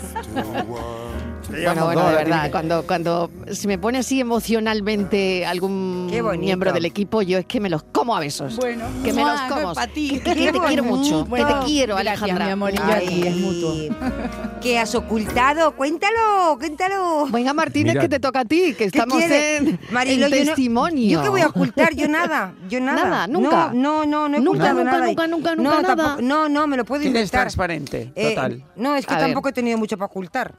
[SPEAKER 1] Bueno, bueno, de verdad, cuando, cuando se me pone así emocionalmente algún
[SPEAKER 3] Qué bonito.
[SPEAKER 1] miembro del equipo, yo es que me los como a besos.
[SPEAKER 4] Bueno,
[SPEAKER 1] que me los
[SPEAKER 4] ¡mua!
[SPEAKER 1] como.
[SPEAKER 4] Pa' ti.
[SPEAKER 1] Que, que
[SPEAKER 3] Qué
[SPEAKER 1] te quiero mucho,
[SPEAKER 3] bonito.
[SPEAKER 1] que te quiero,
[SPEAKER 4] Gracias,
[SPEAKER 1] Alejandra.
[SPEAKER 4] mi amor, y yo a ti, es mutuo.
[SPEAKER 3] Ay, ¿Qué has ocultado? Cuéntalo, cuéntalo.
[SPEAKER 1] Venga, Martínez,
[SPEAKER 6] Mira.
[SPEAKER 1] que te toca a ti, que
[SPEAKER 3] ¿Qué
[SPEAKER 1] estamos
[SPEAKER 3] quieres?
[SPEAKER 1] en,
[SPEAKER 3] Marilo,
[SPEAKER 1] en
[SPEAKER 3] yo no-
[SPEAKER 1] testimonio.
[SPEAKER 3] ¿Yo qué voy a ocultar? Yo nada, yo nada.
[SPEAKER 1] Nada, nunca.
[SPEAKER 3] No, no, no, no he
[SPEAKER 1] Nunca,
[SPEAKER 3] ocultado
[SPEAKER 1] nunca,
[SPEAKER 3] nada.
[SPEAKER 1] nunca, nunca, nunca,
[SPEAKER 3] no,
[SPEAKER 1] nada.
[SPEAKER 3] tampoco- no, no, me lo puedo
[SPEAKER 5] Tienes
[SPEAKER 3] inventar.
[SPEAKER 5] transparente,
[SPEAKER 3] Eh,
[SPEAKER 5] total.
[SPEAKER 3] No, es que
[SPEAKER 1] A ver.
[SPEAKER 3] tampoco he tenido mucho para ocultar.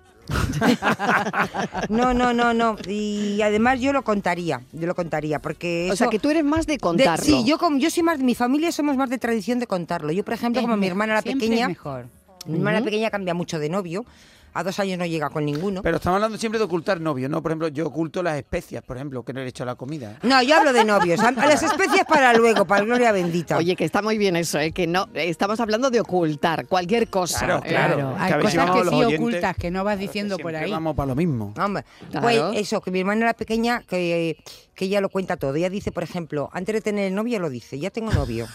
[SPEAKER 3] no, no, no, no. Y además yo lo contaría, yo lo contaría, porque
[SPEAKER 1] O sea,
[SPEAKER 3] eso-
[SPEAKER 1] que tú eres más de
[SPEAKER 3] de-
[SPEAKER 1] contarlo.
[SPEAKER 3] sí, yo, como, yo soy más, mi familia somos más de tradición de contarlo. Yo, por ejemplo, como mi hermana la
[SPEAKER 4] Siempre es
[SPEAKER 3] pequeña,
[SPEAKER 4] mejor.
[SPEAKER 3] mi hermana pequeña cambia mucho de novio. A dos años no llega con ninguno.
[SPEAKER 5] Pero estamos hablando siempre de ocultar novios, ¿no? Por ejemplo, yo oculto las especias, por ejemplo, que no le he hecho a la comida.
[SPEAKER 4] Ah,
[SPEAKER 3] No, yo hablo de novios. A a las especias para luego, para gloria bendita.
[SPEAKER 1] Oye, que está muy bien eso, ¿eh? que no eh, estamos hablando de ocultar cualquier cosa.
[SPEAKER 5] Claro,
[SPEAKER 1] ¿eh?
[SPEAKER 5] claro.
[SPEAKER 4] Claro,
[SPEAKER 5] que a
[SPEAKER 4] hay
[SPEAKER 5] ver si
[SPEAKER 4] cosas
[SPEAKER 5] vamos
[SPEAKER 4] que
[SPEAKER 5] los
[SPEAKER 4] sí
[SPEAKER 5] oyentes,
[SPEAKER 4] ocultas, que no vas
[SPEAKER 5] que
[SPEAKER 4] diciendo por
[SPEAKER 5] siempre
[SPEAKER 4] ahí.
[SPEAKER 5] Vamos para lo mismo.
[SPEAKER 3] Hombre,
[SPEAKER 1] Claro.
[SPEAKER 3] pues eso, que mi hermana la pequeña, que, que ella lo cuenta todo. Ella dice, por ejemplo, antes de tener el novio, lo dice, ya tengo novio.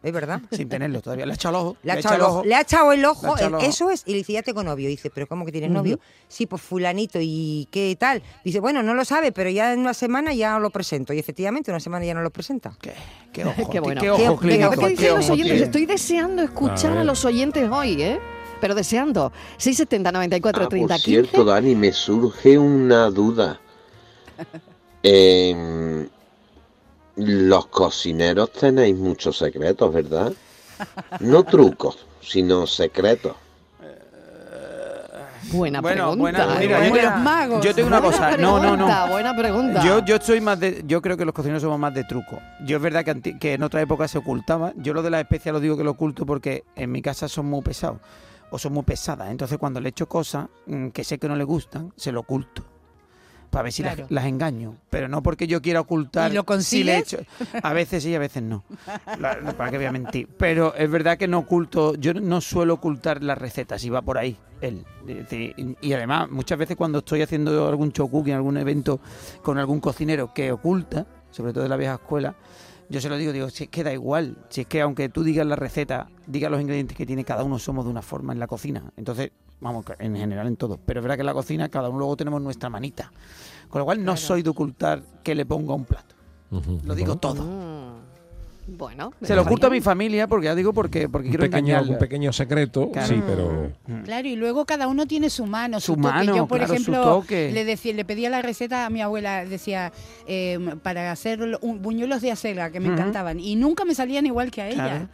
[SPEAKER 3] ¿Es verdad?
[SPEAKER 5] *laughs* Sin tenerlo todavía. Le ha echado el ojo.
[SPEAKER 3] Le ha, echado el ojo. Le ha echado el ojo,
[SPEAKER 5] Le ha echado el
[SPEAKER 3] el-
[SPEAKER 5] ojo.
[SPEAKER 3] eso es, y le dice, ya tengo novio. Y dice, ¿pero cómo que tienes novio? Sí, pues fulanito, ¿y qué tal? Dice, bueno, no lo sabe, pero ya en una semana ya lo presento. Y efectivamente, una semana ya no lo presenta.
[SPEAKER 5] Qué, qué ojo.
[SPEAKER 1] *laughs* Qué bueno.
[SPEAKER 5] Qué ojo
[SPEAKER 3] Qué- venga,
[SPEAKER 5] clínico.
[SPEAKER 1] Venga, ¿qué dicen los
[SPEAKER 5] ojo
[SPEAKER 1] oyentes?
[SPEAKER 5] tiene.
[SPEAKER 1] Estoy deseando escuchar
[SPEAKER 6] A
[SPEAKER 1] a,
[SPEAKER 6] ver.
[SPEAKER 1] los oyentes hoy, ¿eh? Pero deseando. 670 94
[SPEAKER 7] Ah,
[SPEAKER 1] 30
[SPEAKER 7] por
[SPEAKER 1] 15.
[SPEAKER 7] cierto, Dani, me surge una duda. Em, los cocineros tenéis muchos secretos, ¿verdad? No trucos, sino secretos.
[SPEAKER 1] Buena
[SPEAKER 5] Bueno,
[SPEAKER 1] pregunta.
[SPEAKER 5] buena,
[SPEAKER 1] ¿eh?
[SPEAKER 5] mira, yo
[SPEAKER 4] Como
[SPEAKER 5] tengo-
[SPEAKER 4] los magos.
[SPEAKER 5] yo tengo una
[SPEAKER 1] Buena
[SPEAKER 5] cosa. No, no,
[SPEAKER 1] pregunta,
[SPEAKER 5] no.
[SPEAKER 1] Buena pregunta.
[SPEAKER 5] Yo, yo soy más de, yo creo que los cocineros somos más de truco. Yo es verdad que, anti- que en otra época se ocultaba. Yo lo de las especias lo digo que lo oculto porque en mi casa son muy pesados o son muy pesadas. Entonces cuando le echo cosas mm, que sé que no le gustan, se lo oculto. Para ver si las-
[SPEAKER 4] Claro.
[SPEAKER 5] las, engaño. Pero no porque yo quiera ocultar.
[SPEAKER 4] ¿Y lo
[SPEAKER 5] si le
[SPEAKER 4] consigues?
[SPEAKER 5] echo- A veces sí, a veces
[SPEAKER 4] *laughs*
[SPEAKER 5] no. La- ¿Para qué voy a mentir? Pero es verdad que no oculto. Yo no suelo ocultar las recetas, y va por ahí él. Es decir, Y, y además, muchas veces cuando estoy haciendo algún chocuki en algún evento con algún cocinero que oculta, sobre todo de la vieja escuela, Yo se lo digo, digo, si es que da igual, si es que aunque tú digas la receta, digas los ingredientes que tiene, cada uno somos de una forma en la cocina. Entonces, vamos, que en general en todo. Pero es verdad que en la cocina cada uno luego tenemos nuestra manita. Con lo cual no soy de ocultar que le ponga un plato.
[SPEAKER 6] Ujú.
[SPEAKER 5] Lo digo todo.
[SPEAKER 1] Mm, Bueno.
[SPEAKER 5] Se lo
[SPEAKER 1] está
[SPEAKER 5] oculto a mi
[SPEAKER 1] bien.
[SPEAKER 5] familia porque ya digo porque, porque
[SPEAKER 6] Un
[SPEAKER 5] quiero
[SPEAKER 6] pequeño,
[SPEAKER 5] engañarla.
[SPEAKER 6] un pequeño secreto,
[SPEAKER 5] Claro.
[SPEAKER 6] sí, pero...
[SPEAKER 4] Claro, y luego cada uno tiene su mano, su,
[SPEAKER 5] Su
[SPEAKER 4] toque.
[SPEAKER 5] mano,
[SPEAKER 4] Yo, por
[SPEAKER 5] claro, su
[SPEAKER 4] ejemplo,
[SPEAKER 5] toque.
[SPEAKER 4] Le, decía, le pedía la receta a mi abuela, decía, eh, para hacer lo- un- buñuelos de acelga, que me
[SPEAKER 5] Ujú.
[SPEAKER 4] encantaban, y nunca me salían igual que a ella.
[SPEAKER 5] Claro.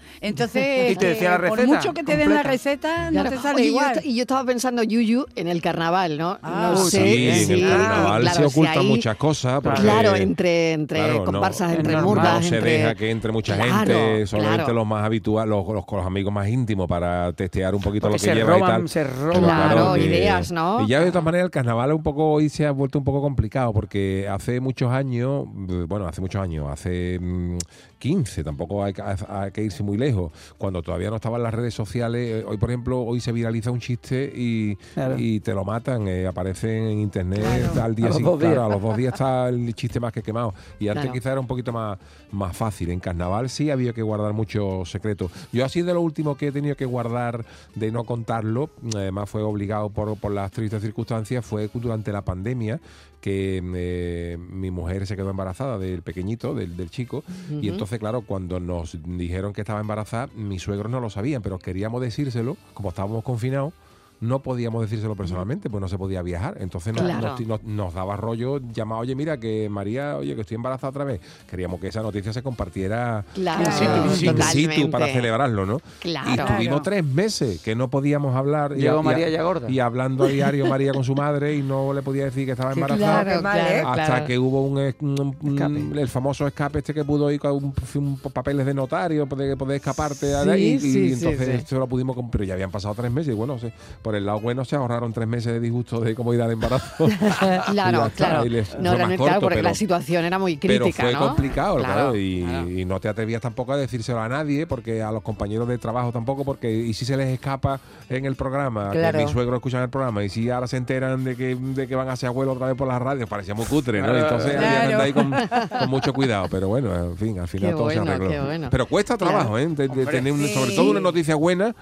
[SPEAKER 5] *laughs*
[SPEAKER 4] Entonces,
[SPEAKER 5] Y te decía la
[SPEAKER 4] eh, por
[SPEAKER 5] receta
[SPEAKER 4] mucho que te den la
[SPEAKER 5] completa.
[SPEAKER 4] receta, no
[SPEAKER 1] Claro.
[SPEAKER 4] te sale
[SPEAKER 1] Oye, yo
[SPEAKER 4] igual.
[SPEAKER 1] esta- y yo estaba pensando, Yuyu, en el carnaval, ¿no?
[SPEAKER 4] Ah.
[SPEAKER 1] no
[SPEAKER 5] Uy,
[SPEAKER 1] sé.
[SPEAKER 6] Sí, en
[SPEAKER 1] si-
[SPEAKER 6] el carnaval
[SPEAKER 1] Ah, claro,
[SPEAKER 6] se
[SPEAKER 1] si
[SPEAKER 6] ocultan
[SPEAKER 1] ahí-
[SPEAKER 6] muchas cosas. porque-
[SPEAKER 1] Claro, entre, entre
[SPEAKER 6] Claro, no,
[SPEAKER 1] comparsas,
[SPEAKER 5] es
[SPEAKER 1] entre
[SPEAKER 5] normal.
[SPEAKER 1] murgas.
[SPEAKER 6] No se
[SPEAKER 1] entre-
[SPEAKER 6] deja que entre mucha
[SPEAKER 1] Claro,
[SPEAKER 6] gente, solamente
[SPEAKER 1] claro.
[SPEAKER 6] los más habituales, los, los, los amigos más íntimos para testear un poquito
[SPEAKER 5] Porque
[SPEAKER 6] lo
[SPEAKER 5] se
[SPEAKER 6] que lleva y
[SPEAKER 5] roban,
[SPEAKER 6] tal.
[SPEAKER 5] se roban.
[SPEAKER 6] Pero
[SPEAKER 1] Claro,
[SPEAKER 6] que-
[SPEAKER 1] ideas, ¿no?
[SPEAKER 6] Y ya de todas maneras el carnaval es un poco hoy se ha vuelto un poco complicado porque hace muchos años, eh, bueno, hace muchos años, hace mm, 15, tampoco hay, que- hay que irse muy lejos, cuando todavía no estaban las redes sociales, eh, hoy por ejemplo, hoy se viraliza un chiste y,
[SPEAKER 5] Claro.
[SPEAKER 6] y te lo matan, eh, aparece en internet al día
[SPEAKER 5] A los
[SPEAKER 6] siguiente,
[SPEAKER 5] dos días.
[SPEAKER 6] claro, a los dos días está el chiste más que quemado. Y antes
[SPEAKER 1] Claro.
[SPEAKER 6] quizá era un poquito más, más fácil. En carnaval sí había que guardar muchos secretos. Yo así de lo último que he tenido que guardar de no contarlo, eh, además fue obligado por, por las tristes circunstancias, fue durante la pandemia que eh, mi mujer se quedó embarazada del pequeñito, del, del chico, y entonces, claro, cuando nos dijeron que estaba embarazada, mis suegros no lo sabían, pero queríamos decírselo, como estábamos confinados, no podíamos decírselo personalmente, pues no se podía viajar. Entonces nos,
[SPEAKER 1] Claro.
[SPEAKER 6] nos- nos- nos daba rollo, llamaba, oye, mira, que María, oye, que estoy embarazada otra vez. Queríamos que esa noticia se compartiera
[SPEAKER 1] Claro,
[SPEAKER 6] in situ- in situ- in situ
[SPEAKER 1] totalmente.
[SPEAKER 6] para celebrarlo, ¿no? Y
[SPEAKER 1] Claro.
[SPEAKER 6] estuvimos tres meses que no podíamos hablar. y-
[SPEAKER 5] Llegó
[SPEAKER 6] y,
[SPEAKER 5] María ya gorda.
[SPEAKER 6] Y hablando a diario María con su madre y no le podía decir que estaba embarazada.
[SPEAKER 3] Qué mal, ¿eh?
[SPEAKER 6] Hasta
[SPEAKER 1] claro.
[SPEAKER 6] que hubo un, es- un- un-
[SPEAKER 5] Escape.
[SPEAKER 6] el famoso escape este que pudo ir con un, un- papeles de notario, poder, poder escaparte. ¿verdad? y, y
[SPEAKER 1] sí, sí,
[SPEAKER 6] entonces
[SPEAKER 1] sí.
[SPEAKER 6] esto lo pudimos comprar. Pero ya habían pasado tres meses. Y bueno, se- por el lado bueno se ahorraron tres meses de disgusto de cómo ir al embarazo.
[SPEAKER 1] *laughs* *laughs* Claro, claro. No,
[SPEAKER 6] era
[SPEAKER 1] era claro, porque la situación era muy crítica,
[SPEAKER 6] pero fue
[SPEAKER 1] ¿no?
[SPEAKER 6] complicado, claro,
[SPEAKER 1] Claro,
[SPEAKER 6] y,
[SPEAKER 1] claro.
[SPEAKER 6] y no te atrevías tampoco a decírselo a nadie, porque a los compañeros de trabajo tampoco, porque y si se les escapa en el programa,
[SPEAKER 3] Claro.
[SPEAKER 6] que mis suegros escuchan el programa, y si ahora se enteran de que, de que van a ser abuelo otra vez por las radios, parecía muy cutre, ¿no? Y Entonces
[SPEAKER 4] Claro.
[SPEAKER 6] había que andar ahí
[SPEAKER 1] *laughs*
[SPEAKER 6] con, con mucho cuidado, pero bueno, en fin, al final
[SPEAKER 1] Qué
[SPEAKER 6] todo
[SPEAKER 1] bueno,
[SPEAKER 6] se arregló.
[SPEAKER 1] qué bueno.
[SPEAKER 6] Pero cuesta trabajo, ¿eh? De- de tener un- sobre todo una noticia buena,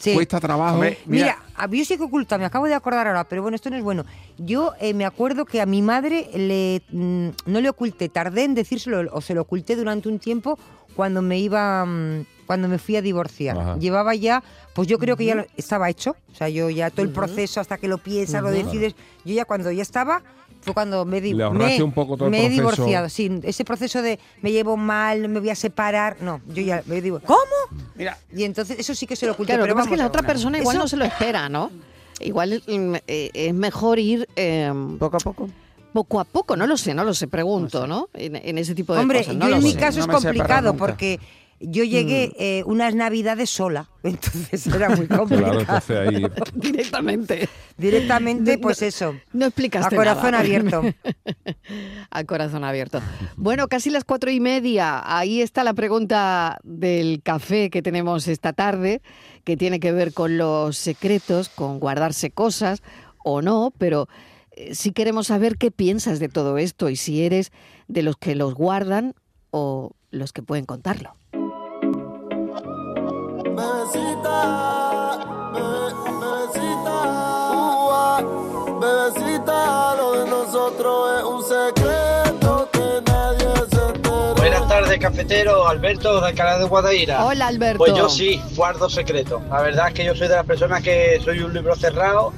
[SPEAKER 3] Sí.
[SPEAKER 6] cuesta trabajo.
[SPEAKER 5] Hombre,
[SPEAKER 3] Mira,
[SPEAKER 5] Mira.
[SPEAKER 3] a- yo sí que oculta, me acabo de acordar ahora, pero bueno, esto no es bueno. Yo eh, me acuerdo que a mi madre le, mm, no le oculté, tardé en decírselo o se lo oculté durante un tiempo cuando me iba, mm, cuando me fui a divorciar.
[SPEAKER 6] Ajá.
[SPEAKER 3] Llevaba ya, pues yo creo que ya lo- estaba hecho, o sea, yo ya todo el proceso hasta que lo piensas, lo decides, yo ya cuando ya estaba fue cuando me, di-
[SPEAKER 6] Le ahorraste
[SPEAKER 3] me-
[SPEAKER 6] un poco todo el
[SPEAKER 3] me he
[SPEAKER 6] proceso.
[SPEAKER 3] divorciado, sí, ese proceso de me llevo mal, me voy a separar, no, yo ya me digo, ¿cómo?
[SPEAKER 5] Mira,
[SPEAKER 3] Y entonces eso sí que se lo oculté,
[SPEAKER 1] Claro, lo
[SPEAKER 3] pero
[SPEAKER 1] que pasa es que
[SPEAKER 3] vamos,
[SPEAKER 1] la otra persona igual
[SPEAKER 3] eso-
[SPEAKER 1] no se lo espera, ¿no? Igual mm, eh, es mejor ir eh,
[SPEAKER 5] poco a poco.
[SPEAKER 1] poco a poco, no lo sé, no lo sé, pregunto, ¿no? En, en ese tipo de
[SPEAKER 3] Hombre,
[SPEAKER 1] cosas.
[SPEAKER 3] yo
[SPEAKER 1] no
[SPEAKER 3] en
[SPEAKER 1] lo
[SPEAKER 3] mi
[SPEAKER 1] sé.
[SPEAKER 3] caso
[SPEAKER 5] No
[SPEAKER 3] es
[SPEAKER 5] me separo
[SPEAKER 3] complicado
[SPEAKER 5] nunca.
[SPEAKER 3] porque
[SPEAKER 1] Mm.
[SPEAKER 3] yo llegué eh, unas navidades sola, *laughs* entonces era muy complicado.
[SPEAKER 6] Claro, entonces
[SPEAKER 3] *laughs*
[SPEAKER 6] ahí.
[SPEAKER 1] Directamente.
[SPEAKER 3] Directamente,
[SPEAKER 1] No-
[SPEAKER 3] pues
[SPEAKER 1] no-
[SPEAKER 3] eso.
[SPEAKER 1] No explicaste
[SPEAKER 3] A corazón
[SPEAKER 1] nada.
[SPEAKER 3] abierto.
[SPEAKER 1] *laughs* a corazón abierto. Bueno, casi las cuatro y media. Ahí está la pregunta del café que tenemos esta tarde, que tiene que ver con los secretos, con guardarse cosas o no, pero eh, sí queremos saber qué piensas de todo esto y si eres de los que los guardan o los que pueden contarlo.
[SPEAKER 8] Bebecita, bebe- bebecita, uva, bebecita, lo de nosotros es un secreto que nadie se entera.
[SPEAKER 9] Buenas tardes, cafetero. Alberto, de Alcalá de Guadaira.
[SPEAKER 1] Hola Alberto.
[SPEAKER 9] Pues yo sí, guardo secretos. La verdad es que yo soy de las personas que soy un libro cerrado.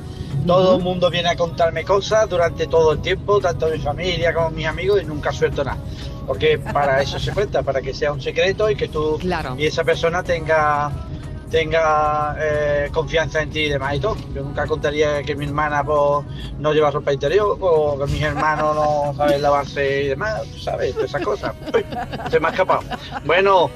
[SPEAKER 9] Todo el mundo viene a contarme cosas durante todo el tiempo, tanto mi familia como mis amigos, y nunca suelto nada. Porque
[SPEAKER 1] *laughs*
[SPEAKER 9] para eso se cuenta, para que sea un secreto y que tú
[SPEAKER 1] Claro.
[SPEAKER 9] y esa persona tenga tenga eh, confianza en ti y demás y todo. Yo nunca contaría que mi hermana pues, no lleva ropa interior o que mis hermanos no saben lavarse y demás, tú ¿sabes? Todas esas cosas. Uy, se me ha escapado. Bueno,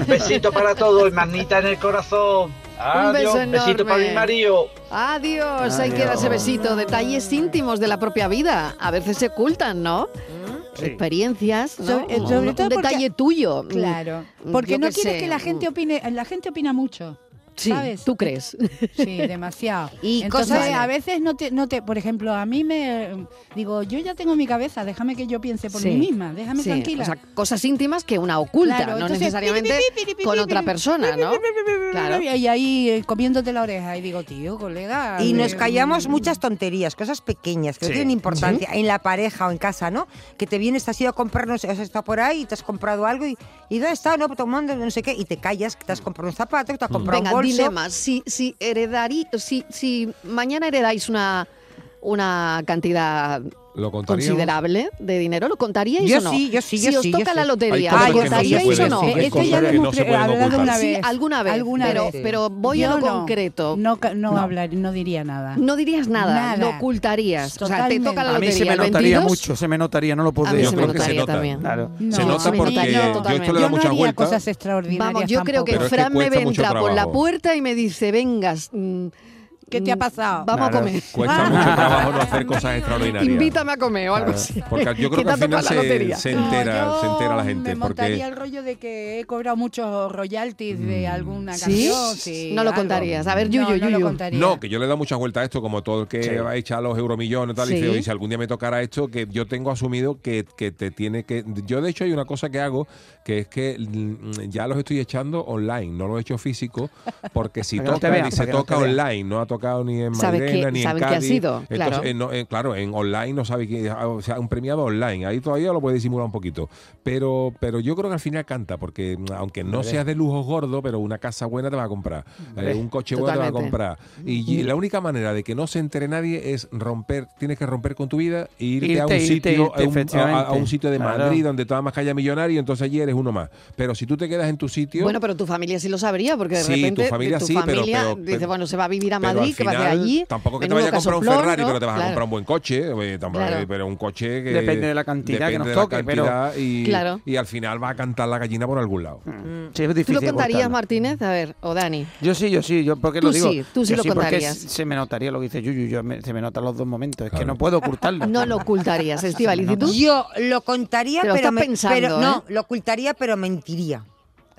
[SPEAKER 9] un besito para todos y manita en el corazón. Adiós,
[SPEAKER 1] beso
[SPEAKER 9] besito para mi
[SPEAKER 1] enorme.
[SPEAKER 9] marido.
[SPEAKER 1] Adiós, ahí queda ese besito. Detalles íntimos de la propia vida. A veces se ocultan, ¿no? Experiencias, ¿no?
[SPEAKER 4] Sobre-
[SPEAKER 1] Un-
[SPEAKER 4] sobre
[SPEAKER 1] un
[SPEAKER 4] todo porque-
[SPEAKER 1] detalle tuyo.
[SPEAKER 4] Claro,
[SPEAKER 1] Mm,
[SPEAKER 4] porque
[SPEAKER 1] yo
[SPEAKER 4] no
[SPEAKER 1] qué
[SPEAKER 4] quieres
[SPEAKER 1] sé,
[SPEAKER 4] que la gente
[SPEAKER 1] mm.
[SPEAKER 4] opine, la gente opina mucho.
[SPEAKER 1] Sí,
[SPEAKER 4] ¿sabes?
[SPEAKER 1] tú crees.
[SPEAKER 4] *laughs* Sí, demasiado.
[SPEAKER 3] Y
[SPEAKER 4] Entonces,
[SPEAKER 3] cosas-
[SPEAKER 4] a veces no te, no te, por ejemplo, a mí me digo, yo ya tengo mi cabeza, déjame que yo piense por
[SPEAKER 1] Sí.
[SPEAKER 4] mí misma, déjame
[SPEAKER 1] Sí,
[SPEAKER 4] tranquila.
[SPEAKER 1] O sea, cosas íntimas que una oculta,
[SPEAKER 4] Claro,
[SPEAKER 1] no
[SPEAKER 4] entonces,
[SPEAKER 1] necesariamente
[SPEAKER 4] pi, pi, pi, pi, pi,
[SPEAKER 1] con
[SPEAKER 4] pi,
[SPEAKER 1] otra
[SPEAKER 4] pi,
[SPEAKER 1] persona, ¿no? Claro.
[SPEAKER 4] Y ahí eh, comiéndote la oreja y digo, tío, colega.
[SPEAKER 3] Y
[SPEAKER 4] eh,
[SPEAKER 3] nos callamos muchas tonterías, cosas pequeñas que
[SPEAKER 5] Sí.
[SPEAKER 3] no tienen importancia en la pareja o en casa, ¿no? Que te vienes, te has ido a comprar, no sé, has estado por ahí, y te has comprado algo y, y ¿dónde está? No, pues tomando, no sé qué, y te callas, que te has comprado un zapato, que te has comprado
[SPEAKER 1] Mm. Venga,
[SPEAKER 3] un bolso.
[SPEAKER 1] dilemas. Si, si, heredarí- si, si mañana heredáis una, una cantidad
[SPEAKER 6] Lo contaríamos.
[SPEAKER 1] considerable de dinero, ¿lo contaríais
[SPEAKER 3] Yo
[SPEAKER 1] o no?
[SPEAKER 3] sí, yo sí,
[SPEAKER 1] si
[SPEAKER 3] yo
[SPEAKER 1] os
[SPEAKER 3] sí, yo
[SPEAKER 1] toca la
[SPEAKER 3] sí.
[SPEAKER 1] lotería,
[SPEAKER 3] cosas
[SPEAKER 1] ¿lo
[SPEAKER 3] que no se
[SPEAKER 1] contaríais o
[SPEAKER 3] pueden
[SPEAKER 4] Eh,
[SPEAKER 1] no?
[SPEAKER 3] ocultar.
[SPEAKER 4] esto ya
[SPEAKER 3] Hay cosas
[SPEAKER 4] lo
[SPEAKER 3] que
[SPEAKER 4] hemos
[SPEAKER 10] no se
[SPEAKER 4] pre-
[SPEAKER 10] pueden
[SPEAKER 4] hablado
[SPEAKER 10] ocultar.
[SPEAKER 4] una
[SPEAKER 1] Sí,
[SPEAKER 4] vez.
[SPEAKER 1] alguna vez,
[SPEAKER 4] Alguna
[SPEAKER 1] pero,
[SPEAKER 4] vez.
[SPEAKER 1] pero voy a
[SPEAKER 4] Yo
[SPEAKER 1] lo
[SPEAKER 4] no.
[SPEAKER 1] concreto.
[SPEAKER 4] No, ca- no, hablar, no diría nada.
[SPEAKER 1] No dirías nada,
[SPEAKER 4] Nada.
[SPEAKER 1] lo ocultarías. O sea, te
[SPEAKER 4] Totalmente.
[SPEAKER 1] toca la
[SPEAKER 5] A mí
[SPEAKER 1] lotería.
[SPEAKER 5] se me
[SPEAKER 1] el
[SPEAKER 5] notaría
[SPEAKER 1] 22,
[SPEAKER 5] mucho, se me notaría, no lo
[SPEAKER 1] A mí
[SPEAKER 5] podría.
[SPEAKER 6] Yo
[SPEAKER 1] se me
[SPEAKER 6] creo que se
[SPEAKER 1] notaría
[SPEAKER 6] nota.
[SPEAKER 1] también.
[SPEAKER 5] Claro.
[SPEAKER 4] No,
[SPEAKER 6] se
[SPEAKER 1] se
[SPEAKER 6] nota
[SPEAKER 1] me
[SPEAKER 6] porque
[SPEAKER 1] notaría
[SPEAKER 6] yo esto
[SPEAKER 1] totalmente.
[SPEAKER 6] le
[SPEAKER 4] Yo
[SPEAKER 6] da
[SPEAKER 4] no
[SPEAKER 6] mucha
[SPEAKER 4] haría
[SPEAKER 6] vuelta.
[SPEAKER 4] cosas extraordinarias.
[SPEAKER 1] Vamos, yo creo que
[SPEAKER 6] Pero
[SPEAKER 4] tampoco.
[SPEAKER 6] es que
[SPEAKER 1] Fran me
[SPEAKER 6] cuesta
[SPEAKER 1] ve
[SPEAKER 6] mucho
[SPEAKER 1] entrar por la
[SPEAKER 6] trabajo.
[SPEAKER 1] puerta y me dice, vengas. mm,
[SPEAKER 4] ¿Qué te ha
[SPEAKER 1] mm,
[SPEAKER 4] pasado?
[SPEAKER 1] Vamos
[SPEAKER 5] Claro.
[SPEAKER 1] a comer. *laughs*
[SPEAKER 6] Cuesta mucho trabajo no hacer cosas extraordinarias.
[SPEAKER 1] Invítame a comer o algo
[SPEAKER 6] Claro,
[SPEAKER 1] así.
[SPEAKER 6] Ah,
[SPEAKER 1] *laughs*
[SPEAKER 6] Porque yo creo que
[SPEAKER 1] te ha
[SPEAKER 6] al final
[SPEAKER 1] tocado la
[SPEAKER 6] se,
[SPEAKER 1] lotería.
[SPEAKER 6] se entera,
[SPEAKER 4] No, yo
[SPEAKER 6] se entera la gente.
[SPEAKER 4] Me montaría
[SPEAKER 6] Este, Porque
[SPEAKER 4] el rollo de que he cobrado muchos royalties de alguna
[SPEAKER 1] ¿Sí?
[SPEAKER 4] canción. sí,
[SPEAKER 1] No lo
[SPEAKER 4] algo.
[SPEAKER 1] contarías. A ver, Yuyu,
[SPEAKER 4] no, no
[SPEAKER 1] Yuyu.
[SPEAKER 4] lo contaría.
[SPEAKER 6] no, que yo le he dado muchas vueltas a esto, como todo el que
[SPEAKER 5] Sí.
[SPEAKER 6] va a echar los euromillones y tal, y
[SPEAKER 1] Sí.
[SPEAKER 6] dice, "Oye, si algún día me tocara esto, que yo tengo asumido que, que te tiene que. Yo, de hecho, hay una cosa que hago, que es que mm, ya los estoy echando online, no los he hecho físico, porque
[SPEAKER 5] *laughs*
[SPEAKER 6] si
[SPEAKER 5] Para que no te
[SPEAKER 6] toca,
[SPEAKER 5] vean,
[SPEAKER 6] ni se
[SPEAKER 5] para que no
[SPEAKER 6] toca
[SPEAKER 5] te vean.
[SPEAKER 6] online, no ha tocado ni en
[SPEAKER 1] Sabes
[SPEAKER 6] Mairena,
[SPEAKER 1] que-
[SPEAKER 6] ni en
[SPEAKER 1] saben que
[SPEAKER 6] Cádiz.
[SPEAKER 1] ha sido,
[SPEAKER 6] Entonces,
[SPEAKER 1] claro.
[SPEAKER 6] eh, no, eh, claro, en online no sabe quién, o sea, un premiado online, ahí todavía lo puede disimular un poquito, pero pero yo creo que al final canta porque mm, aunque no
[SPEAKER 5] Hombre.
[SPEAKER 6] seas de lujos gordo, pero una casa buena te va a comprar,
[SPEAKER 5] Hombre.
[SPEAKER 6] eh, un coche bueno te va a
[SPEAKER 1] Totalmente. Mm.
[SPEAKER 6] comprar y, y la única manera de que no se entere nadie es romper, tienes que romper con tu vida e irte, a un
[SPEAKER 5] Irte, irte,
[SPEAKER 6] sitio
[SPEAKER 5] irte,
[SPEAKER 6] a un- a, a un
[SPEAKER 5] efectivamente.
[SPEAKER 6] sitio de
[SPEAKER 5] Claro.
[SPEAKER 6] Madrid donde toda más calle millonario y entonces allí eres uno más. Pero si tú te quedas en tu sitio
[SPEAKER 1] Bueno, pues, pero tu familia sí lo sabría, porque de
[SPEAKER 6] Sí, tu
[SPEAKER 1] repente eh,
[SPEAKER 6] familia
[SPEAKER 1] tu
[SPEAKER 6] sí, pero-
[SPEAKER 1] familia
[SPEAKER 6] pero-
[SPEAKER 1] dice,
[SPEAKER 6] pero-
[SPEAKER 1] bueno, se va a vivir a
[SPEAKER 6] Pero
[SPEAKER 1] Madrid,
[SPEAKER 6] al
[SPEAKER 1] que va a
[SPEAKER 6] final,
[SPEAKER 1] ser allí.
[SPEAKER 6] Tampoco que te
[SPEAKER 1] menudo
[SPEAKER 6] vayas a comprar un
[SPEAKER 1] casoplón,
[SPEAKER 6] Ferrari,
[SPEAKER 1] ¿no?
[SPEAKER 6] pero te vas
[SPEAKER 1] Claro,
[SPEAKER 6] a comprar un buen coche. eh, tampoco-
[SPEAKER 1] Claro.
[SPEAKER 6] Pero un coche que.
[SPEAKER 5] Depende de la cantidad que
[SPEAKER 6] depende
[SPEAKER 5] nos
[SPEAKER 6] de la
[SPEAKER 5] toque, pero- Mm.
[SPEAKER 6] cantidad Y,
[SPEAKER 1] Claro.
[SPEAKER 6] y al final va a cantar la gallina por algún lado.
[SPEAKER 5] Sí, es
[SPEAKER 1] ¿Tú
[SPEAKER 5] difícil
[SPEAKER 1] lo contarías,
[SPEAKER 5] ocultarlo.
[SPEAKER 1] Martínez? A ver, o Dani.
[SPEAKER 5] Yo sí, yo sí, yo porque
[SPEAKER 1] Tú
[SPEAKER 5] lo digo.
[SPEAKER 1] sí, tú sí
[SPEAKER 5] yo
[SPEAKER 1] lo
[SPEAKER 5] porque
[SPEAKER 1] contarías.
[SPEAKER 5] se- se me notaría lo que dice Yuyu, yo me- se me notan los dos momentos, es que
[SPEAKER 6] Claro.
[SPEAKER 5] no puedo ocultarlo.
[SPEAKER 1] No lo
[SPEAKER 6] *laughs*
[SPEAKER 1] ocultarías, Estivaliz. ¿Y tú?
[SPEAKER 3] Yo lo contaría,
[SPEAKER 1] Te lo
[SPEAKER 3] pero,
[SPEAKER 1] estás
[SPEAKER 3] me-
[SPEAKER 1] pensando,
[SPEAKER 3] pero-
[SPEAKER 1] ¿eh?
[SPEAKER 3] no, lo ocultaría, pero mentiría.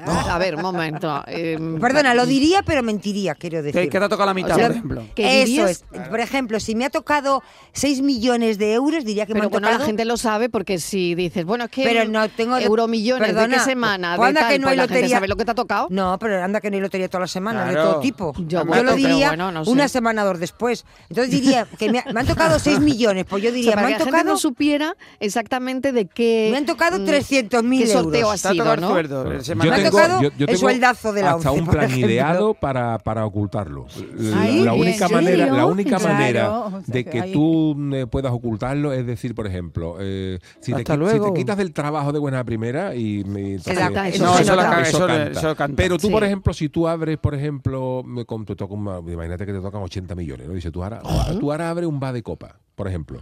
[SPEAKER 1] A ver, un momento. eh,
[SPEAKER 3] Perdona, lo diría, pero mentiría, quiero
[SPEAKER 5] Que,
[SPEAKER 3] decir.
[SPEAKER 5] que te ha tocado la mitad,
[SPEAKER 1] O sea,
[SPEAKER 5] por ejemplo.
[SPEAKER 1] ¿qué
[SPEAKER 3] Eso
[SPEAKER 1] dirías?
[SPEAKER 3] es. Por ejemplo, si me ha tocado 6 millones de euros, diría que me
[SPEAKER 1] Pero
[SPEAKER 3] han
[SPEAKER 1] bueno,
[SPEAKER 3] tocado...
[SPEAKER 1] la gente lo sabe porque si dices, bueno, es que
[SPEAKER 3] Pero no tengo de-
[SPEAKER 1] euromillones de
[SPEAKER 3] Perdona,
[SPEAKER 1] qué semana,
[SPEAKER 3] pues
[SPEAKER 1] de
[SPEAKER 3] anda
[SPEAKER 1] tal,
[SPEAKER 3] que no
[SPEAKER 1] pues
[SPEAKER 3] hay
[SPEAKER 1] la gente
[SPEAKER 3] lotería.
[SPEAKER 1] sabe lo que te ha tocado.
[SPEAKER 3] No, pero anda que no hay lotería todas las semanas, de
[SPEAKER 5] Claro.
[SPEAKER 3] todo tipo.
[SPEAKER 1] Yo,
[SPEAKER 3] Yo,
[SPEAKER 1] bueno,
[SPEAKER 3] lo
[SPEAKER 1] pero
[SPEAKER 3] diría
[SPEAKER 1] bueno, no sé.
[SPEAKER 3] una semana o dos después. Entonces diría que me, ha- me han tocado 6 millones, pues yo
[SPEAKER 1] *laughs* O
[SPEAKER 3] diría,
[SPEAKER 1] sea, para
[SPEAKER 3] me
[SPEAKER 1] que
[SPEAKER 3] han
[SPEAKER 1] la gente
[SPEAKER 3] tocado...
[SPEAKER 1] no supiera exactamente de qué.
[SPEAKER 3] Me han tocado
[SPEAKER 1] mm,
[SPEAKER 3] 300.000
[SPEAKER 1] qué sorteo
[SPEAKER 3] euros.
[SPEAKER 1] ha
[SPEAKER 5] Te ha
[SPEAKER 1] sido,
[SPEAKER 5] tocado el
[SPEAKER 1] ¿no?
[SPEAKER 5] sueldo, el
[SPEAKER 6] Claro.
[SPEAKER 5] semanal.
[SPEAKER 3] Me ha tocado el sueldazo de la
[SPEAKER 6] hasta
[SPEAKER 3] ONCE,
[SPEAKER 6] un
[SPEAKER 3] por
[SPEAKER 6] plan
[SPEAKER 3] ejemplo.
[SPEAKER 6] ideado para, para ocultarlo. La,
[SPEAKER 4] Ay,
[SPEAKER 6] la
[SPEAKER 4] bien,
[SPEAKER 6] única
[SPEAKER 4] ¿en
[SPEAKER 6] manera, la
[SPEAKER 4] serio?
[SPEAKER 6] única
[SPEAKER 4] Claro,
[SPEAKER 6] manera
[SPEAKER 4] o sea,
[SPEAKER 6] de que
[SPEAKER 4] ahí-
[SPEAKER 6] tú eh, puedas ocultarlo es decir, por ejemplo, eh, si, te,
[SPEAKER 5] Hasta
[SPEAKER 6] qui- si
[SPEAKER 5] luego.
[SPEAKER 6] te quitas del trabajo de buena primera y, me-
[SPEAKER 3] Se da-
[SPEAKER 6] entonces-
[SPEAKER 1] eso No, se eso nota. lo
[SPEAKER 5] caga, eso- eso canta.
[SPEAKER 6] Pero tú,
[SPEAKER 1] Sí.
[SPEAKER 6] por ejemplo, si tú abres, por ejemplo, me- con- te toca un ba- imagínate que te tocan 80 millones, ¿no? Dice, tú ahora, tú ahora abres un bar de copa. Por ejemplo,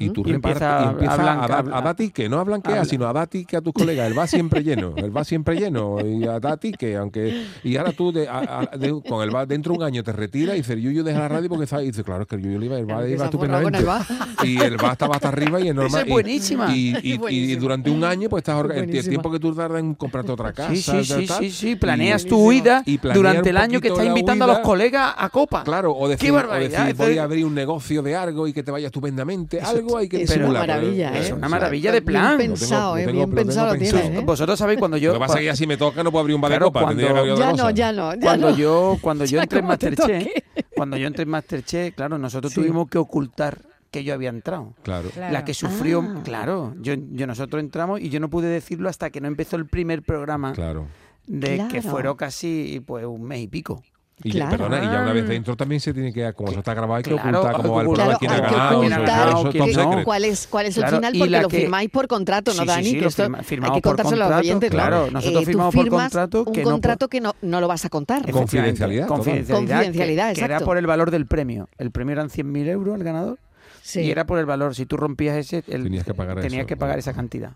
[SPEAKER 6] y tú
[SPEAKER 5] Y
[SPEAKER 6] repartes,
[SPEAKER 5] empieza
[SPEAKER 6] y
[SPEAKER 5] a-
[SPEAKER 6] empieza
[SPEAKER 5] a
[SPEAKER 6] a,
[SPEAKER 5] blanca-
[SPEAKER 6] dar- a dar tique, no a blanquear, sino a dar tique a tus colegas. El va siempre lleno, el va siempre lleno y a dar tique, aunque y ahora tú de- a- a- de- con el va dentro de un año te retiras y dices, Yuyu deja la radio porque está y dice, claro, es que el Yuyu le iba, el
[SPEAKER 1] Claro,
[SPEAKER 6] va
[SPEAKER 1] que
[SPEAKER 6] iba
[SPEAKER 1] se ha forrado con
[SPEAKER 6] estupendamente.
[SPEAKER 1] el
[SPEAKER 6] Y el va estaba hasta arriba y es normal.
[SPEAKER 5] es
[SPEAKER 6] y-
[SPEAKER 5] buenísima.
[SPEAKER 6] Y, y- y
[SPEAKER 1] Buenísima.
[SPEAKER 6] durante un año pues estás orga- el
[SPEAKER 1] Buenísima.
[SPEAKER 6] tiempo que tú tardas en comprarte otra casa.
[SPEAKER 5] Sí, sí,
[SPEAKER 6] tal,
[SPEAKER 5] sí,
[SPEAKER 6] tal,
[SPEAKER 5] sí, sí,
[SPEAKER 6] y-
[SPEAKER 5] planeas tu huida
[SPEAKER 6] y planear
[SPEAKER 5] durante
[SPEAKER 6] un
[SPEAKER 5] el año que
[SPEAKER 6] poquito
[SPEAKER 5] estás
[SPEAKER 6] la
[SPEAKER 5] invitando a los
[SPEAKER 6] huida.
[SPEAKER 5] colegas a copa.
[SPEAKER 6] Claro, o decir,
[SPEAKER 5] Qué
[SPEAKER 6] o
[SPEAKER 5] barbaridad,
[SPEAKER 6] decir,
[SPEAKER 5] esto
[SPEAKER 6] voy
[SPEAKER 5] es-
[SPEAKER 6] a abrir un negocio de algo y que te vaya estupendamente. Algo hay que
[SPEAKER 1] es una
[SPEAKER 6] disimular. pero-
[SPEAKER 1] maravilla,
[SPEAKER 6] pero
[SPEAKER 1] ¿eh?
[SPEAKER 5] Es
[SPEAKER 6] eso,
[SPEAKER 5] una
[SPEAKER 6] o sea,
[SPEAKER 5] maravilla de
[SPEAKER 1] Bien
[SPEAKER 5] plan.
[SPEAKER 6] tengo-
[SPEAKER 1] pensado, eh,
[SPEAKER 6] lo tengo-
[SPEAKER 1] bien
[SPEAKER 6] lo tengo
[SPEAKER 1] pensado lo
[SPEAKER 6] pensado.
[SPEAKER 1] tienes. ¿eh?
[SPEAKER 5] Vosotros sabéis cuando yo.
[SPEAKER 6] Lo que pasa es que ya si me toca no puedo abrir un bar de
[SPEAKER 5] Claro,
[SPEAKER 6] copa. tendría que
[SPEAKER 5] cuando-
[SPEAKER 6] abrir otra
[SPEAKER 1] Ya
[SPEAKER 6] cosa.
[SPEAKER 1] no, ya no, ya
[SPEAKER 5] cuando
[SPEAKER 1] no.
[SPEAKER 5] yo cuando yo
[SPEAKER 1] Ya
[SPEAKER 5] entré en
[SPEAKER 1] como te
[SPEAKER 5] Masterchef,
[SPEAKER 1] toque.
[SPEAKER 5] cuando yo entré en Masterchef, claro, nosotros tuvimos que ocultar que yo había entrado.
[SPEAKER 6] Claro.
[SPEAKER 4] Claro.
[SPEAKER 5] La que sufrió,
[SPEAKER 1] Ah.
[SPEAKER 5] claro, yo, yo nosotros entramos y yo no pude decirlo hasta que no empezó el primer programa
[SPEAKER 6] Claro.
[SPEAKER 5] de que
[SPEAKER 1] Claro.
[SPEAKER 5] fueron casi pues un mes y pico.
[SPEAKER 6] Y ya-
[SPEAKER 1] Claro.
[SPEAKER 6] perdona, y ya una vez dentro también se tiene que, ah, como eso está grabado, hay que
[SPEAKER 5] Claro,
[SPEAKER 6] ocultar cómo va el
[SPEAKER 5] ocultar,
[SPEAKER 1] Claro,
[SPEAKER 6] programa, quién
[SPEAKER 1] hay
[SPEAKER 6] ha
[SPEAKER 1] que
[SPEAKER 6] ganado, eso-
[SPEAKER 1] ocultar
[SPEAKER 6] eso es
[SPEAKER 1] que-
[SPEAKER 6] top
[SPEAKER 5] quién no.
[SPEAKER 6] secret.
[SPEAKER 1] cuál es, cuál es el
[SPEAKER 5] Claro,
[SPEAKER 1] final,
[SPEAKER 5] y
[SPEAKER 1] porque
[SPEAKER 5] la
[SPEAKER 1] lo
[SPEAKER 5] que-
[SPEAKER 1] firmáis por contrato, ¿no,
[SPEAKER 5] Sí, sí,
[SPEAKER 1] Dani?
[SPEAKER 5] sí,
[SPEAKER 1] que
[SPEAKER 5] lo
[SPEAKER 1] esto
[SPEAKER 5] firma-
[SPEAKER 1] hay
[SPEAKER 5] firmamos
[SPEAKER 1] que
[SPEAKER 5] por
[SPEAKER 1] contárselo a los
[SPEAKER 5] contrato,
[SPEAKER 1] oyentes.
[SPEAKER 5] claro.
[SPEAKER 1] Eh,
[SPEAKER 5] Nosotros
[SPEAKER 1] tú
[SPEAKER 5] firmamos por
[SPEAKER 1] firmas
[SPEAKER 5] contrato
[SPEAKER 1] un
[SPEAKER 5] que no
[SPEAKER 1] contrato que no, no lo vas a contar.
[SPEAKER 6] Efectivamente. Confidencialidad, total.
[SPEAKER 5] Confidencialidad.
[SPEAKER 1] Confidencialidad,
[SPEAKER 5] que- que, era
[SPEAKER 1] exacto.
[SPEAKER 5] por el valor del premio. El premio eran 100.000 euros al ganador.
[SPEAKER 1] Sí.
[SPEAKER 5] Y era por el valor. Si tú rompías ese, el-
[SPEAKER 6] Tenías que pagar
[SPEAKER 5] tenías
[SPEAKER 6] eso,
[SPEAKER 5] que pagar
[SPEAKER 6] claro.
[SPEAKER 5] esa cantidad.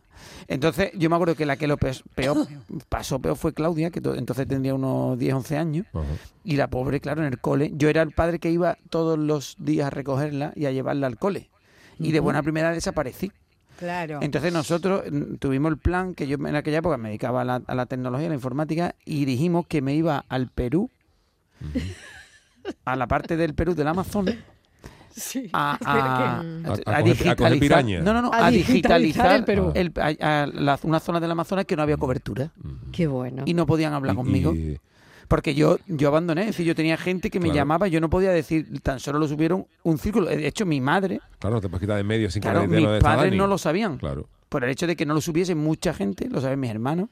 [SPEAKER 5] Entonces, yo me acuerdo que la que lo peor,
[SPEAKER 1] *coughs*
[SPEAKER 5] peor- pasó peor fue Claudia, que to- entonces tendría unos 10, 11 años.
[SPEAKER 6] Ajá.
[SPEAKER 5] Y la pobre, claro, en el cole. Yo era el padre que iba todos los días a recogerla y a llevarla al cole. Y de buena primera desaparecí.
[SPEAKER 4] Claro.
[SPEAKER 5] Entonces nosotros mm, tuvimos el plan que yo en aquella época me dedicaba a la, a la tecnología, a la informática, y dijimos que me iba al Perú a la parte del Perú, del Amazonas,
[SPEAKER 10] Sí.
[SPEAKER 5] a, a-
[SPEAKER 6] A- a
[SPEAKER 5] a
[SPEAKER 6] coger- a
[SPEAKER 5] digitalizar,
[SPEAKER 6] coger piraña.
[SPEAKER 5] no, no, no,
[SPEAKER 10] A
[SPEAKER 5] a, digitalizar,
[SPEAKER 10] digitalizar el Perú.
[SPEAKER 5] el- a- a la- una zona del Amazonas que no había cobertura
[SPEAKER 1] Qué bueno.
[SPEAKER 5] y no podían hablar
[SPEAKER 6] Y-
[SPEAKER 5] conmigo.
[SPEAKER 6] y-
[SPEAKER 5] Porque yo, yo abandoné, es decir, yo tenía gente que me
[SPEAKER 6] Claro.
[SPEAKER 5] llamaba, yo no podía decir, tan solo lo subieron un círculo. De hecho, mi madre,
[SPEAKER 6] claro, no te puedes quitar de en medio sin que
[SPEAKER 5] claro,
[SPEAKER 6] nadie te
[SPEAKER 5] mis
[SPEAKER 6] lo des a
[SPEAKER 5] padres
[SPEAKER 6] Dani.
[SPEAKER 5] no lo sabían.
[SPEAKER 6] Claro.
[SPEAKER 5] Por el hecho de que no lo subiese mucha gente, lo saben mis hermanos,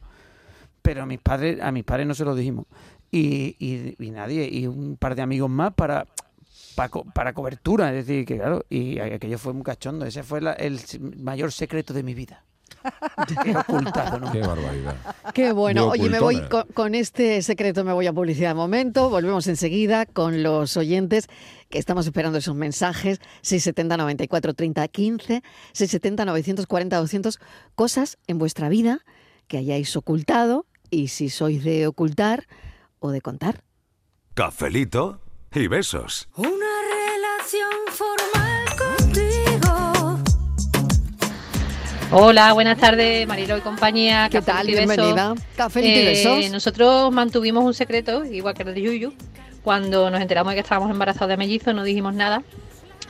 [SPEAKER 5] pero a mis padres, a mis padres no se lo dijimos. Y, y- y nadie, y un par de amigos más para, para, co- para cobertura, es decir, que claro, y aquello fue muy cachondo, ese fue la- el s- mayor secreto de mi vida. Que he ocultado, ¿no?
[SPEAKER 6] Qué barbaridad.
[SPEAKER 1] Qué bueno.
[SPEAKER 6] Yo
[SPEAKER 1] Oye, me voy
[SPEAKER 6] ocultona.
[SPEAKER 1] con, con este secreto, me voy a publicidad de momento. Volvemos enseguida con los oyentes que estamos esperando esos mensajes. 670 94 30 15, 670 940 200. Cosas en vuestra vida que hayáis ocultado y si sois de ocultar o de contar.
[SPEAKER 11] Cafelito y besos.
[SPEAKER 2] Una relación formal contigo.
[SPEAKER 12] Hola, buenas tardes, Marilo y compañía.
[SPEAKER 1] ¿Qué
[SPEAKER 12] Café
[SPEAKER 1] tal?
[SPEAKER 12] y besos.
[SPEAKER 1] Bienvenida. Café y
[SPEAKER 12] Eh,
[SPEAKER 1] besos.
[SPEAKER 12] Nosotros mantuvimos un secreto, igual que el de Yuyu. Cuando nos enteramos de que estábamos embarazados de mellizo, no dijimos nada.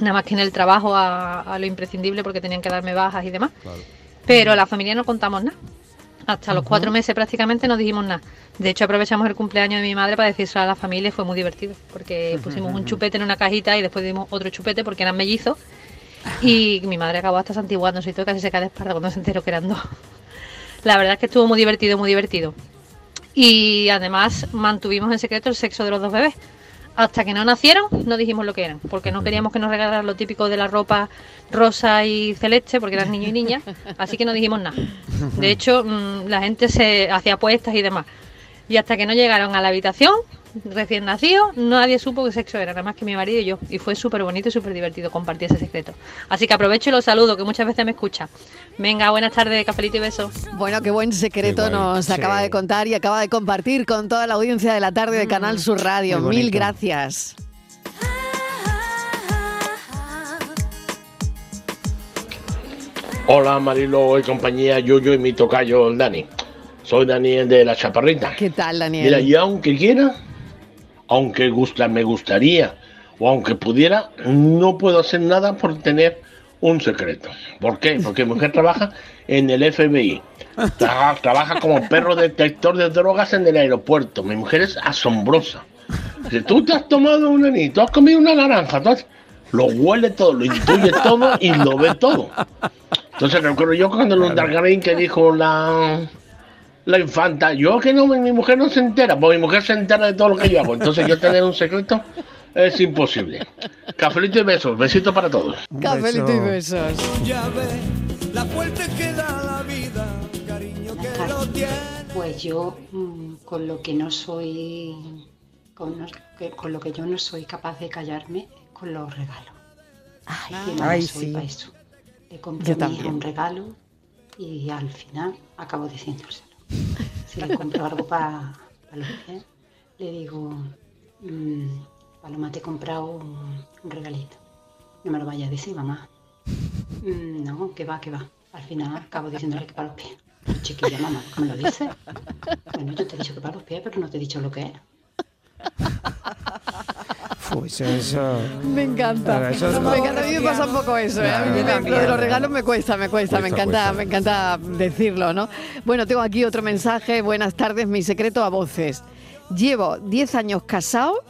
[SPEAKER 12] Nada más que en el trabajo a, a lo imprescindible porque tenían que darme bajas y demás.
[SPEAKER 6] Claro.
[SPEAKER 12] Pero la familia no contamos nada. Hasta los cuatro meses prácticamente no dijimos nada. De hecho, aprovechamos el cumpleaños de mi madre para decírselo a la familia y fue muy divertido. Porque pusimos un chupete en una cajita y después dimos otro chupete porque eran mellizos. Y mi madre acabó hasta santiguándose y todo, casi se cae de espalda cuando se enteró que eran dos. La verdad es que estuvo muy divertido, muy divertido. Y además mantuvimos en secreto el sexo de los dos bebés. Hasta que no nacieron, no dijimos lo que eran, porque no queríamos que nos regalaran lo típico de la ropa rosa y celeste, porque eran niño y niña, así que no dijimos nada. De hecho, mm, la gente se hacía apuestas y demás. Y hasta que no llegaron a la habitación, recién nacido, nadie supo qué sexo era, nada más que mi marido y yo. Y fue súper bonito y súper divertido compartir ese secreto. Así que aprovecho y los saludo, que muchas veces me escucha. Venga, buenas tardes, cafelito y besos.
[SPEAKER 1] Bueno, qué buen secreto
[SPEAKER 6] Qué guay.
[SPEAKER 1] nos acaba de contar y acaba de compartir con toda la audiencia de la tarde de Canal Sur Radio.
[SPEAKER 5] Muy bonito.
[SPEAKER 1] Mil gracias.
[SPEAKER 13] Hola Marilo y compañía, Yuyo y mi tocayo el Dani. Soy Daniel de La Chaparrita.
[SPEAKER 1] ¿Qué tal, Daniel?
[SPEAKER 13] Mira, y aunque quiera, aunque gusta, me gustaría, o aunque pudiera, no puedo hacer nada por tener un secreto. ¿Por qué? Porque mi mujer trabaja en el FBI. Trabaja, trabaja como perro detector de drogas en el aeropuerto. Mi mujer es asombrosa. Dice, tú te has tomado un anís, tú has comido una naranja, tú has-". lo huele todo, lo intuye todo y lo ve todo. Entonces recuerdo yo cuando los Dargarín que dijo la la infanta. Yo que no, mi mujer no se entera, porque mi mujer se entera de todo lo que yo hago. Entonces yo tener un secreto es imposible. Cafelito y besos, besitos para todos.
[SPEAKER 5] Un
[SPEAKER 1] Cafelito y
[SPEAKER 5] beso.
[SPEAKER 1] besos.
[SPEAKER 8] Ya ves, la fuerte que da la vida, cariño que lo tiene.
[SPEAKER 14] Pues yo, mm, con lo que no soy, con, los que- con lo que yo no soy capaz de callarme, con los regalos. Ay, que no
[SPEAKER 3] Ay,
[SPEAKER 14] soy
[SPEAKER 3] sí.
[SPEAKER 14] para eso. Le compré a mi hija
[SPEAKER 1] también.
[SPEAKER 14] un regalo y al final acabo diciéndoselo. Si
[SPEAKER 1] *laughs*
[SPEAKER 14] le compro algo para Paloma, le digo, mm, Paloma, te he comprado un, un regalito. No me lo vayas a decir, mamá. "Mm, no, que va, que va. Al final acabo diciéndole que para los pies. Chiquilla, mamá, ¿por qué me lo dices? Bueno, yo te he dicho que para los pies, pero no te he dicho lo que era.
[SPEAKER 5] Fu, eso- eso-
[SPEAKER 1] Me encanta.
[SPEAKER 5] Ahora, eso es-
[SPEAKER 1] me encanta. A mí me pasa un poco eso. ¿eh? A mí
[SPEAKER 5] Claro.
[SPEAKER 1] me- lo de los regalos me cuesta, me cuesta. me
[SPEAKER 6] Cuesta,
[SPEAKER 1] encanta,
[SPEAKER 6] cuesta.
[SPEAKER 1] me encanta decirlo, ¿no? Bueno, tengo aquí otro mensaje. Buenas tardes. Mi secreto a voces. Llevo 10 años casado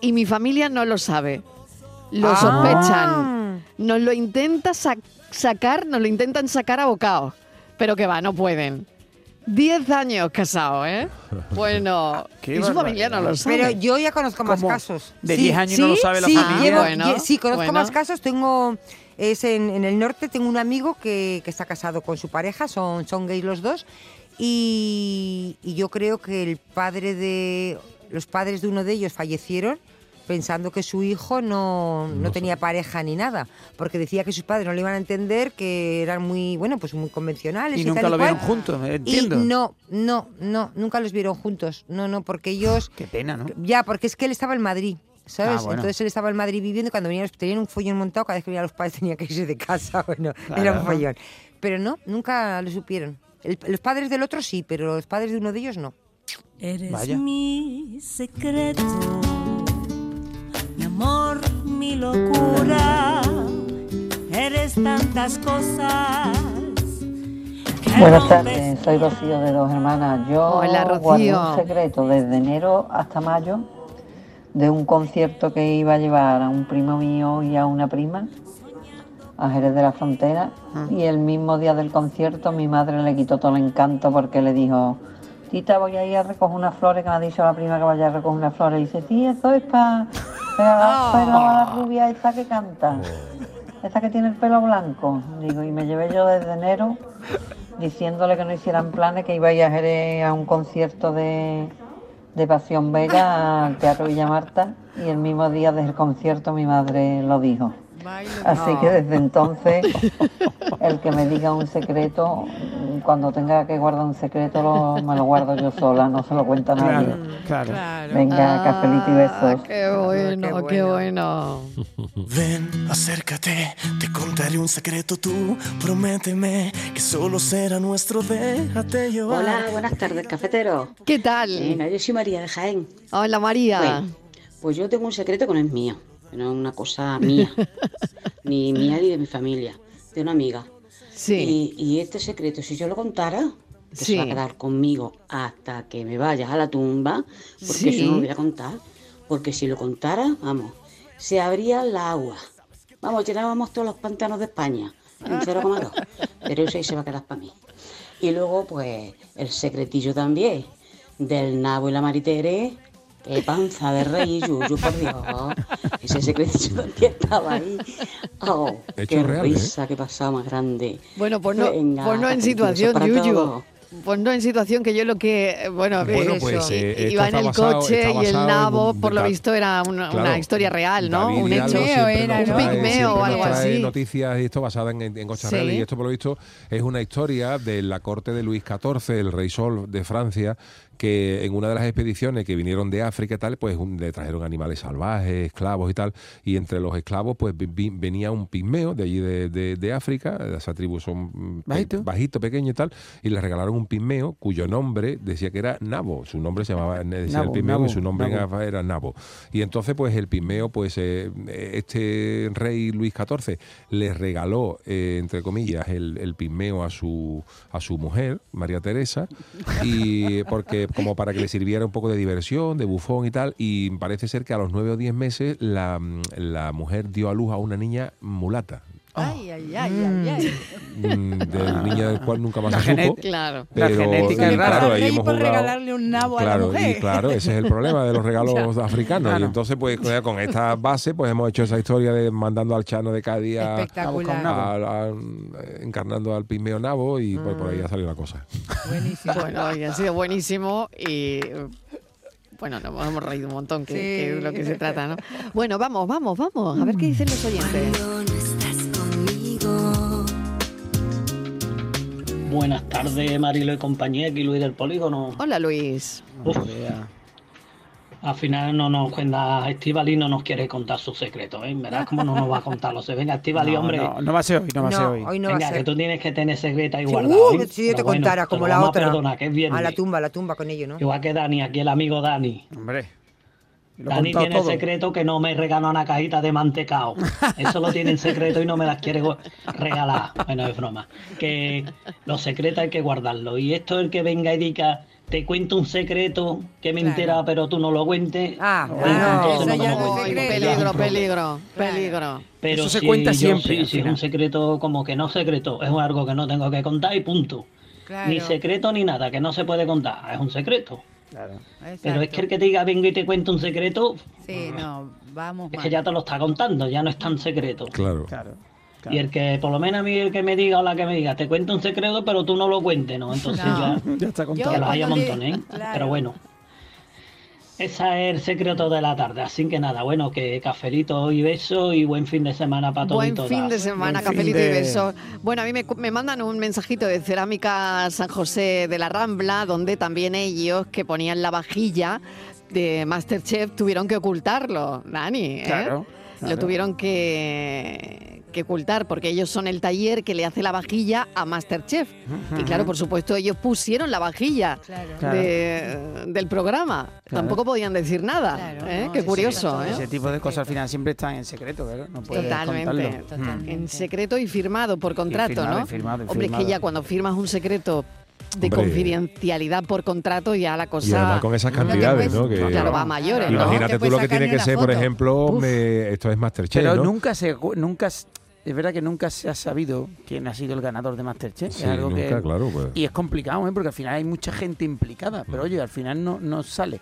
[SPEAKER 1] y mi familia no lo sabe. Lo
[SPEAKER 3] Ah.
[SPEAKER 1] sospechan. Nos lo intenta sac- sacar, nos lo intentan sacar a bocados. Pero que va, no pueden. 10 años casado, ¿eh? Bueno,
[SPEAKER 5] Qué
[SPEAKER 1] y su familia no lo sabe.
[SPEAKER 3] Pero yo ya conozco más
[SPEAKER 5] ¿Cómo?
[SPEAKER 3] casos.
[SPEAKER 5] De
[SPEAKER 3] Sí,
[SPEAKER 5] 10 años no lo
[SPEAKER 3] sí,
[SPEAKER 5] sabe la
[SPEAKER 3] sí,
[SPEAKER 5] familia.
[SPEAKER 3] llevo-
[SPEAKER 1] Bueno,
[SPEAKER 3] ye- sí, conozco
[SPEAKER 1] bueno.
[SPEAKER 3] más casos. Tengo es en, en el norte tengo un amigo que, que está casado con su pareja, son son gays los dos y, y yo creo que el padre de los padres de uno de ellos fallecieron pensando que su hijo no, no tenía pareja ni nada, porque decía que sus padres no le iban a entender, que eran muy, bueno, pues muy convencionales.
[SPEAKER 5] Y
[SPEAKER 3] Y,
[SPEAKER 5] nunca
[SPEAKER 3] tal y
[SPEAKER 5] lo vieron
[SPEAKER 3] cual.
[SPEAKER 5] juntos,
[SPEAKER 3] Y
[SPEAKER 5] entiendo.
[SPEAKER 3] no, no, no, nunca los vieron juntos. No, no, porque ellos
[SPEAKER 5] Qué pena, ¿no?
[SPEAKER 3] ya, porque es que él estaba en Madrid, ¿sabes?
[SPEAKER 5] Ah, bueno.
[SPEAKER 3] Entonces él estaba en Madrid viviendo y cuando venían los, tenían un follón montado, cada vez que venían los padres tenía que irse de casa, *laughs* bueno, era
[SPEAKER 5] Claro.
[SPEAKER 3] un follón. Pero no, nunca lo supieron. El- los padres del otro sí, pero los padres de uno de ellos no.
[SPEAKER 2] Eres
[SPEAKER 5] Vaya.
[SPEAKER 2] mi secreto.
[SPEAKER 10] mi locura. Eres tantas cosas.
[SPEAKER 15] Buenas tardes, soy Rocío de Dos Hermanas. Yo
[SPEAKER 1] Hola, Rocío.
[SPEAKER 15] guardé un secreto desde enero hasta mayo de un concierto que iba a llevar a un primo mío y a una prima a Jerez de la Frontera
[SPEAKER 1] Ah.
[SPEAKER 15] y el mismo día del concierto mi madre le quitó todo el encanto porque le dijo Tita, voy a ir a recoger unas flores, que me ha dicho la prima que vaya a recoger unas flores. Y dice, sí, esto es para
[SPEAKER 1] Ah.
[SPEAKER 15] la rubia esta que canta, esta que tiene el pelo blanco. Digo, y me llevé yo desde enero diciéndole que no hicieran planes, que iba a ir a Jerez a un concierto de, de Pasión Vega al Teatro Villa Marta. Y el mismo día del concierto mi madre lo dijo. Así que desde entonces, el que me diga un secreto, cuando tenga que guardar un secreto, lo- me lo guardo yo sola, no se lo cuenta a nadie.
[SPEAKER 5] Claro.
[SPEAKER 15] Venga, cafelito y besos.
[SPEAKER 1] Qué bueno, qué bueno.
[SPEAKER 8] Ven, acércate, te contaré un secreto tú. Prométeme que solo será nuestro, déjate llevar.
[SPEAKER 16] Hola, buenas tardes, cafetero.
[SPEAKER 1] ¿Qué tal?
[SPEAKER 16] Bueno, yo soy María de Jaén.
[SPEAKER 1] Hola, María.
[SPEAKER 16] Bueno, pues yo tengo un secreto que no es mío, que no es una
[SPEAKER 1] *laughs*
[SPEAKER 16] cosa mía, ni mía ni de mi familia, de una amiga.
[SPEAKER 1] Sí.
[SPEAKER 16] Y, y este secreto, si yo lo contara, que se
[SPEAKER 1] Sí.
[SPEAKER 16] va a quedar conmigo hasta que me vayas a la tumba, porque
[SPEAKER 1] Sí.
[SPEAKER 16] yo no lo voy a contar, porque si lo contara, vamos, se abría la agua. Vamos, llenábamos todos los pantanos de España,
[SPEAKER 1] *laughs*
[SPEAKER 16] en 0,2. Pero eso ahí se va a quedar para mí. Y luego, pues, el secretillo también, del nabo y la maritere, qué panza de rey y yuyu, por Dios. Ese secretillo *laughs* también estaba ahí. Oh,
[SPEAKER 6] Hecho
[SPEAKER 16] qué
[SPEAKER 6] real, ¿eh?
[SPEAKER 16] risa, qué pasada más grande.
[SPEAKER 1] Bueno, pues no,
[SPEAKER 16] Venga,
[SPEAKER 1] pues no en
[SPEAKER 16] cafelito y
[SPEAKER 1] situación,
[SPEAKER 16] besos para
[SPEAKER 1] Yuyu.
[SPEAKER 16] todos.
[SPEAKER 1] Pues no en situación que yo lo que, eh, bueno, que
[SPEAKER 6] Bueno, pues, eh, esto
[SPEAKER 1] iba en
[SPEAKER 6] está
[SPEAKER 1] el
[SPEAKER 6] basado-
[SPEAKER 1] coche
[SPEAKER 6] está
[SPEAKER 1] y el
[SPEAKER 6] basado en
[SPEAKER 1] nabo,
[SPEAKER 6] un-
[SPEAKER 1] por lo
[SPEAKER 6] da-
[SPEAKER 1] visto era una, una
[SPEAKER 6] Claro,
[SPEAKER 1] historia real, ¿no?
[SPEAKER 6] David
[SPEAKER 1] un
[SPEAKER 6] Hidalgo
[SPEAKER 1] hecho,
[SPEAKER 6] siempre nos
[SPEAKER 1] un
[SPEAKER 6] trae- siempre
[SPEAKER 1] pigmeo o
[SPEAKER 6] nos
[SPEAKER 1] algo
[SPEAKER 6] trae
[SPEAKER 1] así.
[SPEAKER 6] noticias y esto basada en, en, en cosas
[SPEAKER 1] Sí.
[SPEAKER 6] reales. Y esto, por lo visto, es una historia de la corte de Luis XIV, el rey Sol de Francia, que en una de las expediciones que vinieron de África y tal, pues un- le trajeron animales salvajes, esclavos y tal. Y entre los esclavos, pues vi- vi- venía un pigmeo de allí de, de- de África, esa tribu son mm, pe-
[SPEAKER 5] Bajito.
[SPEAKER 6] bajito, pequeño y tal, y le regalaron un pigmeo cuyo nombre decía que era Nabo. Su nombre se llamaba, decía
[SPEAKER 5] Nabo,
[SPEAKER 6] el pigmeo
[SPEAKER 5] Nabo,
[SPEAKER 6] y su nombre en
[SPEAKER 5] Nabo.
[SPEAKER 6] Af- Rafa era Nabo. Y entonces, pues el pigmeo, pues eh, este rey Luis XIV le regaló, eh, entre comillas, el, el pigmeo a su, a su mujer, María Teresa, y porque como para que le sirviera un poco de diversión, de bufón y tal. Y parece ser que a los nueve o diez meses la, la mujer dio a luz a una niña mulata.
[SPEAKER 4] Ay, ay, ay, ay, ay.
[SPEAKER 6] mm, Del niño del cual nunca más
[SPEAKER 5] La
[SPEAKER 6] se
[SPEAKER 5] genet-
[SPEAKER 6] supo.
[SPEAKER 5] claro. La
[SPEAKER 6] Pero,
[SPEAKER 5] genética es rara.
[SPEAKER 6] Claro, ahí
[SPEAKER 5] Rey
[SPEAKER 6] hemos
[SPEAKER 5] por
[SPEAKER 6] jugado-
[SPEAKER 4] regalarle un nabo a la
[SPEAKER 6] Claro,
[SPEAKER 4] Ah, mujer.
[SPEAKER 6] y claro, ese es el problema
[SPEAKER 4] *laughs*
[SPEAKER 6] de los *laughs* regalos africanos.
[SPEAKER 5] Claro.
[SPEAKER 6] Y entonces, pues ya con esta base, pues hemos hecho esa historia de mandando al Chano de Cádiz a-
[SPEAKER 4] Espectacular.
[SPEAKER 6] a- a- encarnando al pigmeo Nabo y pues por ahí ha salido la cosa.
[SPEAKER 1] Bueno, y ha sido buenísimo y bueno, nos hemos reído un montón, que,
[SPEAKER 17] Sí.
[SPEAKER 1] que es lo que se trata, ¿no? Bueno, vamos, vamos, vamos, a ver qué dicen los oyentes.
[SPEAKER 18] Buenas tardes, Marilo y compañía, aquí Luis del Polígono.
[SPEAKER 1] Hola, Luis.
[SPEAKER 18] Uf. Al final no nos cuenta, Estivali no nos quiere contar sus secretos, ¿eh? Verás cómo no nos va a contarlos. Venga, Estivali,
[SPEAKER 5] No,
[SPEAKER 18] hombre.
[SPEAKER 5] no, no va a ser hoy, no va a ser No, hoy. hoy no va a
[SPEAKER 18] Venga,
[SPEAKER 5] ser.
[SPEAKER 18] que tú tienes que tener secreta y
[SPEAKER 5] Sí,
[SPEAKER 18] guardar.
[SPEAKER 5] uh,
[SPEAKER 18] ¿eh?
[SPEAKER 3] Si yo te
[SPEAKER 18] Pero bueno,
[SPEAKER 3] contara,
[SPEAKER 18] te
[SPEAKER 3] como
[SPEAKER 18] lo
[SPEAKER 3] la
[SPEAKER 18] vamos
[SPEAKER 3] otra.
[SPEAKER 18] A, perdonar, que es viernes.
[SPEAKER 3] a la tumba, a la tumba con ello, ¿no?
[SPEAKER 18] Igual que Dani, aquí el amigo Dani.
[SPEAKER 5] Hombre.
[SPEAKER 18] Lo Dani
[SPEAKER 5] contado
[SPEAKER 18] tiene el
[SPEAKER 5] todo.
[SPEAKER 18] secreto que no me regaló una cajita de mantecao. Eso lo tiene en secreto y no me las quiere go- regalar. Bueno, es broma. Que los secretos hay que guardarlos. Y esto el que venga y diga, te cuento un secreto que me entera, pero tú no lo cuentes. Ah,
[SPEAKER 1] peligro, peligro, peligro.
[SPEAKER 18] Pero
[SPEAKER 5] Eso se
[SPEAKER 18] si
[SPEAKER 5] cuenta
[SPEAKER 18] yo-
[SPEAKER 5] siempre, al
[SPEAKER 18] si- si es
[SPEAKER 5] final.
[SPEAKER 18] un secreto como que no secreto, es algo que no tengo que contar y punto. Ni secreto ni nada, que no se puede contar, es un secreto. Pero es que el que te diga, vengo y te cuento un secreto,
[SPEAKER 4] Sí, no, vamos
[SPEAKER 18] es
[SPEAKER 4] mal.
[SPEAKER 18] que ya te lo está contando, ya no es tan secreto.
[SPEAKER 6] Claro.
[SPEAKER 18] Y el que, por lo menos a mí, el que me diga o la que me diga, te cuento un secreto, pero tú no lo cuentes, ¿no? Entonces
[SPEAKER 5] No.
[SPEAKER 18] ya,
[SPEAKER 5] Ya está contado.
[SPEAKER 18] que los hay
[SPEAKER 5] Yo
[SPEAKER 18] un
[SPEAKER 5] cuando
[SPEAKER 18] montón,
[SPEAKER 5] le-
[SPEAKER 18] ¿eh?
[SPEAKER 5] Claro.
[SPEAKER 18] Pero bueno. Ese es el secreto de la tarde. Así que nada, bueno, que cafelito y beso y buen fin de semana para todos y
[SPEAKER 1] Buen
[SPEAKER 18] todas.
[SPEAKER 1] fin de semana, cafelito y besos. Bueno, a mí me, cu- me mandan un mensajito de Cerámica San José de la Rambla, donde también ellos que ponían la vajilla de Masterchef tuvieron que ocultarlo, Nani. ¿eh?
[SPEAKER 5] Claro.
[SPEAKER 1] Lo tuvieron que, que ocultar porque ellos son el taller que le hace la vajilla a Masterchef. Y claro, por supuesto, ellos pusieron la vajilla
[SPEAKER 5] Claro.
[SPEAKER 1] de- del programa.
[SPEAKER 5] Claro.
[SPEAKER 1] Tampoco podían decir nada. ¿eh? Qué curioso. ¿eh?
[SPEAKER 5] Ese tipo de cosas al final siempre están en secreto, claro. No puedes
[SPEAKER 1] Totalmente,
[SPEAKER 5] contarlo. Mm.
[SPEAKER 1] totalmente. en secreto y firmado por contrato,
[SPEAKER 5] firmado,
[SPEAKER 1] ¿no?
[SPEAKER 5] y firmado, y
[SPEAKER 1] Hombre, es que
[SPEAKER 5] firmado.
[SPEAKER 1] ya cuando firmas un secreto de
[SPEAKER 6] Hombre.
[SPEAKER 1] confidencialidad por contrato, ya la cosa...
[SPEAKER 6] Y además con esas
[SPEAKER 1] No te
[SPEAKER 6] cantidades,
[SPEAKER 1] puedes-
[SPEAKER 6] ¿no? Que-
[SPEAKER 1] claro, va a mayores, ¿no?
[SPEAKER 6] Imagínate tú lo que tiene que ser, por ejemplo, me- esto es Masterchef,
[SPEAKER 5] Pero
[SPEAKER 6] ¿no?
[SPEAKER 5] nunca se nunca s- es verdad que nunca se ha sabido quién ha sido el ganador de MasterChef.
[SPEAKER 6] Sí,
[SPEAKER 5] es algo
[SPEAKER 6] nunca,
[SPEAKER 5] que,
[SPEAKER 6] claro, pues. Mm.
[SPEAKER 5] Y es complicado, ¿eh? porque al final hay mucha gente implicada, pero oye, al final no, no sale.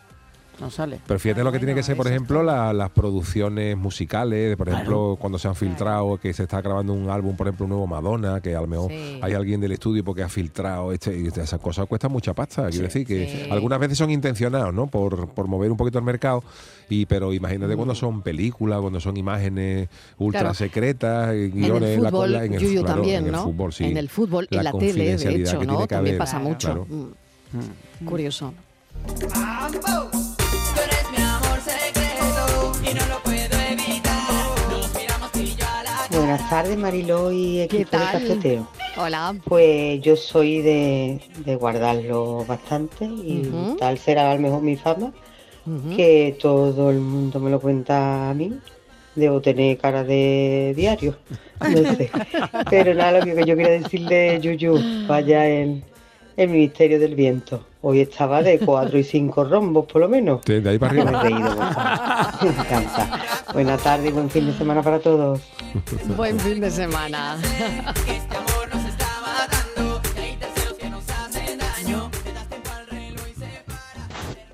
[SPEAKER 5] No sale.
[SPEAKER 6] Pero fíjate lo que tiene que ser, por ejemplo, la- las producciones musicales, de, por ejemplo, cuando se han filtrado, que se está grabando un álbum, por ejemplo, un nuevo Madonna, que a lo mejor
[SPEAKER 5] Sí.
[SPEAKER 6] hay alguien del estudio porque ha filtrado este, y esas cosas cuestan mucha pasta. Quiero decir que
[SPEAKER 5] Sí.
[SPEAKER 6] algunas veces son intencionados, ¿no? Por, por mover un poquito el mercado, y pero imagínate cuando son películas, cuando son imágenes ultra
[SPEAKER 1] Mm. Claro.
[SPEAKER 6] secretas, eh,
[SPEAKER 1] En
[SPEAKER 6] guiones,
[SPEAKER 1] el
[SPEAKER 6] la
[SPEAKER 1] fútbol,
[SPEAKER 6] cola- en el,
[SPEAKER 1] Yuyu
[SPEAKER 6] claro,
[SPEAKER 1] también,
[SPEAKER 6] en
[SPEAKER 1] ¿no?
[SPEAKER 6] el fútbol, sí.
[SPEAKER 1] En el fútbol, en la tele, de
[SPEAKER 6] confidencialidad
[SPEAKER 1] hecho,
[SPEAKER 6] que
[SPEAKER 1] ¿no?
[SPEAKER 6] tiene que
[SPEAKER 1] También
[SPEAKER 6] haber,
[SPEAKER 1] pasa mucho.
[SPEAKER 6] claro.
[SPEAKER 1] Mm. Curioso.
[SPEAKER 2] Tú eres mi amor secreto y no lo puedo evitar. Nos miramos tú y yo a la
[SPEAKER 17] Buenas tardes, Mariló y equipo de
[SPEAKER 1] tal?
[SPEAKER 17] cafeteo.
[SPEAKER 1] Hola.
[SPEAKER 17] Pues yo soy de, de guardarlo bastante y
[SPEAKER 1] Ujú.
[SPEAKER 17] tal será a lo mejor mi fama, que todo el mundo me lo cuenta a mí. Debo tener cara de diario. *laughs* No sé. Pero nada, lo que yo quiero decirle, Yuyu, vaya el, el Ministerio del Viento. Hoy estaba de cuatro y cinco rombos, por lo menos.
[SPEAKER 6] Sí, de ahí para
[SPEAKER 17] Me he
[SPEAKER 6] arriba.
[SPEAKER 17] reído bastante. Me encanta. Buenas tardes y buen fin de semana para
[SPEAKER 6] *laughs*
[SPEAKER 17] todos.
[SPEAKER 6] Mm.
[SPEAKER 1] Buen fin de semana.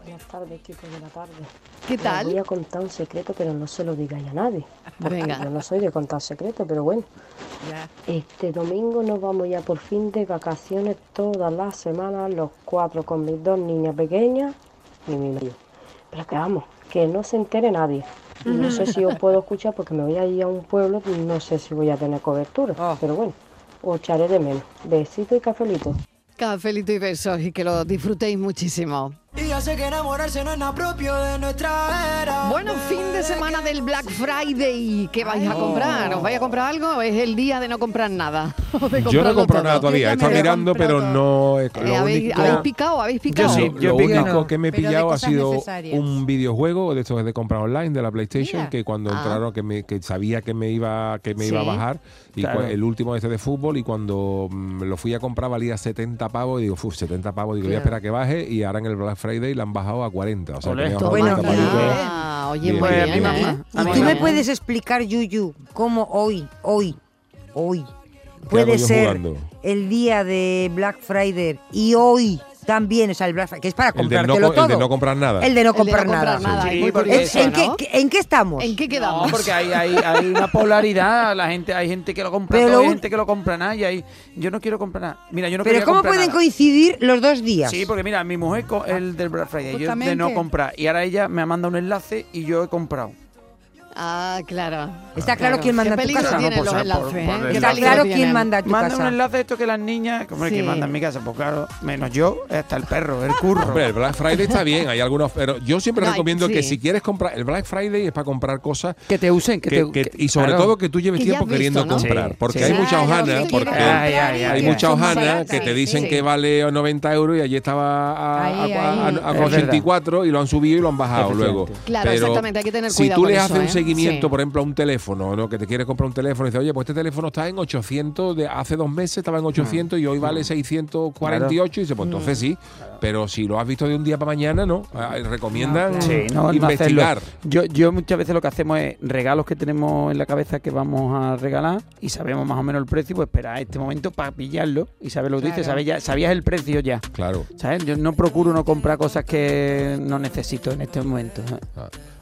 [SPEAKER 19] Buenas tardes, equipo de la tarde.
[SPEAKER 1] ¿Qué tal?
[SPEAKER 19] voy a contar un secreto, pero no se lo digáis a nadie. porque
[SPEAKER 1] Venga.
[SPEAKER 19] Yo no soy de contar secretos, pero bueno. Este domingo nos vamos ya por fin de vacaciones todas las semanas, los cuatro con mis dos niñas pequeñas y mi marido. Pero que vamos, que no se entere nadie. Y No sé
[SPEAKER 1] *laughs*
[SPEAKER 19] si os puedo escuchar porque me voy a ir a un pueblo, y no sé si voy a tener cobertura,
[SPEAKER 1] Oh.
[SPEAKER 19] pero bueno, os echaré de menos. Besito y cafelito.
[SPEAKER 1] Cafelito y besos y que lo disfrutéis muchísimo.
[SPEAKER 2] Y ya sé que enamorarse no es nada propio de nuestra era.
[SPEAKER 1] Bueno, fin de semana del Black Friday. ¿Qué vais a comprar? ¿Os vais a comprar algo? Es el día de no comprar nada. *laughs* O de
[SPEAKER 6] Yo no
[SPEAKER 1] comprarlo
[SPEAKER 6] he comprado
[SPEAKER 1] todo.
[SPEAKER 6] nada todavía, he estado mirando, pero no... eh,
[SPEAKER 1] Eh,
[SPEAKER 6] lo
[SPEAKER 1] ¿habéis,
[SPEAKER 6] único-
[SPEAKER 1] habéis picado? ¿Habéis picado?
[SPEAKER 6] Yo sí, lo
[SPEAKER 5] he picado.
[SPEAKER 6] único que me he
[SPEAKER 1] Pero de
[SPEAKER 6] pillado ha
[SPEAKER 1] cosas
[SPEAKER 6] sido
[SPEAKER 1] necesarias.
[SPEAKER 6] un videojuego de estos de compra online de la PlayStation
[SPEAKER 1] Mira.
[SPEAKER 6] que cuando
[SPEAKER 1] Ah.
[SPEAKER 6] entraron que, me, que sabía que me iba que me iba a
[SPEAKER 1] Sí.
[SPEAKER 6] bajar y
[SPEAKER 5] Claro.
[SPEAKER 6] cua- el último este de fútbol y cuando mm, lo fui a comprar valía 70 pavos y digo, "Fu, 70 pavos, digo, voy a
[SPEAKER 1] Claro.
[SPEAKER 6] esperar a que baje y ahora en el Black Friday la han bajado a 40, o sea,
[SPEAKER 5] Olé.
[SPEAKER 6] tenía
[SPEAKER 5] Toma
[SPEAKER 6] 40
[SPEAKER 5] ya.
[SPEAKER 6] palitos.
[SPEAKER 1] Ah, oye,
[SPEAKER 6] Bien,
[SPEAKER 1] muy
[SPEAKER 6] bien,
[SPEAKER 1] bien,
[SPEAKER 6] bien.
[SPEAKER 1] ¿eh?
[SPEAKER 3] ¿Y Muy tú me bien. puedes explicar, Yuyu, cómo hoy, hoy, hoy
[SPEAKER 6] hago
[SPEAKER 3] puede
[SPEAKER 6] yo
[SPEAKER 3] ser
[SPEAKER 6] jugando?
[SPEAKER 3] el día de Black Friday y hoy también, o sea, el Black Friday, que es para
[SPEAKER 6] El de, no,
[SPEAKER 3] comprártelo
[SPEAKER 6] co- el de
[SPEAKER 3] todo.
[SPEAKER 6] no comprar nada.
[SPEAKER 3] El de no comprar
[SPEAKER 1] comprar
[SPEAKER 3] nada.
[SPEAKER 1] nada,
[SPEAKER 5] Sí, es muy porque-
[SPEAKER 3] ¿En-
[SPEAKER 5] curioso,
[SPEAKER 3] ¿En,
[SPEAKER 5] ¿no?
[SPEAKER 3] qué, en qué estamos?
[SPEAKER 1] ¿En qué
[SPEAKER 5] No,
[SPEAKER 1] quedamos?
[SPEAKER 5] porque hay, hay, hay una polaridad, la gente, hay gente que lo compra
[SPEAKER 3] Pero
[SPEAKER 5] todo,
[SPEAKER 3] lo
[SPEAKER 5] hay
[SPEAKER 3] un-
[SPEAKER 5] gente que lo compra nada y hay, yo no quiero comprar nada. Mira, yo no
[SPEAKER 3] Pero
[SPEAKER 5] quería
[SPEAKER 3] ¿cómo
[SPEAKER 5] comprar
[SPEAKER 3] pueden
[SPEAKER 5] nada.
[SPEAKER 3] coincidir los dos días?
[SPEAKER 5] Sí, pues, porque mira, mi mujer co- el del Black Friday, yo de
[SPEAKER 3] Justamente.
[SPEAKER 5] no comprar y ahora ella me manda un enlace y yo he comprado.
[SPEAKER 1] Ah, claro.
[SPEAKER 3] Está claro quién manda
[SPEAKER 1] ¿Qué
[SPEAKER 3] a tu
[SPEAKER 1] peligro
[SPEAKER 3] casa.
[SPEAKER 1] tienen
[SPEAKER 5] No, pues,
[SPEAKER 1] los
[SPEAKER 5] por-
[SPEAKER 1] enlaces,
[SPEAKER 5] por-
[SPEAKER 1] ¿eh?
[SPEAKER 5] por
[SPEAKER 1] ¿Qué
[SPEAKER 5] enlace.
[SPEAKER 1] peligro tienen?
[SPEAKER 5] Manda un enlace de esto que las niñas, como el
[SPEAKER 1] Sí.
[SPEAKER 5] que manda en mi casa, pues claro, menos yo, hasta el perro, el curro.
[SPEAKER 6] Hombre, el Black Friday está bien, hay algunos, pero yo siempre
[SPEAKER 5] No, hay-
[SPEAKER 6] recomiendo que
[SPEAKER 5] sí.
[SPEAKER 6] si quieres comprar, el Black Friday es para comprar cosas
[SPEAKER 5] *laughs* que te usen, que te- que-
[SPEAKER 6] y sobre
[SPEAKER 5] claro.
[SPEAKER 6] todo que tú lleves
[SPEAKER 5] Que ya
[SPEAKER 6] tiempo
[SPEAKER 5] has visto,
[SPEAKER 6] queriendo
[SPEAKER 5] ¿no?
[SPEAKER 6] comprar,
[SPEAKER 5] Sí,
[SPEAKER 6] porque
[SPEAKER 5] sí.
[SPEAKER 6] hay
[SPEAKER 1] Ah,
[SPEAKER 6] mucha
[SPEAKER 5] Claro,
[SPEAKER 6] hojana,
[SPEAKER 5] que
[SPEAKER 6] porque
[SPEAKER 5] quieres Ay, ay, ay,
[SPEAKER 6] hay
[SPEAKER 5] ay.
[SPEAKER 6] mucha
[SPEAKER 5] Son
[SPEAKER 6] hojana
[SPEAKER 5] baratas,
[SPEAKER 6] que te
[SPEAKER 5] sí,
[SPEAKER 6] dicen
[SPEAKER 5] sí.
[SPEAKER 6] que vale 90 euros y allí estaba a, a-
[SPEAKER 1] Ahí,
[SPEAKER 6] a-
[SPEAKER 1] ahí.
[SPEAKER 6] a- a
[SPEAKER 1] Es verdad.
[SPEAKER 6] 84 y lo han subido y lo han bajado luego.
[SPEAKER 1] Claro, exactamente, hay que tener
[SPEAKER 6] si
[SPEAKER 1] cuidado
[SPEAKER 6] tú le
[SPEAKER 1] con
[SPEAKER 6] haces
[SPEAKER 1] eso,
[SPEAKER 6] un
[SPEAKER 1] ¿eh?
[SPEAKER 6] seguimiento,
[SPEAKER 1] Sí.
[SPEAKER 6] por ejemplo, a un teléfono, ¿no? que te quieres comprar un teléfono y dices, oye, pues este teléfono está en 800, de hace dos meses estaba en
[SPEAKER 5] Ah.
[SPEAKER 6] 800 y hoy vale 648 y dice, pues
[SPEAKER 5] Mm.
[SPEAKER 6] entonces sí, pero si lo has visto de un día para mañana, no, Ah, recomiendan
[SPEAKER 5] Sí, no, no
[SPEAKER 6] investigar.
[SPEAKER 5] hacerlo. Yo, yo muchas veces lo que hacemos es regalos que tenemos en la cabeza que vamos a regalar y sabemos más o menos el precio, pues esperar a este momento para pillarlo y saber lo que tú dices,
[SPEAKER 6] Claro.
[SPEAKER 5] sabes ya- sabías el precio ya.
[SPEAKER 6] Claro.
[SPEAKER 5] ¿Sabes? Yo no procuro no comprar cosas que no necesito en este momento. ¿sabes?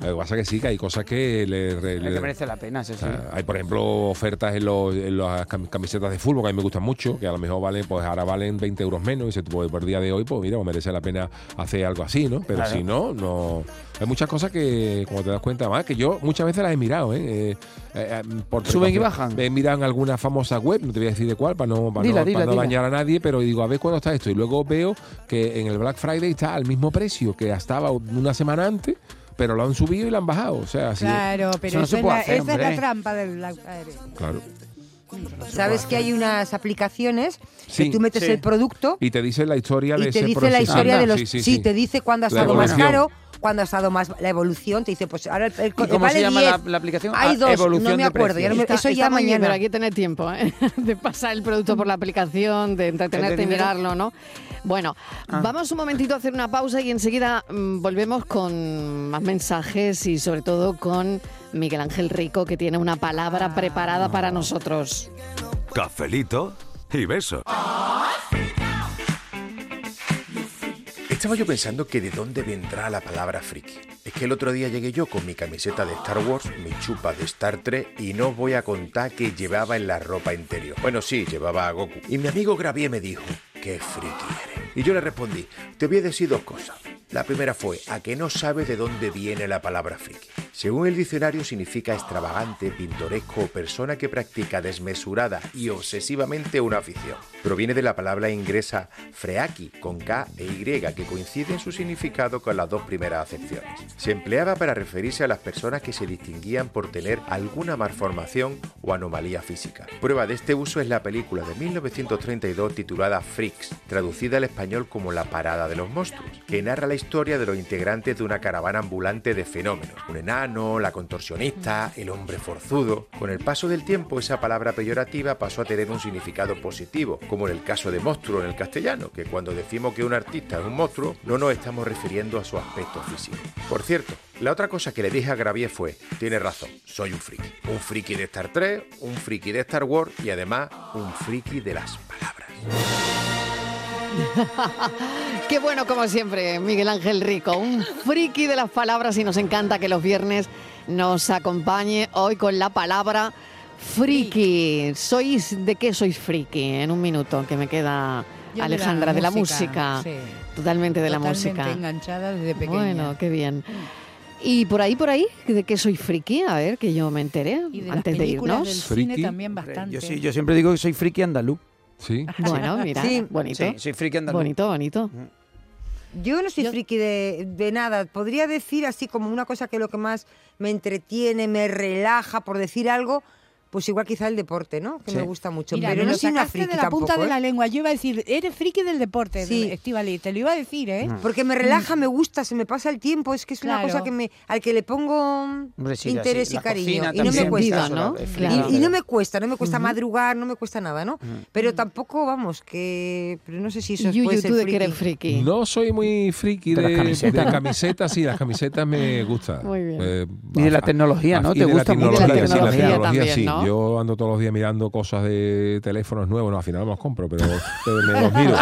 [SPEAKER 6] Lo que pasa es que sí, que hay cosas que le... re-
[SPEAKER 5] Pero
[SPEAKER 6] Ah, le-
[SPEAKER 5] que merece la pena, eso sí.
[SPEAKER 6] Ah, Hay, por ejemplo, ofertas en, los- en las cam- camisetas de fútbol que a mí me gustan mucho, que a lo mejor valen, pues ahora valen 20 euros menos y se pues, por día de hoy, pues mira, pues, merece la pena hacer algo así, ¿no? Pero
[SPEAKER 5] Claro.
[SPEAKER 6] si no, no. Hay muchas cosas que, como te das cuenta, más que yo muchas veces las he mirado, ¿eh? Eh, eh, eh, por
[SPEAKER 5] Suben y
[SPEAKER 6] precaución.
[SPEAKER 5] bajan.
[SPEAKER 6] He mirado en alguna famosa web, no te voy a decir de cuál, para no, para
[SPEAKER 5] Dila,
[SPEAKER 6] no- para
[SPEAKER 5] dila,
[SPEAKER 6] no
[SPEAKER 5] dila.
[SPEAKER 6] dañar a nadie, pero digo, a ver cuándo está esto. Y luego veo que en el Black Friday está al mismo precio que estaba una semana antes. pero lo han subido y lo han bajado. O sea, así es.
[SPEAKER 4] Claro,
[SPEAKER 6] Eso
[SPEAKER 4] pero
[SPEAKER 6] no
[SPEAKER 4] esa,
[SPEAKER 6] se
[SPEAKER 4] es
[SPEAKER 6] puede
[SPEAKER 4] la,
[SPEAKER 6] hacer,
[SPEAKER 4] esa es la
[SPEAKER 6] hombre.
[SPEAKER 4] trampa del Black Friday.
[SPEAKER 6] Claro.
[SPEAKER 3] Sabes que hay unas aplicaciones
[SPEAKER 6] Sí,
[SPEAKER 3] que tú metes
[SPEAKER 6] sí.
[SPEAKER 3] el producto
[SPEAKER 6] Y te dice la historia de
[SPEAKER 3] y te
[SPEAKER 6] ese
[SPEAKER 3] dice la
[SPEAKER 6] proceso.
[SPEAKER 3] historia de los.
[SPEAKER 6] Sí,
[SPEAKER 3] Sí,
[SPEAKER 6] sí, sí.
[SPEAKER 3] te dice cuándo ha
[SPEAKER 6] La
[SPEAKER 3] estado más
[SPEAKER 6] evolución.
[SPEAKER 3] caro, cuándo ha estado más la evolución. Te dice, pues ahora el, el
[SPEAKER 5] ¿Y cómo
[SPEAKER 3] vale
[SPEAKER 5] se llama la,
[SPEAKER 3] 10.
[SPEAKER 5] la aplicación?
[SPEAKER 3] Hay
[SPEAKER 5] Ah,
[SPEAKER 3] dos,
[SPEAKER 5] evolución
[SPEAKER 3] no me
[SPEAKER 5] de
[SPEAKER 3] acuerdo. ya no me-
[SPEAKER 5] precios.
[SPEAKER 3] eso ya
[SPEAKER 1] muy bien,
[SPEAKER 3] mañana.
[SPEAKER 1] pero aquí tenés tiempo, ¿eh? *laughs* De pasar el producto por la aplicación, de entretenerte y
[SPEAKER 5] dinero?
[SPEAKER 1] mirarlo, ¿no? Bueno, vamos un momentito a hacer una pausa y enseguida mm, volvemos con más mensajes y sobre todo con Miguel Ángel Rico, que tiene una palabra preparada para nosotros.
[SPEAKER 11] Cafelito y besos.
[SPEAKER 20] Estaba yo pensando que de dónde vendrá la palabra friki. Es que el otro día llegué yo con mi camiseta de Star Wars, mi chupa de Star Trek y no os voy a contar que llevaba en la ropa interior. Bueno, sí, llevaba a Goku. Y mi amigo Gravier me dijo, qué friki eres. Y yo le respondí, te voy a decir dos cosas. La primera fue, a que no sabes de dónde viene la palabra friki. Según el diccionario significa extravagante, pintoresco o persona que practica desmesurada y obsesivamente una afición. Proviene de la palabra inglesa freaki con K e Y que coincide en su significado con las dos primeras acepciones. Se empleaba para referirse a las personas que se distinguían por tener alguna malformación o anomalía física. Prueba de este uso es la película de 1932 titulada Freaks, traducida al español como La Parada de los Monstruos, que narra la historia de los integrantes de una caravana ambulante de fenómenos. Un enano, la contorsionista, el hombre forzudo. Con el paso del tiempo, esa palabra peyorativa pasó a tener un significado positivo, como en el caso de monstruo en el castellano, que cuando decimos que un artista es un monstruo, no nos estamos refiriendo a su aspecto físico. Por cierto, la otra cosa que le dije a Gravier fue, tiene razón, soy un friki. Un friki de Star Trek, un friki de Star Wars y además un friki de las
[SPEAKER 1] *laughs* Qué bueno, como siempre, Miguel Ángel Rico, un friki de las palabras y nos encanta que los viernes nos acompañe hoy con la palabra friki. ¿Sois de qué sois friki? En un minuto que me queda
[SPEAKER 4] Yo de la
[SPEAKER 1] Alejandra de la música.
[SPEAKER 4] música, sí.
[SPEAKER 1] Totalmente de la
[SPEAKER 4] Totalmente
[SPEAKER 1] música.
[SPEAKER 4] enganchada desde pequeña.
[SPEAKER 1] Bueno, qué bien. Y por ahí, por ahí, ¿de qué soy friki? A ver, que yo me enteré
[SPEAKER 4] de las
[SPEAKER 1] antes de
[SPEAKER 4] películas
[SPEAKER 1] irnos.
[SPEAKER 4] del cine Friki. también bastante.
[SPEAKER 5] Yo, sí, yo siempre digo que soy friki andaluz.
[SPEAKER 6] Sí.
[SPEAKER 1] Bueno, mira,
[SPEAKER 3] Sí.
[SPEAKER 1] bonito.
[SPEAKER 5] Sí, soy friki andaluz.
[SPEAKER 1] Bonito, bonito.
[SPEAKER 3] Yo no soy friki de, de nada. Podría decir así como una cosa que lo que más me entretiene, me relaja por decir algo, pues igual quizá el deporte, ¿no? Que
[SPEAKER 4] Sí.
[SPEAKER 3] me gusta mucho.
[SPEAKER 4] Mira,
[SPEAKER 3] pero
[SPEAKER 4] me
[SPEAKER 3] no
[SPEAKER 4] lo
[SPEAKER 3] soy una
[SPEAKER 4] sacaste
[SPEAKER 3] friki
[SPEAKER 4] de la punta
[SPEAKER 3] tampoco,
[SPEAKER 4] de la
[SPEAKER 3] ¿eh?
[SPEAKER 4] lengua. Yo iba a decir, eres friki del deporte,
[SPEAKER 3] Sí.
[SPEAKER 4] Estivali. Te lo iba a decir, ¿eh?
[SPEAKER 3] Porque me relaja, me gusta, se me pasa el tiempo. Es que es una
[SPEAKER 4] Claro.
[SPEAKER 3] cosa que me, al que le pongo mm,
[SPEAKER 5] Hombre, sí,
[SPEAKER 3] interés
[SPEAKER 5] así,
[SPEAKER 3] y
[SPEAKER 5] la
[SPEAKER 3] cariño.
[SPEAKER 5] cocina
[SPEAKER 3] Y no me
[SPEAKER 5] también,
[SPEAKER 3] cuesta.
[SPEAKER 5] eso, la-
[SPEAKER 3] Y-
[SPEAKER 5] es
[SPEAKER 3] Y,
[SPEAKER 5] friki.
[SPEAKER 3] no me cuesta, no me cuesta
[SPEAKER 5] Ujú.
[SPEAKER 3] madrugar, no me cuesta nada, ¿no?
[SPEAKER 5] Ujú.
[SPEAKER 3] Pero tampoco, vamos, que. Pero no sé si eso
[SPEAKER 1] Y Yuyu,
[SPEAKER 3] puede ser
[SPEAKER 1] tú de
[SPEAKER 3] friki.
[SPEAKER 1] que eres friki.
[SPEAKER 6] No soy muy friki
[SPEAKER 5] De
[SPEAKER 6] de,
[SPEAKER 5] las
[SPEAKER 6] de
[SPEAKER 5] camisetas.
[SPEAKER 6] camisetas, sí, las camisetas me
[SPEAKER 5] *laughs*
[SPEAKER 6] gustan.
[SPEAKER 1] Muy bien.
[SPEAKER 5] Y de la tecnología, ¿no?
[SPEAKER 6] y
[SPEAKER 5] Te
[SPEAKER 6] de
[SPEAKER 5] gusta
[SPEAKER 6] la
[SPEAKER 5] mucho la
[SPEAKER 6] tecnología, sí,
[SPEAKER 5] tecnología también,
[SPEAKER 6] sí.
[SPEAKER 5] ¿no?
[SPEAKER 6] Yo ando todos los días mirando cosas de teléfonos nuevos, no, al final no los compro, pero pero me los miro.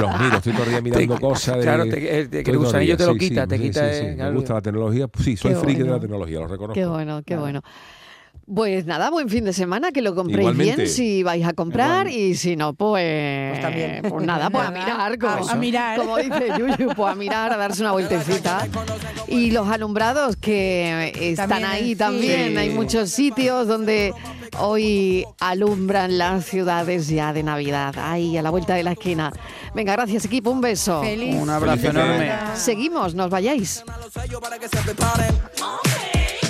[SPEAKER 6] Los miro, estoy todo el día mirando
[SPEAKER 5] Te-
[SPEAKER 6] cosas de
[SPEAKER 5] claro, te- eh, el- el
[SPEAKER 6] estoy todo
[SPEAKER 5] gusanillo
[SPEAKER 6] día,
[SPEAKER 5] te lo
[SPEAKER 6] sí,
[SPEAKER 5] quita,
[SPEAKER 6] sí,
[SPEAKER 5] te
[SPEAKER 6] sí,
[SPEAKER 5] quita,
[SPEAKER 6] sí,
[SPEAKER 5] eh,
[SPEAKER 6] sí. Me
[SPEAKER 5] claro.
[SPEAKER 6] gusta la tecnología, sí, soy
[SPEAKER 1] Qué
[SPEAKER 6] friki de la
[SPEAKER 1] bueno.
[SPEAKER 6] tecnología, lo reconozco.
[SPEAKER 1] Qué bueno, qué bueno. Pues nada, buen fin de semana, que lo compréis
[SPEAKER 6] Igualmente.
[SPEAKER 1] bien si vais a comprar y si no, pues,
[SPEAKER 4] Pues también.
[SPEAKER 1] pues nada, pues a mirar, como,
[SPEAKER 4] a mirar.
[SPEAKER 1] como dice Yuyu, pues a mirar, a darse una vueltecita. Y los alumbrados que están
[SPEAKER 4] También,
[SPEAKER 1] ahí
[SPEAKER 4] sí.
[SPEAKER 1] también,
[SPEAKER 4] Sí.
[SPEAKER 1] hay muchos sitios donde hoy alumbran las ciudades ya de Navidad, ahí a la vuelta de la esquina. Venga, gracias equipo, un beso.
[SPEAKER 5] Feliz Un abrazo
[SPEAKER 1] Feliz
[SPEAKER 5] enorme.
[SPEAKER 1] semana. Seguimos, nos vayáis.
[SPEAKER 21] para que se preparen.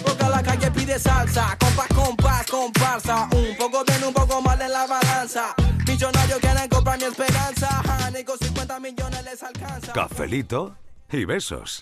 [SPEAKER 21] Porque la calle pide salsa, compas, compas, comparsa. Un poco bien, un poco mal en la balanza. Millonarios quieren comprar mi esperanza. Ajá, ni con 50 millones les alcanza.
[SPEAKER 11] Cafelito y besos.